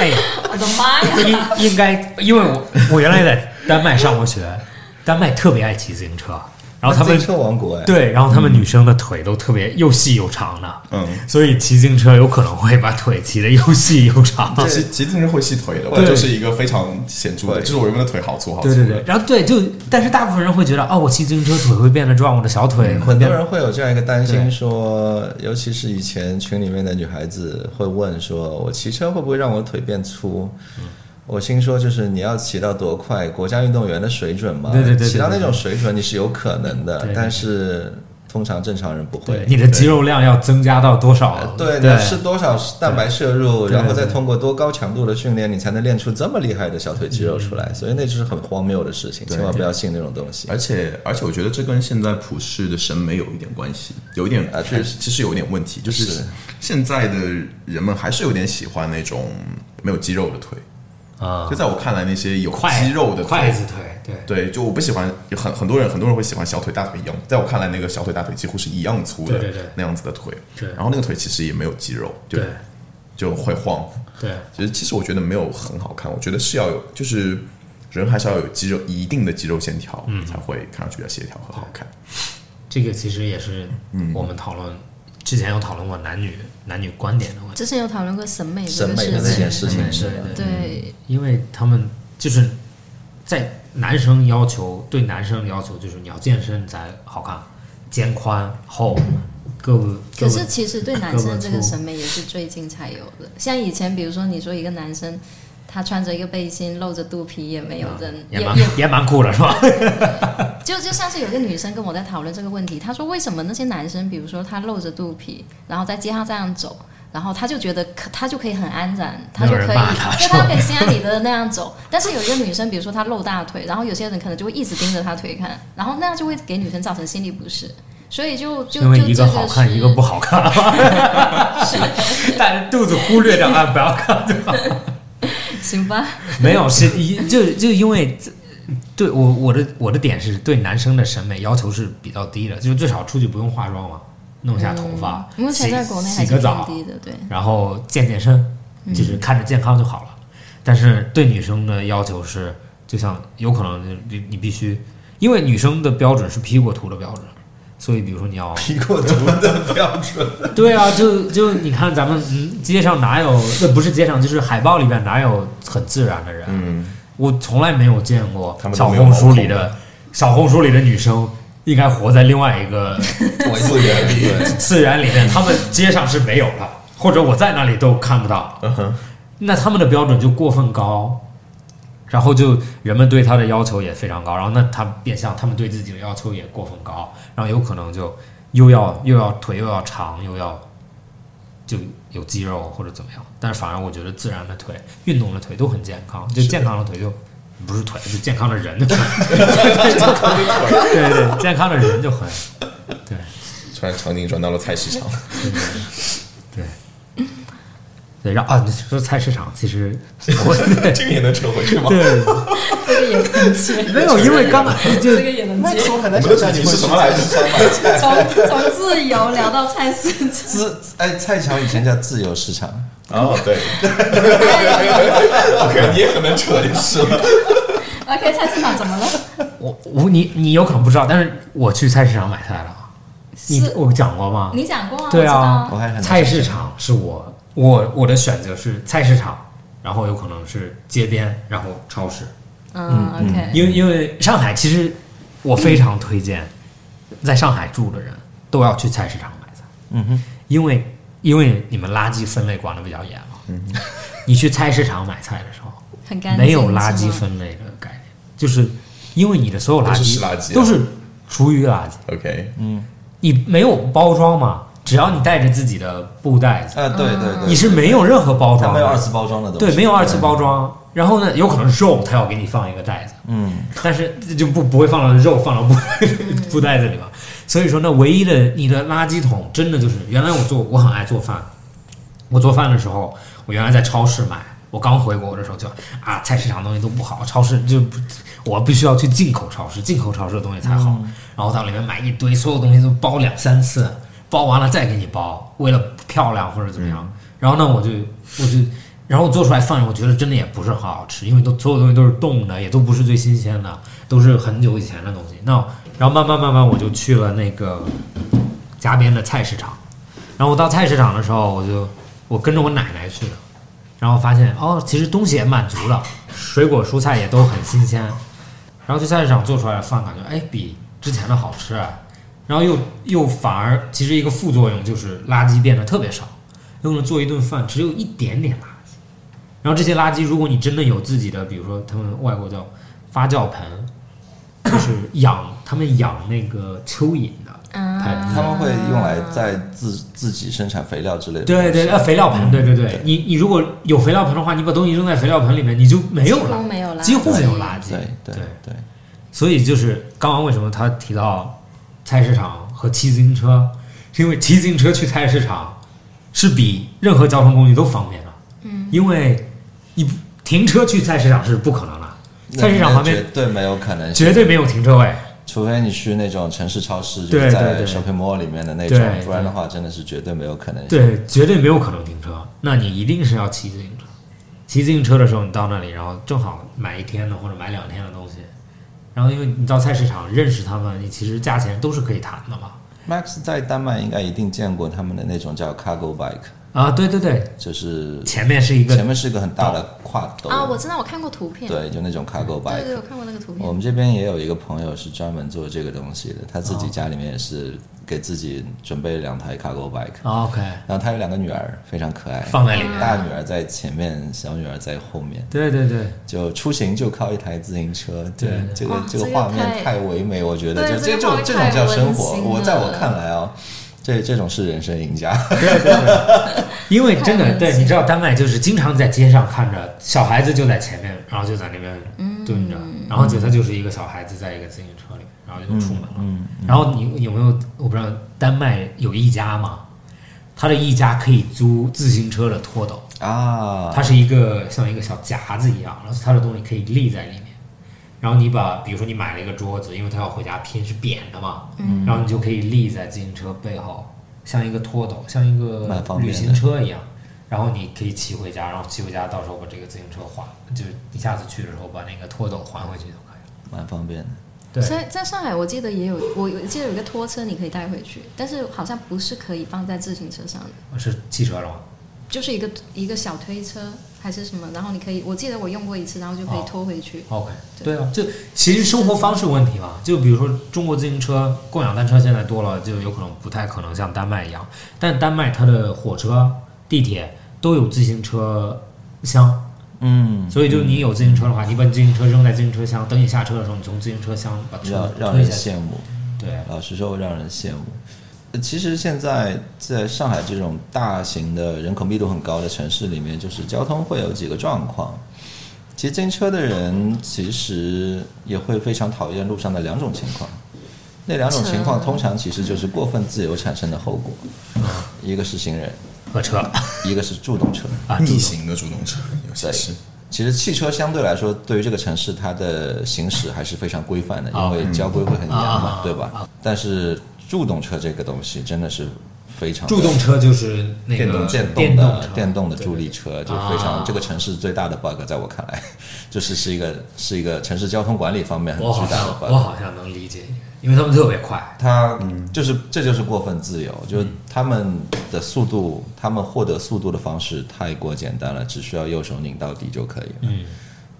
S4: 哎，
S1: 我的妈呀！
S4: 应应该，因为我我原来在丹麦上过学，丹麦特别爱骑自行车，然后 *laughs* 他们
S3: 自行车王国哎，
S4: 对，然后他们女生的腿都特别又细又长的，
S2: 嗯，
S4: 所以骑自行车有可能会把腿骑得又细又长。
S2: 骑骑自行车会细腿的，我
S4: 对
S2: 就是一个非常显著的，就是我原本的腿好粗好粗。
S4: 对对对，，然后对，就但是大部分人会觉得，哦，我骑自行车腿会变得壮，我的小腿
S3: 嗯
S4: 会
S3: 很
S4: 变
S3: 多
S4: 得
S3: 人会有这样一个担
S4: 对
S3: 心说，尤其是以前群里面的女孩子会问说，我骑车会不会让我腿变粗？
S4: 嗯
S3: 我心说，就是你要骑到多快，国家运动员的水准嘛，
S4: 对对对对
S3: 骑到那
S4: 对
S3: 种水准你是有可能的
S4: 对对，
S3: 但是通常正常人不
S4: 对
S3: 会。
S4: 你的肌肉量要增加到多少？
S3: 对，你
S4: 哦对
S3: 要，吃多少蛋白摄入，
S4: 对
S3: 然后再通过多高强度的训练，你才能练出这么厉害的小腿肌肉出来，所以那就是很荒谬的事情，千万不要信那种东西。
S2: 而且而且我觉得这跟现在普世的审美有一点关系，有
S4: 嗯
S2: 一点
S3: 啊
S2: 确实其实有一点问题，就是
S3: 是
S2: 现在的人们还是有点喜欢那种没有肌肉的腿。
S4: 啊
S2: 就在我看来，那些有
S4: 筷
S2: 肌肉的
S4: 筷
S2: 腿，
S4: 子腿，对，
S2: 对，就我不喜欢，很很多人很多人会喜欢小腿大腿一样，在我看来，那个小腿大腿几乎是一样粗的
S4: 对对对
S2: 那样子的腿，
S4: 对
S2: 然后那个腿其实也没有肌肉，就
S4: 对
S2: 就会晃。
S4: 对
S2: 其实其实我觉得没有很好看，我觉得是要有，就是人还是要有肌肉一定的肌肉线条，才会看上去比较协调和好看。
S4: 这个其实也是我们讨论之前有讨论过男女男女观点的问题，
S1: 之前有讨论过审美这
S3: 审
S1: 个
S3: 美的那
S1: 事情，
S3: 件事情
S4: 对
S3: 是吧？
S4: 对
S1: 对，
S4: 因为他们就是在男生要求对男生的要求就是你要健身才好看，肩宽厚，胳膊胳
S1: 可是
S4: 膊
S1: 其实对男生的这个审美也是最近才有的，像以前比如说你说一个男生。他穿着一个背心，露着肚皮，也没有人，
S4: 嗯也
S1: 也
S4: 蛮
S1: 也
S4: 也蛮酷的是吧？
S1: 就就上次有个女生跟我在讨论这个问题，她说为什么那些男生，比如说他露着肚皮，然后在街上这样走，然后他就觉得可他就可以很安然，他就
S4: 没有
S1: 可
S4: 人
S1: 以，
S4: 骂他
S1: 对，他可以心安理得的那样走。但是有一个女生，比如说她露大腿，然后有些人可能就会一直盯着她腿看，然后那样就会给女生造成心理不适，所以就就
S4: 因为
S1: 就
S4: 一
S1: 这
S4: 个好看，
S1: 是
S4: 一个不好看，
S1: *laughs*
S4: *laughs* 但是肚子忽略掉啊，不要看就好。
S1: 行
S4: *laughs*
S1: 吧？
S4: 没有，是一就就因为对我我的我的点是对男生的审美要求是比较低的，就是最少出去不用化妆嘛，弄一下头发，
S1: 嗯目前
S4: 洗
S1: 在国内还
S4: 洗
S1: 是
S4: 个
S1: 挺
S4: 澡，
S1: 低的，对。
S4: 然后健健身，就是看着健康就好了。但是对女生的要求是，就像有可能你你必须，因为女生的标准是 P 过图的标准，所以比如说你要
S3: 皮过图的标准，
S4: 对啊，就就你看咱们嗯，街上哪有？呃，不是街上，就是海报里边哪有很自然的人？嗯，我从来没有见过
S2: 他们都
S4: 小
S2: 没有
S4: 红书里
S2: 毛
S4: 的小红书里的女生应该活在另外一个
S3: 我自原理，对
S4: *laughs* 自然里面，他们街上是没有的，或者我在那里都看不到。那他们的标准就过分高，然后就人们对他的要求也非常高，然后那他变相他们对自己的要求也过分高，然后有可能就又要又要腿又要长又要就有肌肉或者怎么样，但是反而我觉得自然的腿、运动的腿都很健康，就健康的腿就。不是腿，就健康的人的腿。 *laughs* 对对，健康的人就很对。
S2: 突然场景转到了菜市场， *laughs*
S4: 对，对，然后啊，你说菜市场其实我 *laughs*
S2: 这个也能扯回去吗？
S4: 对
S1: 这个也能接，
S4: *laughs* 没有，因为刚就
S1: 这个也能接，
S3: 我
S2: 我们
S3: 很难想
S2: 的主
S3: 象你
S2: 题
S3: 会
S2: 是什么来着？
S1: 从从自由聊到菜市场。 *laughs*
S3: 自哎，菜市场以前叫自由市场，
S2: *laughs* 哦，对，OK，你也很能扯，就是了。
S1: OK，菜啊市场怎么了？
S4: 我我你你有可能不知道，但是我去菜市场买菜了，你
S1: 是
S4: 我讲过吗？
S1: 你讲过啊，
S4: 对
S3: 我还很难
S4: 菜市场是我我我的选择是菜市场，然后有可能是街边，然后超市，
S1: 我知道。嗯，OK，
S4: 因为因为上海其实我非常推荐，在上海住的人都要去菜市场买菜。
S3: 嗯哼，
S4: 因为因为你们垃圾分类管的比较严嘛，你去菜市场买菜的时候，
S1: 很干净，
S4: 没有垃
S1: 是
S4: 圾
S1: 吗。
S4: 分类的概念，就是因为你的所有垃
S2: 都是
S4: 圾
S2: 湿垃圾啊
S4: 都是厨余垃圾，
S2: OK，
S4: 你没有包装嘛，只要你带着自己的布袋子，
S3: 啊，对对对，
S4: 你是没有任何包
S3: 它
S4: 装
S3: 没
S4: 的，
S3: 有二次包装的东西，
S4: 对，没有二次包装。然后呢，有可能肉它要给你放一个袋子，嗯，但是就不不会放到肉放到布 *laughs* 布袋子里吧。所以说呢，唯一的你的垃圾桶真的就是原来我做我很爱做饭，我做饭的时候，我原来在超市买，我刚回国的时候就啊，菜市场东西都不好，超市就不我必须要去进口超市，进口超市的东西才好。
S3: 嗯
S4: 然后到里面买一堆，所有东西都包两三次，包完了再给你包，为了漂亮或者怎么样。
S3: 嗯
S4: 然后呢，我就我就。然后做出来饭，我觉得真的也不是很好吃，因为都所有东西都是冻的，也都不是最新鲜的，都是很久以前的东西。那然后慢慢慢慢，我就去了那个家边的菜市场，然后我到菜市场的时候，我就我跟着我奶奶去的，然后发现哦，其实东西也满足了，水果蔬菜也都很新鲜，然后去菜市场做出来的饭感觉哎比之前的好吃、啊，然后又又反而其实一个副作用就是垃圾变得特别少，用了做一顿饭只有一点点垃圾，然后这些垃圾如果你真的有自己的，比如说他们外国叫发酵盆，就是养他们养那个蚯蚓的盆子。
S3: 他们会用来在自自己生产肥料之类的东西。
S4: 对对，呃，肥料盆，对对对，你你如果有肥料盆的话，你把东西扔在肥料盆里面，你就没有
S1: 几
S4: 了
S1: 乎，没有垃圾
S4: 几乎没有垃圾。
S3: 对对对，
S4: 所以就是刚刚为什么他提到菜市场和骑自行车，是因为骑自行车去菜市场是比任何交通工具都方便的。嗯，因为你不停车去菜市场是不可能的，
S3: 那
S4: 菜市场旁边
S3: 绝对没有可能性，
S4: 绝对没有停车位。
S3: 除非你去那种城市超市，就
S4: 对
S3: 是在
S4: 对对
S3: shopping mall 里面的那
S4: 对
S3: 种
S4: 对，
S3: 不然的话真的是绝对没有可能性。
S4: 对，绝对没有可能停车。那你一定是要骑自行车。骑自行车的时候，你到那里，然后正好买一天的或者买两天的东西，然后因为你到菜市场认识他们，你其实价钱都是可以谈的嘛。
S3: Max 在丹麦应该一定见过他们的那种叫 cargo bike，
S4: 啊，对对对，
S3: 就是
S4: 前面是一个
S3: 前面是一个很大的挎兜，
S1: 啊，我知道，我看过图片，
S3: 对，哦就那种 cargo
S1: 对
S3: bike。
S1: 对，我看过那个图
S3: 我
S1: 片。
S3: 们这边也有一个朋友是专门做这个东西的，他自己家里面也是给自己准备了两台 cargo bike，
S4: 哦 OK
S3: 然后他有两个女儿，非常可爱，
S4: 放在里面。
S3: 大女儿在前面，小女儿在后面，
S4: 对对对，
S3: 就出行就靠一台自行车，对
S4: 对
S3: 这个
S1: 哇
S3: 这
S1: 这
S3: 个
S1: 个
S3: 画面
S1: 太
S3: 太唯美，我觉得
S1: 对
S3: 就
S1: 这
S3: 这
S1: 个
S3: 种
S1: 画面
S3: 这种
S1: 太
S3: 叫生
S1: 温
S3: 活，
S1: 馨
S3: 我在我
S1: 了
S3: 看来哦，这这种是人生赢家。 *laughs*
S4: 因为真
S1: 太
S4: 的
S1: 温
S4: 对，
S1: 馨
S4: 你知道丹麦就是经常在街上看着小孩子就在前面，然后就在那边蹲着，然后就他就是一个小孩子在一个自行车里，然后就出门了。然后你有没有我不知道丹麦有一家嘛？他的一家可以租自行车的拖斗，
S3: 啊，
S4: 它是一个像一个小夹子一样，然后它的东西可以立在里面。然后你把，比如说你买了一个桌子，因为它要回家拼是扁的嘛，
S1: 嗯
S4: 然后你就可以立在自行车背后，像一个拖斗，像一
S3: 蛮
S4: 个
S3: 方便
S4: 旅
S3: 的
S4: 行车一样。然后你可以骑回家，然后骑回家，到时候把这个自行车还，就是你下次去的时候把那个拖斗还回去就可以了。
S3: 蛮方便的。
S4: 对
S1: 所以在上海，我记得也有，我有记得有一个拖车你可以带回去，但是好像不是可以放在自行车上的，
S4: 是汽车了吗？
S1: 就是一个一个小推车还是什么，然后你可以，我记得我用过一次，然后就可以
S4: 哦
S1: 拖回去。
S4: OK，
S1: 对
S4: 对啊，就其实生活方式问题嘛，就比如说中国自行车、共享单车现在多了，就有可能不太可能像丹麦一样，但丹麦它的火车、地铁都有自行车厢，
S3: 嗯，
S4: 所以就你有自行车的话，你把你自行车扔在自行车厢，等你下车的时候，你从自行车厢把车
S3: 让让
S4: 推
S3: 人
S4: 下去。
S3: 羡慕。
S4: 对，
S3: 老实说，让人羡慕。呃其实现在在上海这种大型的人口密度很高的城市里面，就是交通会有几个状况。骑自行车的人其实也会非常讨厌路上的两种情况，那两种情况通常其实就是过分自由产生的后果，一个是行人，
S4: 和车
S3: 一个是助动车。
S4: 啊，
S2: 逆行的助动车，有些
S3: 对
S2: 是。
S3: 其实汽车相对来说，对于这个城市它的行驶还是非常规范的，因
S4: 啊
S3: 为交规会很严嘛
S4: 啊，
S3: 对吧？但是助动车这个东西真的是非常的
S4: 助动车就是那个
S3: 电动电
S4: 电
S3: 动的
S4: 车
S3: 电动的助力车，就非常
S4: 啊
S3: 这个城市最大的 bug，在我看来，就是是一个是一个城市交通管理方面很
S4: 我
S3: 巨
S4: 好
S3: 大哦
S4: 像
S3: 的
S4: 我
S3: bug。
S4: 好像能理解，因为他们特别快，
S3: 它
S4: 嗯
S3: 就是这就是过分自由，就是他们的速度，他们获得速度的方式太过简单了，只需要右手拧到底就可以了。
S4: 嗯，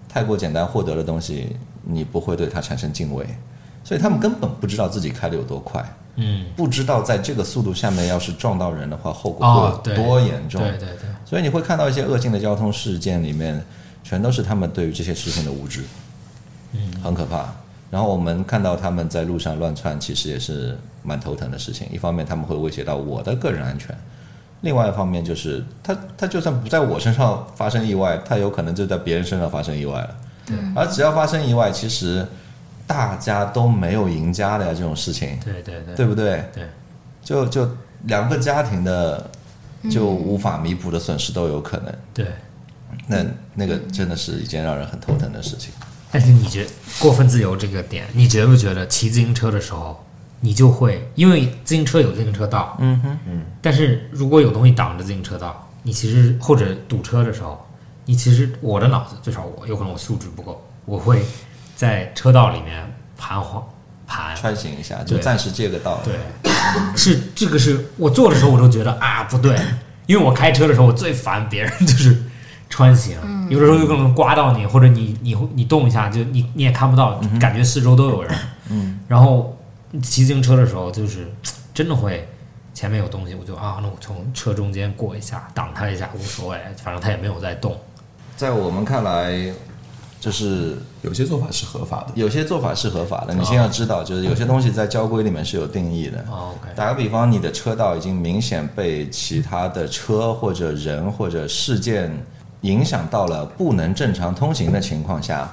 S3: 太过简单获得的东西，你不会对它产生敬畏，所以他们根本不知道自己开的有多快，
S4: 嗯，
S3: 不知道在这个速度下面要是撞到人的话，后果会
S4: 啊哦对
S3: 有多严重。
S4: 对对对。
S3: 所以你会看到一些恶性的交通事件里面，全都是他们对于这些事情的无知，嗯，很可怕。然后我们看到他们在路上乱窜，其实也是蛮头疼的事情。一方面他们会威胁到我的个人安全，另外一方面就是他他就算不在我身上发生意外，他有可能就在别人身上发生意外了。对，而只要发生意外，其实大家都没有赢家的呀，这种事情，
S4: 对对对
S3: 对不对？
S4: 对，
S3: 就就两个家庭的就无法弥补的损失都有可能。
S4: 对，
S3: 那那个真的是一件让人很头疼的事情。
S4: 但是你觉过分自由这个点，你觉不觉得骑自行车的时候，你就会因为自行车有自行车道，嗯哼，嗯，但是如果有东西挡着自行车道，你其实或者堵车的时候，你其实我的脑子最少我有可能我素质不够，我会在车道里面盘晃盘，
S3: 穿行一下，就
S4: 对
S3: 暂时借个道。
S4: 对，是这个是我做的时候我都觉得啊不对，因为我开车的时候我最烦别人就是 *laughs* 穿行，有的时候有可能刮到你，或者你你你动一下就你你也看不到，感觉四周都有人。嗯，然后骑自行车的时候就是真的会。前面有东西，我就啊，那我从车中间过一下，挡他一下无所谓，反正他也没有在动。
S3: 在我们看来，就是
S2: 有些做法是合法的，
S3: 有些做法是合
S4: 哦
S3: 法的。你先要知道，就是有些东西在交规里面是有定义的。
S4: 哦 OK，
S3: 打个比方，你的车道已经明显被其他的车或者人或者事件影响到了，不能正常通行的情况下，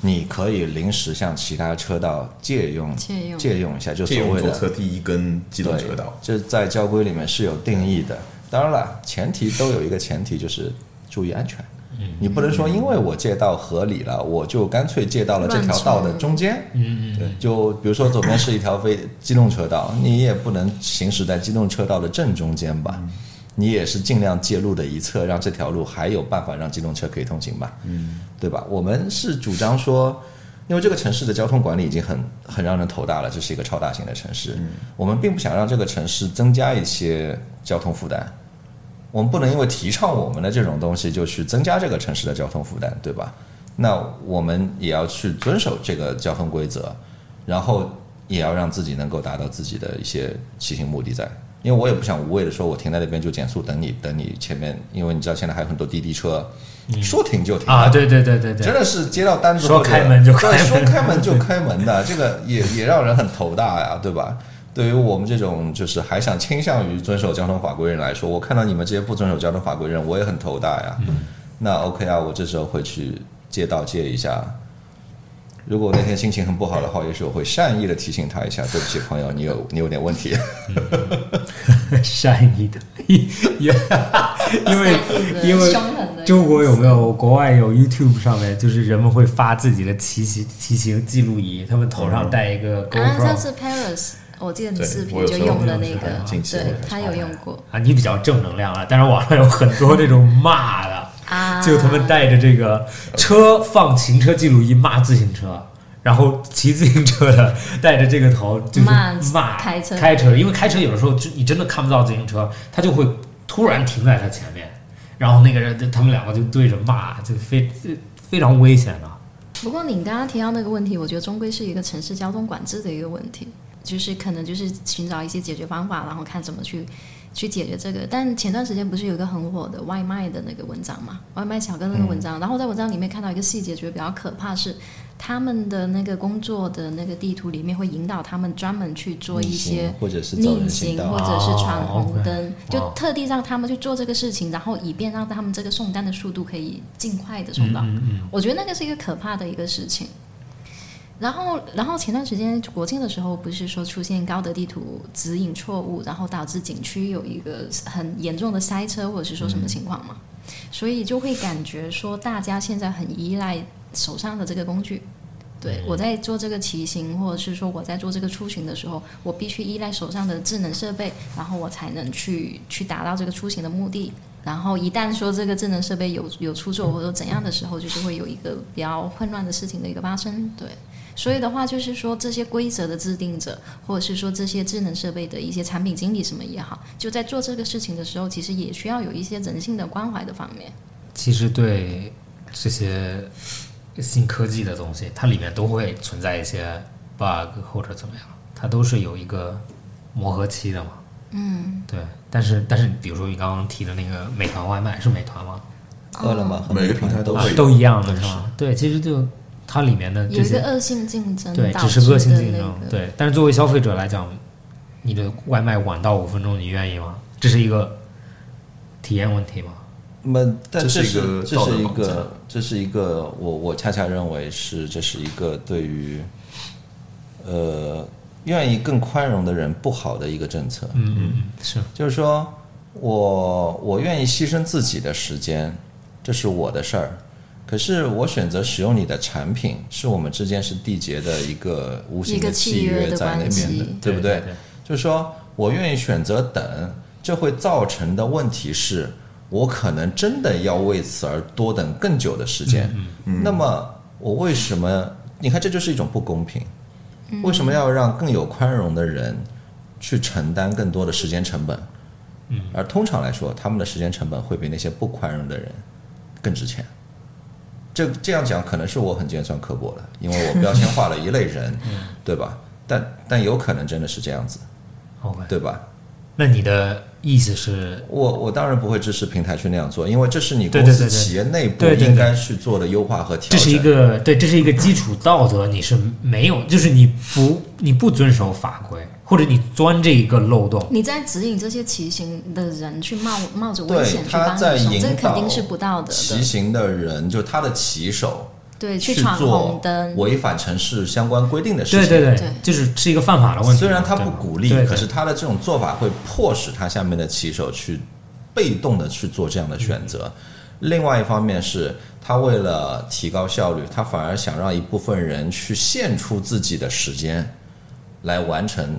S3: 你可以临时向其他车道借用
S1: 借用
S3: 借用一下，就
S2: 借
S3: 所
S2: 用
S3: 谓
S2: 左
S3: 的
S2: 侧第一根机动车道，
S3: 这在交规里面是有定义的。当然了，前提都有一个前提，就是注意安全。嗯，你不能说因为我借到河里了，我就干脆借到了这条道的中间。嗯嗯。对，就比如说左边是一条非机动车道，你也不能行驶在机动车道的正中间吧？你也是尽量借路的一侧，让这条路还有办法让机动车可以通行吧？嗯，对吧？我们是主张说，因为这个城市的交通管理已经很很让人头大了，这是一个超大型的城市，我们并不想让这个城市增加一些交通负担。我们不能因为提倡我们的这种东西，就去增加这个城市的交通负担，对吧？那我们也要去遵守这个交通规则，然后也要让自己能够达到自己的一些骑行目的在。因为我也不想无谓的说，我停在那边就减速等你，等你前面，因为你知道现在还有很多滴滴车，说停就停
S4: 啊，对对对对
S3: 真
S4: 对，
S3: 的是接到单子
S4: 说
S3: 或者
S4: 开门就开门
S3: 对说开门就开门的， *laughs* 这个也也让人很头大呀，对吧？对于我们这种就是还想倾向于遵守交通法规人来说，我看到你们这些不遵守交通法规人，我也很头大呀。
S4: 嗯
S3: 那 OK 啊，我这时候会去借道借一下。如果我那天心情很不好的话，也许我会善意的提醒他一下，对不起，朋友，你有你有点问题。
S4: *laughs* 善意的，
S1: *laughs*
S4: 也因为因为
S1: 凶狠的
S4: 中国有没有国外有 YouTube 上面，就是人们会发自己的骑行骑行记录仪，他们头上戴一个
S1: 啊，上
S4: GoPro
S1: 次 Paris，我记得你
S2: 对
S1: 视频
S2: 我有
S1: 就
S2: 时候
S1: 用了
S2: 用
S1: 那
S2: 是
S1: 个
S2: 吧，近期
S1: 对
S2: 我才
S1: 他有用过
S4: 啊，你比较正能量啊，但是网上有很多这种骂的，
S1: 啊，
S4: 就他们带着这个车放行车记录仪骂自行车。然后骑自行车的带着这个头就是
S1: 骂
S4: 骂
S1: 开车
S4: 开车，因为开车有的时候就你真的看不到自行车，他就会突然停在他前面，然后那个人他们两个就对着骂，就非 *laughs* 非常危险的。
S1: 不过你刚刚提到那个问题，我觉得终归是一个城市交通管制的一个问题，就是可能就是寻找一些解决方法，然后看怎么去去解决这个。但前段时间不是有一个很火的外卖的那个文章嘛，外卖小哥那个文章，然后在文章里面看到一个细节，觉得比较可怕是。他们的那个工作的那个地图里面会引导他们专门去做
S3: *laughs*
S1: 一些
S3: 逆行或者是走
S1: 逆
S3: 人行
S1: 行
S3: 道
S1: 或者是闯
S4: 哦
S1: 红
S4: ，OK
S1: 灯，就
S4: 哇
S1: 特地让他们去做这个事情，然后以便让他们这个送单的速度可以尽快的送到。
S3: 嗯
S1: 我觉得那个是一个可怕的一个事情。然后，然后前段时间国庆的时候，不是说出现高德地图指引错误，然后导致景区有一个很严重的塞车，或者是说
S3: 嗯
S1: 什么情况嘛？所以就会感觉说，大家现在很依赖手上的这个工具。
S4: 嗯
S1: 对我在做这个骑行，或者是说我在做这个出行的时候，我必须依赖手上的智能设备，然后我才能去去达到这个出行的目的。然后一旦说这个智能设备有有出错或者怎样的时候，就是会有一个比较混乱的事情的一个发生。对，所以的话就是说这些规则的制定者，或者是说这些智能设备的一些产品经理什么也好，就在做这个事情的时候，其实也需要有一些人性的关怀的方面。
S4: 其实对这些新科技的东西，它里面都会存在一些 bug 或者怎么样，它都是有一个磨合期的嘛。嗯，对。但是但是，比如说你刚刚提的那个美团外卖是美团吗？
S3: 饿了么和
S2: 每个平台都
S4: 啊
S2: 会，有
S4: 都一样的是吗？对，其实就它里面的
S1: 有
S4: 呃这
S1: 一个
S4: 些，
S1: 恶性竞争
S4: 对，
S1: 导
S4: 只
S1: 致
S4: 是
S1: 的
S4: 恶性
S1: 那
S4: 竞争。
S1: 个
S4: 对，但是作为消费者来讲，你的外卖晚到五分钟，你愿意吗？这是一个体验问题吗？
S3: 那
S2: 这
S3: 但
S2: 是
S3: 这
S2: 一
S3: 是
S2: 个
S3: 这
S2: 道
S3: 是
S2: 德
S3: 一
S2: 绑架
S3: 个这是一个我我恰恰认为是这是一个对于呃愿意更宽容的人不好的一个政策，
S4: 嗯嗯嗯，是
S3: 就是说我我愿意牺牲自己的时间，这是我的事儿。可是我选择使用你的产品，是我们之间是缔结的一个无形
S1: 一个
S3: 的
S1: 契
S3: 契
S1: 约
S3: 约
S1: 的
S3: 在那
S1: 关
S3: 边的
S1: 系，
S3: 对不
S4: 对
S3: 对？就是说我愿意选择等，这会造成的问题是我可能真的要为此而多等更久的时间。那么我为什么？你看，这就是一种不公平。为什么要让更有宽容的人去承担更多的时间成本？而通常来说，他们的时间成本会比那些不宽容的人更值钱。这这样讲可能是我很尖酸刻薄了，因为我标签化了一类人，对吧？但但有可能真的是这样子，
S4: OK。
S3: 对吧？
S4: 那你的意思是，
S3: 我我当然不会支持平台去那样做，因为这是你
S4: 对
S3: 公
S4: 对对
S3: 司
S4: 对
S3: 企业内部
S4: 对对对
S3: 应该去做的优化和调整。
S4: 这是一个对，这是一个基础道德，你是没有，就是你不你不遵守法规，或者你钻这一个漏洞，
S1: 你在指引这些骑行的人去冒冒着危
S3: 对
S1: 险去
S3: 他
S1: 帮
S3: 在
S1: 你送，
S3: 引
S1: 这肯
S3: 导
S1: 定是不道德
S3: 骑
S1: 的。
S3: 行的人，就他的骑手
S1: 对，去
S3: 去
S1: 闯红
S3: 做
S1: 灯，
S3: 违反城市相关规定的事
S4: 对
S3: 情。
S4: 对对，
S1: 对
S4: 就是是一个犯法的问题。
S3: 虽然他
S4: 对
S3: 不
S4: 吗
S3: 鼓励
S4: 对，
S3: 可是
S4: 对
S3: 他的这种
S4: 嗯
S3: 做法会迫使他下面的骑手去被动的去做这样的选择，另外一方面是，他为了提高效率，他反而想让一部分人去献出自己的时间，来完成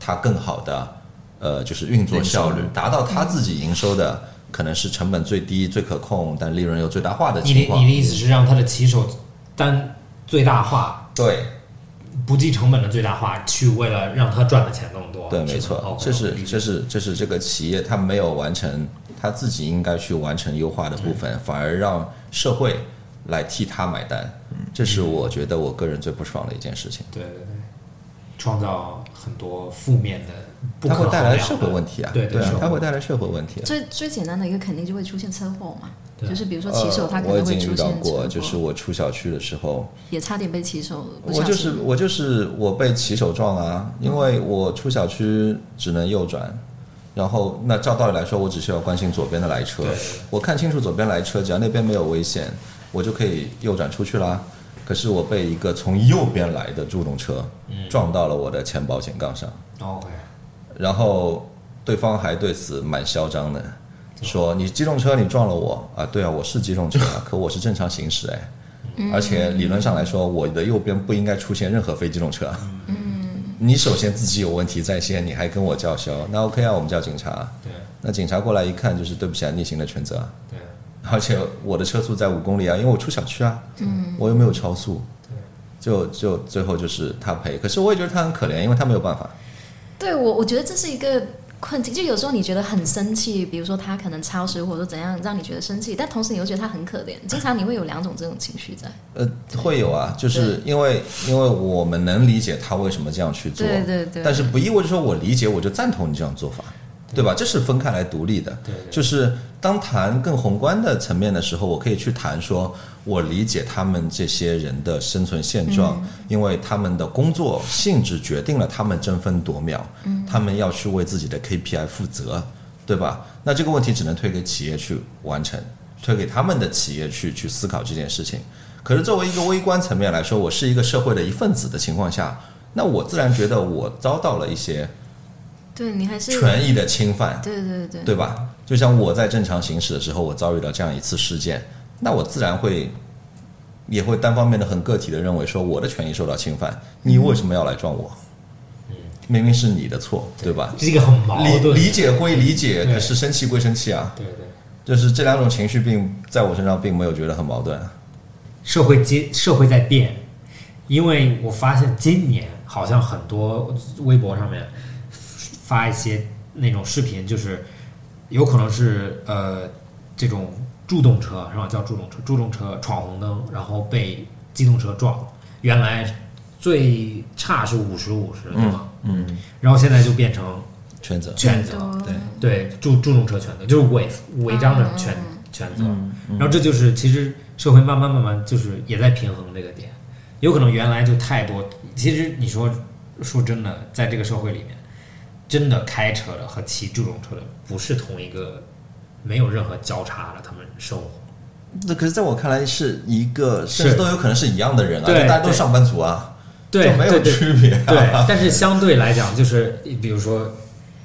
S3: 他更好的呃就是运作效率
S4: 嗯
S2: 营收，
S3: 达到他自己营收的可能是成本最低、最可控，但利润又最大化的
S4: 你
S3: 情
S4: 的
S3: 况
S4: 你的。意思是让他的骑手单最大化，
S3: 对
S4: 不计成本的最大化，去为了让他赚的钱更多。
S3: 对，
S4: 是吗哦
S3: 没错，
S4: OK，
S3: 这是
S4: 理解
S3: 这是这是这个企业它没有完成他自己应该去完成优化的部分，反而让社会来替他买单，
S4: 嗯
S3: 这是我觉得我个人最不爽的一件事情。
S4: 对对对，创造很多负面的，不
S3: 它
S4: 可
S3: 会带来社
S4: 衡量
S3: 会
S4: 的
S3: 问题啊，
S4: 对
S3: 对啊
S4: 社，会
S3: 它会带来社会问题啊。
S1: 最最简单的一个肯定就会出现车祸嘛，
S4: 对
S1: 就是比如说骑
S4: 呃
S1: 手他可
S3: 啊呃我
S1: 能会
S3: 已经
S1: 出
S3: 遇
S1: 现车
S3: 到
S1: 祸，
S3: 过，就是我出小区的时候，
S1: 也差点被骑手不
S3: 我
S1: 小
S3: 就是
S1: 心
S3: 我就是我被骑手撞啊，因为我出小区只能右转，然后那照道理来说，我只需要关心左边的来车
S4: 对，
S3: 我看清楚左边来车，只要那边没有危险，我就可以右转出去啦。可是我被一个从右边来的助动车撞到了我的前保险杠上，
S4: 哦 OK，
S3: 然后对方还对此蛮嚣张的，说你机动车你撞了我啊，对啊，我是机动车啊，可我是正常行驶哎，而且理论上来说，我的右边不应该出现任何非机动车。嗯，你首先自己有问题在先，你还跟我叫嚣，那 OK 啊，我们叫警察。
S4: 对
S3: 那警察过来一看，就是对不起啊，逆行的全责啊。
S4: 对
S3: 而且我的车速在五公里啊，因为我出小区啊，嗯，我又没有超速，就就最后就是他赔。可是我也觉得他很可怜，因为他没有办法。
S1: 对我，我觉得这是一个困境。就有时候你觉得很生气，比如说他可能超时或者怎样，让你觉得生气，但同时你又觉得他很可怜。经常你会有两种这种情绪在。
S3: 呃，会有啊，就是因为因为我们能理解他为什么这样去做，
S1: 对对对
S3: 但是不意味着说我理解我就赞同你这样做法，对吧？这是分开来独立的，
S4: 对对
S3: 就是当谈更宏观的层面的时候，我可以去谈说，我理解他们这些人的生存现状，因为他们的工作性质决定了他们争分夺秒，他们要去为自己的 KPI 负责，对吧？那这个问题只能推给企业去完成，推给他们的企业去去思考这件事情。可是作为一个微观层面来说，我是一个社会的一份子的情况下，那我自然觉得我遭到了一些
S1: 对你还是
S3: 权益的侵犯，
S1: 对对对
S3: 对吧？就像我在正常行驶的时候，我遭遇到这样一次事件，那我自然会也会单方面的很个体的认为说我的权益受到侵犯，你为什么要来撞我？明明是你的错，对吧？
S4: 这是一个很嗯矛
S3: 理
S4: 盾的。
S3: 理解归理解，
S4: 对
S3: 可是生气归生气啊，
S4: 对对，
S3: 就是这两种情绪并在我身上并没有觉得很矛盾。啊
S4: 社会接社会在变，因为我发现今年好像很多微博上面发一些那种视频，就是有可能是呃这种助动车，然后叫助动车，助动车闯红灯，然后被机动车撞，原来最差是五十五十，对吗？嗯，然后现在就变成
S3: 全责，
S4: 全责，
S3: 对
S4: 对，注注重车权责，就是违违章
S3: 嗯
S4: 的权权责。然后这就是其实社会慢慢慢慢就是也在平衡这个点，有可能原来就太多。其实你说说真的，在这个社会里面，真的开车的和骑注重车的不是同一个，没有任何交叉的他们生活。
S3: 那可是在我看来是一个，
S4: 是
S3: 甚至都有可能是一样的人啊，
S4: 对
S3: 就大家都
S4: 对
S3: 是上班族啊，
S4: 对
S3: 就没有
S4: 对对
S3: 区别啊、
S4: 对，但是相对来讲，就是比如说，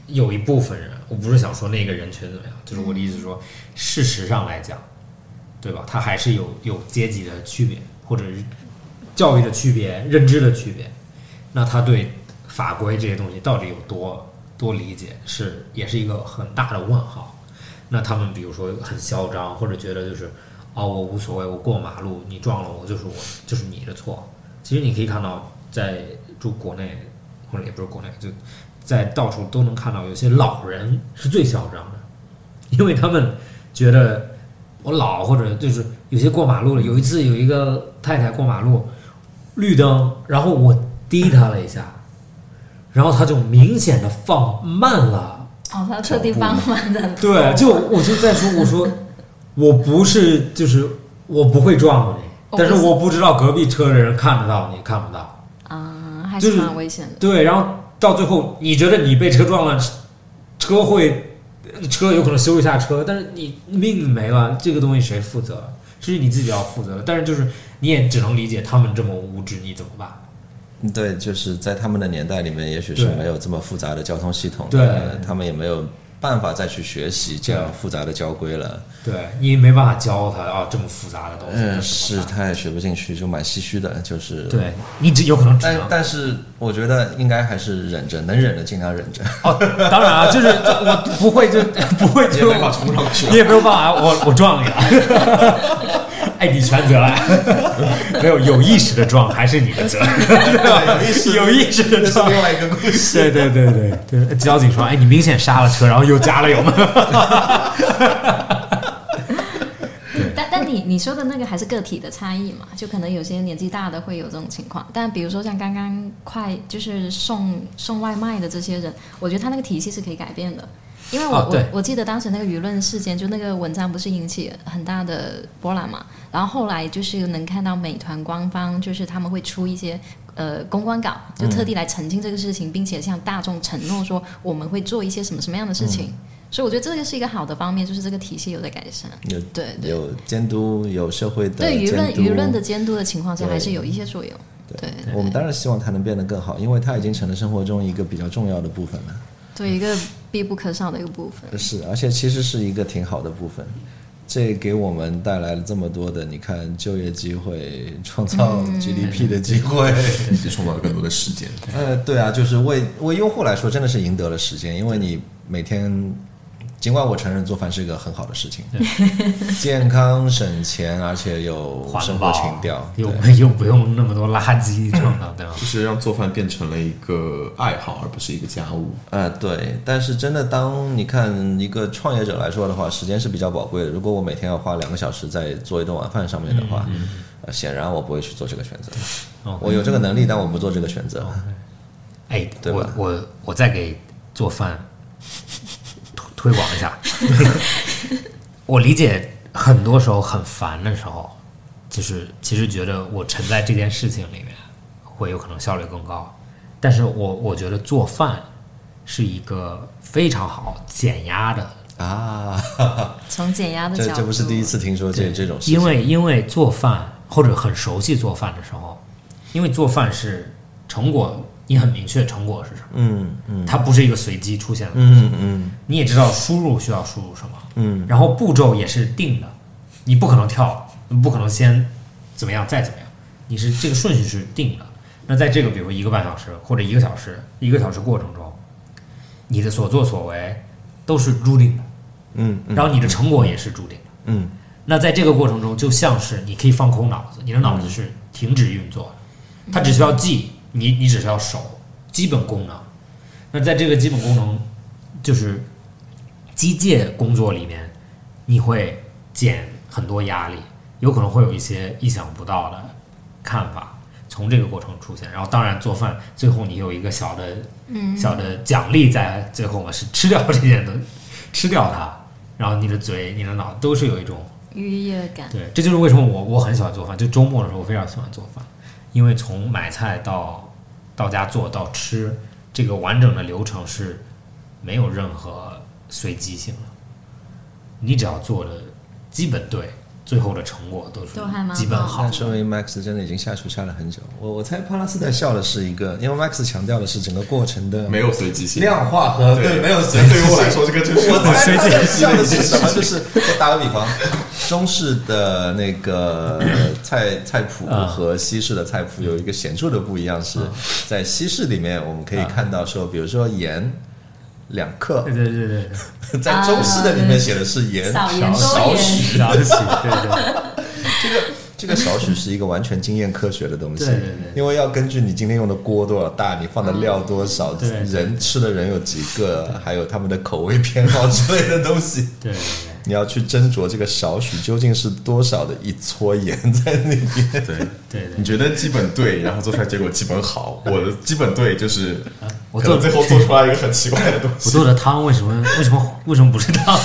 S4: 有一部分人，我不是想说那个人群怎么样，就是我的意思是说，事实上来讲，对吧？他还是有有阶级的区别，或者是教育的区别、认知的区别。那他对法规这些东西到底有多多理解，是也是一个很大的问号。那他们比如说很嚣张，或者觉得就是哦，我无所谓，我过马路，你撞了我就是我，就是你的错。其实你可以看到，在住国内或者也不是国内，就在到处都能看到有些老人是最嚣张的，因为他们觉得我老或者就是有些过马路了。有一次有一个太太过马路，绿灯，然后我滴她了一下，然后她就明显的放慢了。
S1: 哦，他特地放慢的。
S4: 对，就我就在说，我说我不是，就是我不会撞你，
S1: 我不
S4: 但是
S1: 是
S4: 我不知道隔壁车的人看得到你看不到。
S1: 啊，还
S4: 就是
S1: 是蛮危险的。
S4: 对，然后到最后，你觉得你被车撞了，车会车有可能修一下车，但是你命没了，这个东西谁负责？这是你自己要负责的。但是就是你也只能理解他们这么无知，你怎么办？
S3: 嗯对，就是在他们的年代里面，也许是
S4: 对
S3: 没有这么复杂的交通系统
S4: 对
S3: 他们也没有办法再去学习这样复杂的交规了。
S4: 对，因为没办法教他啊这么复杂的东西。
S3: 嗯，
S4: 这
S3: 是，
S4: 是
S3: 他也学不进去，就蛮唏嘘的，就是。
S4: 对你只有可能只
S3: 但
S4: 能
S3: 但是我觉得应该还是忍着，能忍的尽量忍着。 *laughs*
S4: 哦，当然啊，就是我不会就不会
S2: 也
S4: 就
S2: 没法冲上去 *laughs*
S4: 你。也没有办法，我我撞你了， *laughs* 哎，你全责了， *laughs* 没有有意识的撞还是你的责，有意识有意识
S2: 这
S4: 的
S2: 是
S4: 撞，
S2: 另外一个故事。
S4: 对对对对对，交警说，哎，你明显刹了车，然后又加了油门，
S1: 但但你你说的那个还是个体的差异嘛，就可能有些年纪大的会有这种情况。但比如说像刚刚快就是送送外卖的这些人，我觉得他那个体系是可以改变的。因为我、
S4: 哦对
S1: 我我记得当时那个舆论事件，就那个文章不是引起很大的波澜嘛，然后后来就是能看到美团官方就是他们会出一些呃公关稿，就特
S4: 嗯
S1: 地来澄清这个事情，并且向大众承诺说我们会做一些什么什么样的事
S4: 嗯
S1: 情，所以我觉得这个是一个好的方面，就是这个体系有在改善。
S3: 有
S1: 对对。
S3: 有监督，有社会的
S1: 对舆论
S3: 监督
S1: 舆论的监督的情况下，
S3: 对
S1: 还是有一些作用。对
S3: 我们当然希望它能变得更好，因为它已经成了生活中一个比较重要的部分了。
S1: 对，一个必不可少的一个部
S4: *laughs*
S1: 分。
S3: 是，而且其实是一个挺好的部分，这给我们带来了这么多的，你看就业机会，创造 GDP 的机会。
S2: 以及创造了更多的时间。
S3: 呃，对啊，就是为为用户来说，真的是赢得了时间，因为你每天，尽管我承认做饭是一个很好的事情， *laughs* 健康省钱，而且有
S4: 环
S3: 生活
S4: 保
S3: 情调，对
S4: 又又不用那么多垃圾撞到，对吧？
S2: 就是让做饭变成了一个爱好，而不是一个家务。
S3: 呃，对，但是真的，当你看一个创业者来说的话，时间是比较宝贵的。如果我每天要花两个小时在做一顿晚饭上面的话，
S2: 嗯
S3: 呃，显然我不会去做这个选择。
S2: 哦
S4: OK
S3: 我有这个能力，但我不做这个选择。
S4: 哎，
S3: 对
S4: 我
S3: 吧
S4: 我我再给做饭推推广一下。 *laughs* 我理解，很多时候很烦的时候，就是其实觉得我沉在这件事情里面，会有可能效率更高。但是我我觉得做饭是一个非常好减压的
S3: 啊，
S1: 从减压的角
S3: 这
S1: 度，
S3: 这不是第一次听说这这种事
S4: 因
S3: 情。
S4: 为因为做饭或者很熟悉做饭的时候，因为做饭是成果，你很明确成果是什么，
S3: 嗯嗯
S4: 它不是一个随机出现的。
S3: 嗯嗯
S4: 你也知道输入需要输入什么，
S3: 嗯，
S4: 然后步骤也是定的，你不可能跳，你不可能先怎么样再怎么样，你是这个顺序是定的。那在这个比如一个半小时或者一个小时一个小时过程中，你的所作所为都是注定的，
S3: 嗯
S4: 然后你的成果也是注定的。
S3: 嗯
S4: 那在这个过程中，就像是你可以放空脑子，你的脑子是停止运作的，它只需要记，你你只需要手基本功能。那在这个基本功能，就是机械工作里面，你会减很多压力，有可能会有一些意想不到的看法从这个过程出现。然后，当然做饭最后你有一个小的、小的奖励在最后嘛，是吃掉这件东西，吃掉它，然后你的嘴、你的脑都是有一种
S1: 愉悦感。
S4: 对，这就是为什么我我很喜欢做饭，就周末的时候我非常喜欢做饭，因为从买菜到到家做到吃，这个完整的流程是没有任何随机性的，你只要做的基本对，最后的成果都
S1: 都还蛮
S4: 是基本好
S3: 那
S4: 的。
S3: 说明 Max 真的已经下厨下了很久。我我猜帕拉斯在笑的是一个，因为 Max 强调的是整个过程的
S2: 没有随机性，
S3: 量化和
S2: 对
S3: 没有随
S2: 对
S3: 机
S2: 于我
S3: 性
S2: 来。说，这个 *laughs* 就是
S3: 我猜他在笑的
S2: 一件
S3: 是
S2: 事
S3: 什
S2: 情
S4: *laughs*
S3: 么？就是我打个比方，中式的那个菜菜谱
S4: 啊
S3: 和西式的菜谱有一个显著的不一样，是在西式里面我们可以看到说，比如说盐两克
S4: 啊对，对对对对，
S3: 在中式的里面写的是盐
S1: 少盐
S3: 少
S1: 多
S3: 许，
S1: 盐，
S4: 了不起，对
S3: 这个这个少许是一个完全经验科学的东西，
S4: 对对对
S3: 因为要根据你今天用的锅多少大，你放的料多少，
S4: 啊对对
S3: 人吃的人有几个，还有他们的口味偏好之类的东西。
S4: 对对对对。
S3: 你要去斟酌这个少许究竟是多少的一撮盐在里面。 *laughs*
S2: 对
S4: 对对
S2: 你觉得基本对，然后做出来结果基本好。我的基本对就是，
S4: 我
S2: 可
S4: 做
S2: 能最后做出来一个很奇怪的东
S4: 我
S2: 西。
S4: 做的汤为什么为什么为什么不是汤？ *laughs*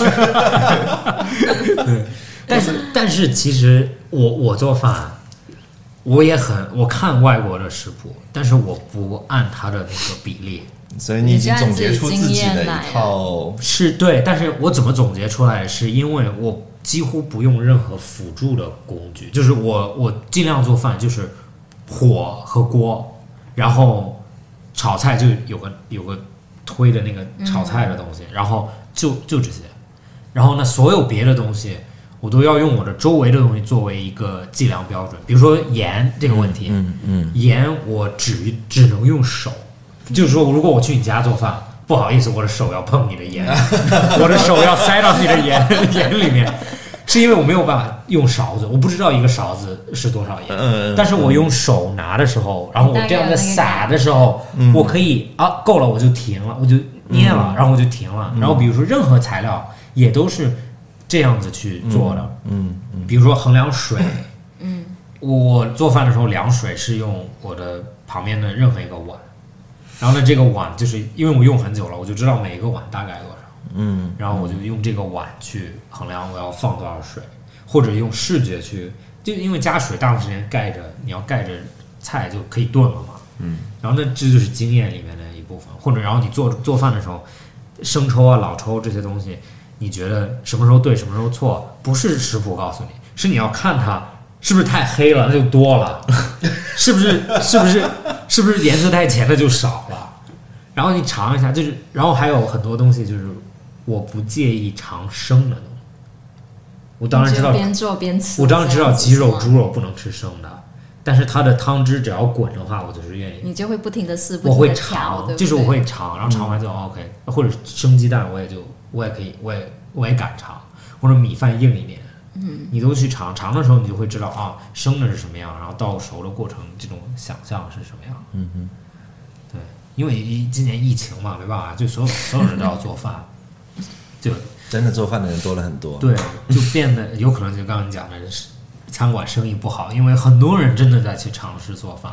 S4: 对，但是但是其实我我做饭，我也很我看外国的食谱，但是我不按它的那个比例，
S3: 所以 *laughs* 你已经总结出自己的一套，
S4: 是对，但是我怎么总结出来，是因为我几乎不用任何辅助的工具，就是我我尽量做饭就是火和锅，然后炒菜就有个有个推的那个炒菜的东西，然后就就这些。然后呢，所有别的东西，我都要用我的周围的东西作为一个计量标准。比如说盐这个问题，
S3: 嗯嗯，
S4: 盐我只只能用手，就是说，如果我去你家做饭，不好意思，我的手要碰你
S3: *laughs*
S4: 的盐， *laughs* 我的手要塞到你的盐盐里面，是因为我没有办法用勺子，我不知道一个勺子是多少盐，
S3: 嗯
S4: 但是我用手拿的时候，然后我这样在撒的时候，
S3: 嗯
S4: 我可以啊，够了，我就停了，我就捏了，然后我就停了，
S3: 嗯
S4: 然后比如说任何材料也都是这样子去做的，
S3: 嗯
S4: 比如说衡量水，我做饭的时候量水是用我的旁边的任何一个碗，然后呢，这个碗就是因为我用很久了，我就知道每一个碗大概多少，
S3: 嗯，
S4: 然后我就用这个碗去衡量我要放多少水，或者用视觉去，就因为加水大部分时间盖着，你要盖着菜就可以炖了嘛，嗯，然后那这就是经验里面的一部分，或者然后你做做饭的时候，生抽啊、老抽这些东西，你觉得什么时候对，什么时候错，不是食谱告诉你，是你要看它是不是太黑了，那就多了； *laughs* 是不是是不是是不是颜色太浅，那就少了。然后你尝一下，就是，然后还有很多东西，就是我不介意尝生的东西。我当然知道
S1: 你就边做边吃。
S4: 我当然知道鸡
S1: 这
S4: 肉、
S1: 样子是吗
S4: 猪肉不能吃生的，但是它的汤汁只要滚的话，我就是愿意。
S1: 你就会不停的试，不
S4: 我
S1: 停
S4: 会
S1: 的调，对
S4: 尝，
S1: 不
S4: 就是
S1: 对嗯
S4: 我会尝，然后尝完就 OK，或者生鸡蛋我也就我也可以，我也我也敢尝，或者米饭硬一点，嗯，你都去尝，尝的时候你就会知道啊，生的是什么样，然后到熟的过程这种想象是什么样，嗯哼，对，因为一今年疫情嘛，没办法，就所有所有人都要做 *laughs* 饭，就
S3: 真的做饭的人多了很多。
S4: 对，就变得有可能就刚刚你讲的是，餐馆生意不好，因为很多人真的在去尝试做饭，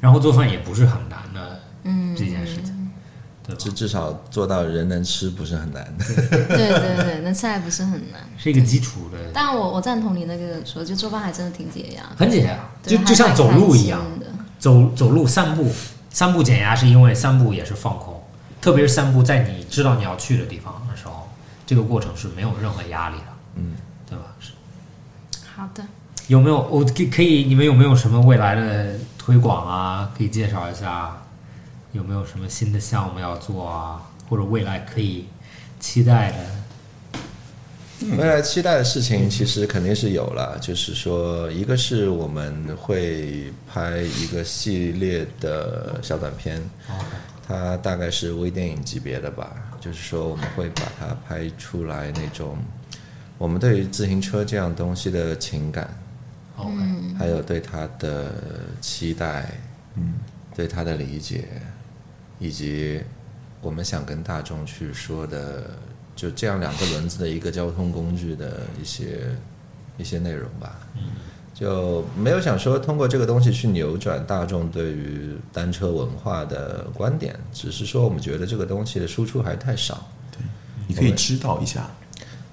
S4: 然后做饭也不是很难的，嗯，这件事情，对吧
S3: 至？至少做到人能吃不是很难。
S1: 对对对，那菜不是很难。
S4: 是一个基础的，
S1: 但我我赞同你那个说，就做饭还真的挺解压，
S4: 很简单，
S1: 对
S4: 就
S1: 还
S4: 就像
S1: 蛮
S4: 走
S1: 开
S4: 路一
S1: 心
S4: 样，
S1: 的。
S4: 走走路散步，散步减压是因为散步也是放空，特别是散步在你知道你要去的地方的时候，这个过程是没有任何压力的，
S3: 嗯，
S4: 对吧？是
S1: 好的，
S4: 有没有我可以可以？你们有没有什么未来的推广啊？可以介绍一下？有没有什么新的项目要做啊？或者未来可以期待的？
S3: 未来期待的事情其实肯定是有了，就是说，一个是我们会拍一个系列的小短片，它大概是微电影级别的吧，就是说我们会把它拍出来那种我们对于自行车这样东西的情感，
S4: OK，
S3: 还有对它的期待，嗯，对它的理解，以及我们想跟大众去说的，就这样两个轮子的一个交通工具的一些一些内容吧。就没有想说通过这个东西去扭转大众对于单车文化的观点，只是说我们觉得这个东西的输出还太少。
S2: 你可以知道一下，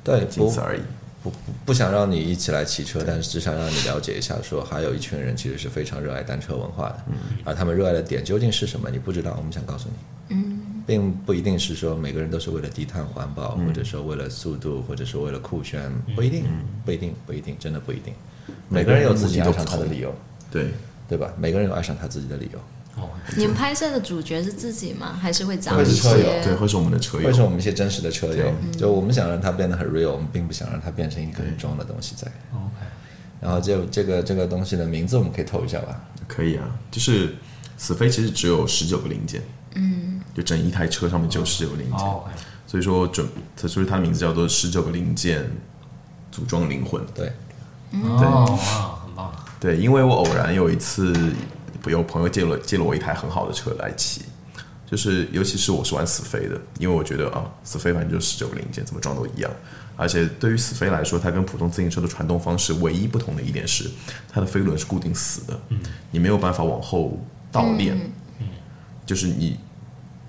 S3: 对，
S2: 仅
S3: 不
S2: 此而已。
S3: 不不不想让你一起来骑车，但是只想让你了解一下，说还有一群人其实是非常热爱单车文化的，而他们热爱的点究竟是什么，你不知道，我们想告诉你，嗯，并不一定是说每个人都是为了低碳环保，或者说为了速度，或者说为了酷炫，不一定，不一定，不一定，真的不一定，嗯每个人有自己爱上他的理由，
S2: 对，
S3: 对吧？每个人有爱上他自己的理由，
S4: 哦，
S1: 你们拍摄的主角是自己吗？还是会找
S3: 哦会
S1: 一
S3: 是
S1: 些
S3: 车友
S2: 对，会是我们的车
S3: 会是
S2: 友。
S3: 我们一些真实的车友，就我们想让它变得很 real，我们并不想让它变成一个很装的东西在。
S4: OK，
S3: 然后这这个这个东西的名字我们可以透一下吧？
S2: 可以啊，就是死飞其实只有十九个零件，嗯，就整一台车上面只有十九个零件，
S4: 哦，OK，
S2: 所以说准，所以它的名字叫做十九个零件组装灵魂。
S3: 对，
S4: 哦，哇，很棒，
S2: 对，因为我偶然有一次有朋友借了借了我一台很好的车来骑，就是尤其是我是玩死飞的，因为我觉得啊，死飞反正就十九个零件，怎么装都一样。而且对于死飞来说，它跟普通自行车的传动方式唯一不同的一点是，它的飞轮是固定死的，
S4: 嗯
S2: 你没有办法往后倒链，就是你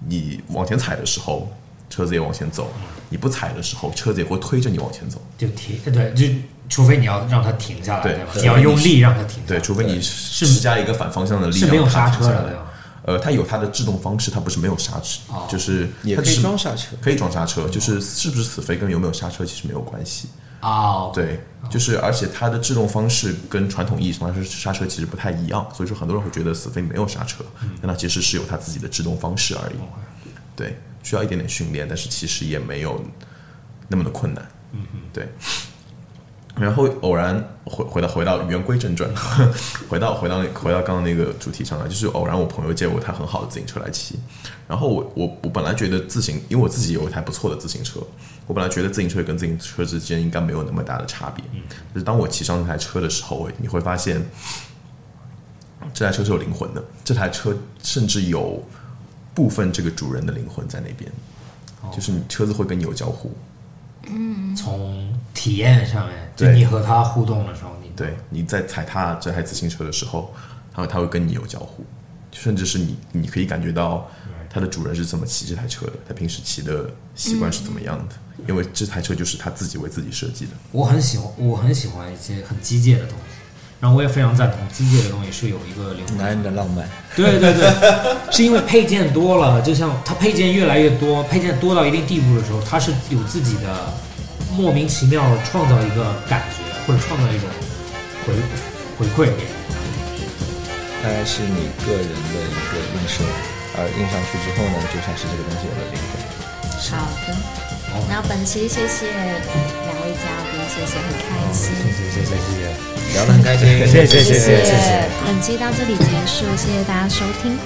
S2: 你往前踩的时候，车子也往前
S4: 嗯
S2: 走；你不踩的时候，车子也会推着你往前走。
S4: 就停，对，就除非你要让它停下来，
S2: 对
S4: 对吧？
S2: 对
S4: 你要用力让它停下
S2: 对，
S4: 来，
S2: 除非你施加一个反方向的力
S4: 嗯是
S2: 量，
S4: 没有刹车
S2: 它停下
S4: 的，
S2: 来
S4: 对吧？
S2: 呃，它有它的制动方式，它不是没有刹车，
S4: 哦
S2: 就是
S3: 也
S2: 它
S3: 可以
S2: 只是
S3: 装刹车
S2: 可以装刹车，就是是不是死飞跟有没有刹车其实没有关系。
S4: 哦，
S2: 对，就是而且它的制动方式跟传统意义上来说刹车其实不太一样，所以说很多人会觉得死飞没有刹车，但它其实是有它自己的制动方式而已。对，需要一点点训练，但是其实也没有那么的困难。嗯对。然后偶然回回到回到言归正传， *laughs* 回到回到那回到刚刚那个主题上来，就是偶然我朋友借我他很好的自行车来骑，然后我我我本来觉得自行，因为我自己有一台不错的自行车，我本来觉得自行车跟自行车之间应该没有那么大的差别，就是当我骑上那台车的时候，你会发现这台车是有灵魂的，这台车甚至有部分这个主人的灵魂在那边，就是你车子会跟你有交互，
S4: 从体验上面，就
S2: 对
S4: 你和他互动的时候，你
S2: 对，你在踩踏这台自行车的时候，它会它会跟你有交互，甚至是你你可以感觉到它的主人是怎么骑这台车的，它平时骑的习惯是怎么样的，因为这台车就是他自己为自己设计的。
S4: 我很喜欢，我很喜欢一些很机械的东西。然后我也非常赞同，机械的东西是有一个灵魂
S3: 男人的浪漫，
S4: 对对 *laughs* 对，是因为配件多了，就像它配件越来越多，配件多到一定地步的时候，它是有自己的莫名其妙创造一个感觉，或者创造一种回回馈给你。
S3: 大概是你个人的一个映射，而映上去之后呢，就像是这个东西有了灵魂。
S1: 好的，那本期谢谢两位嘉宾，谢谢，很开心。
S4: 谢谢谢谢。
S3: 聊得很开心，
S4: 谢谢谢谢谢谢
S1: 本期到这里结束，谢谢大家收听，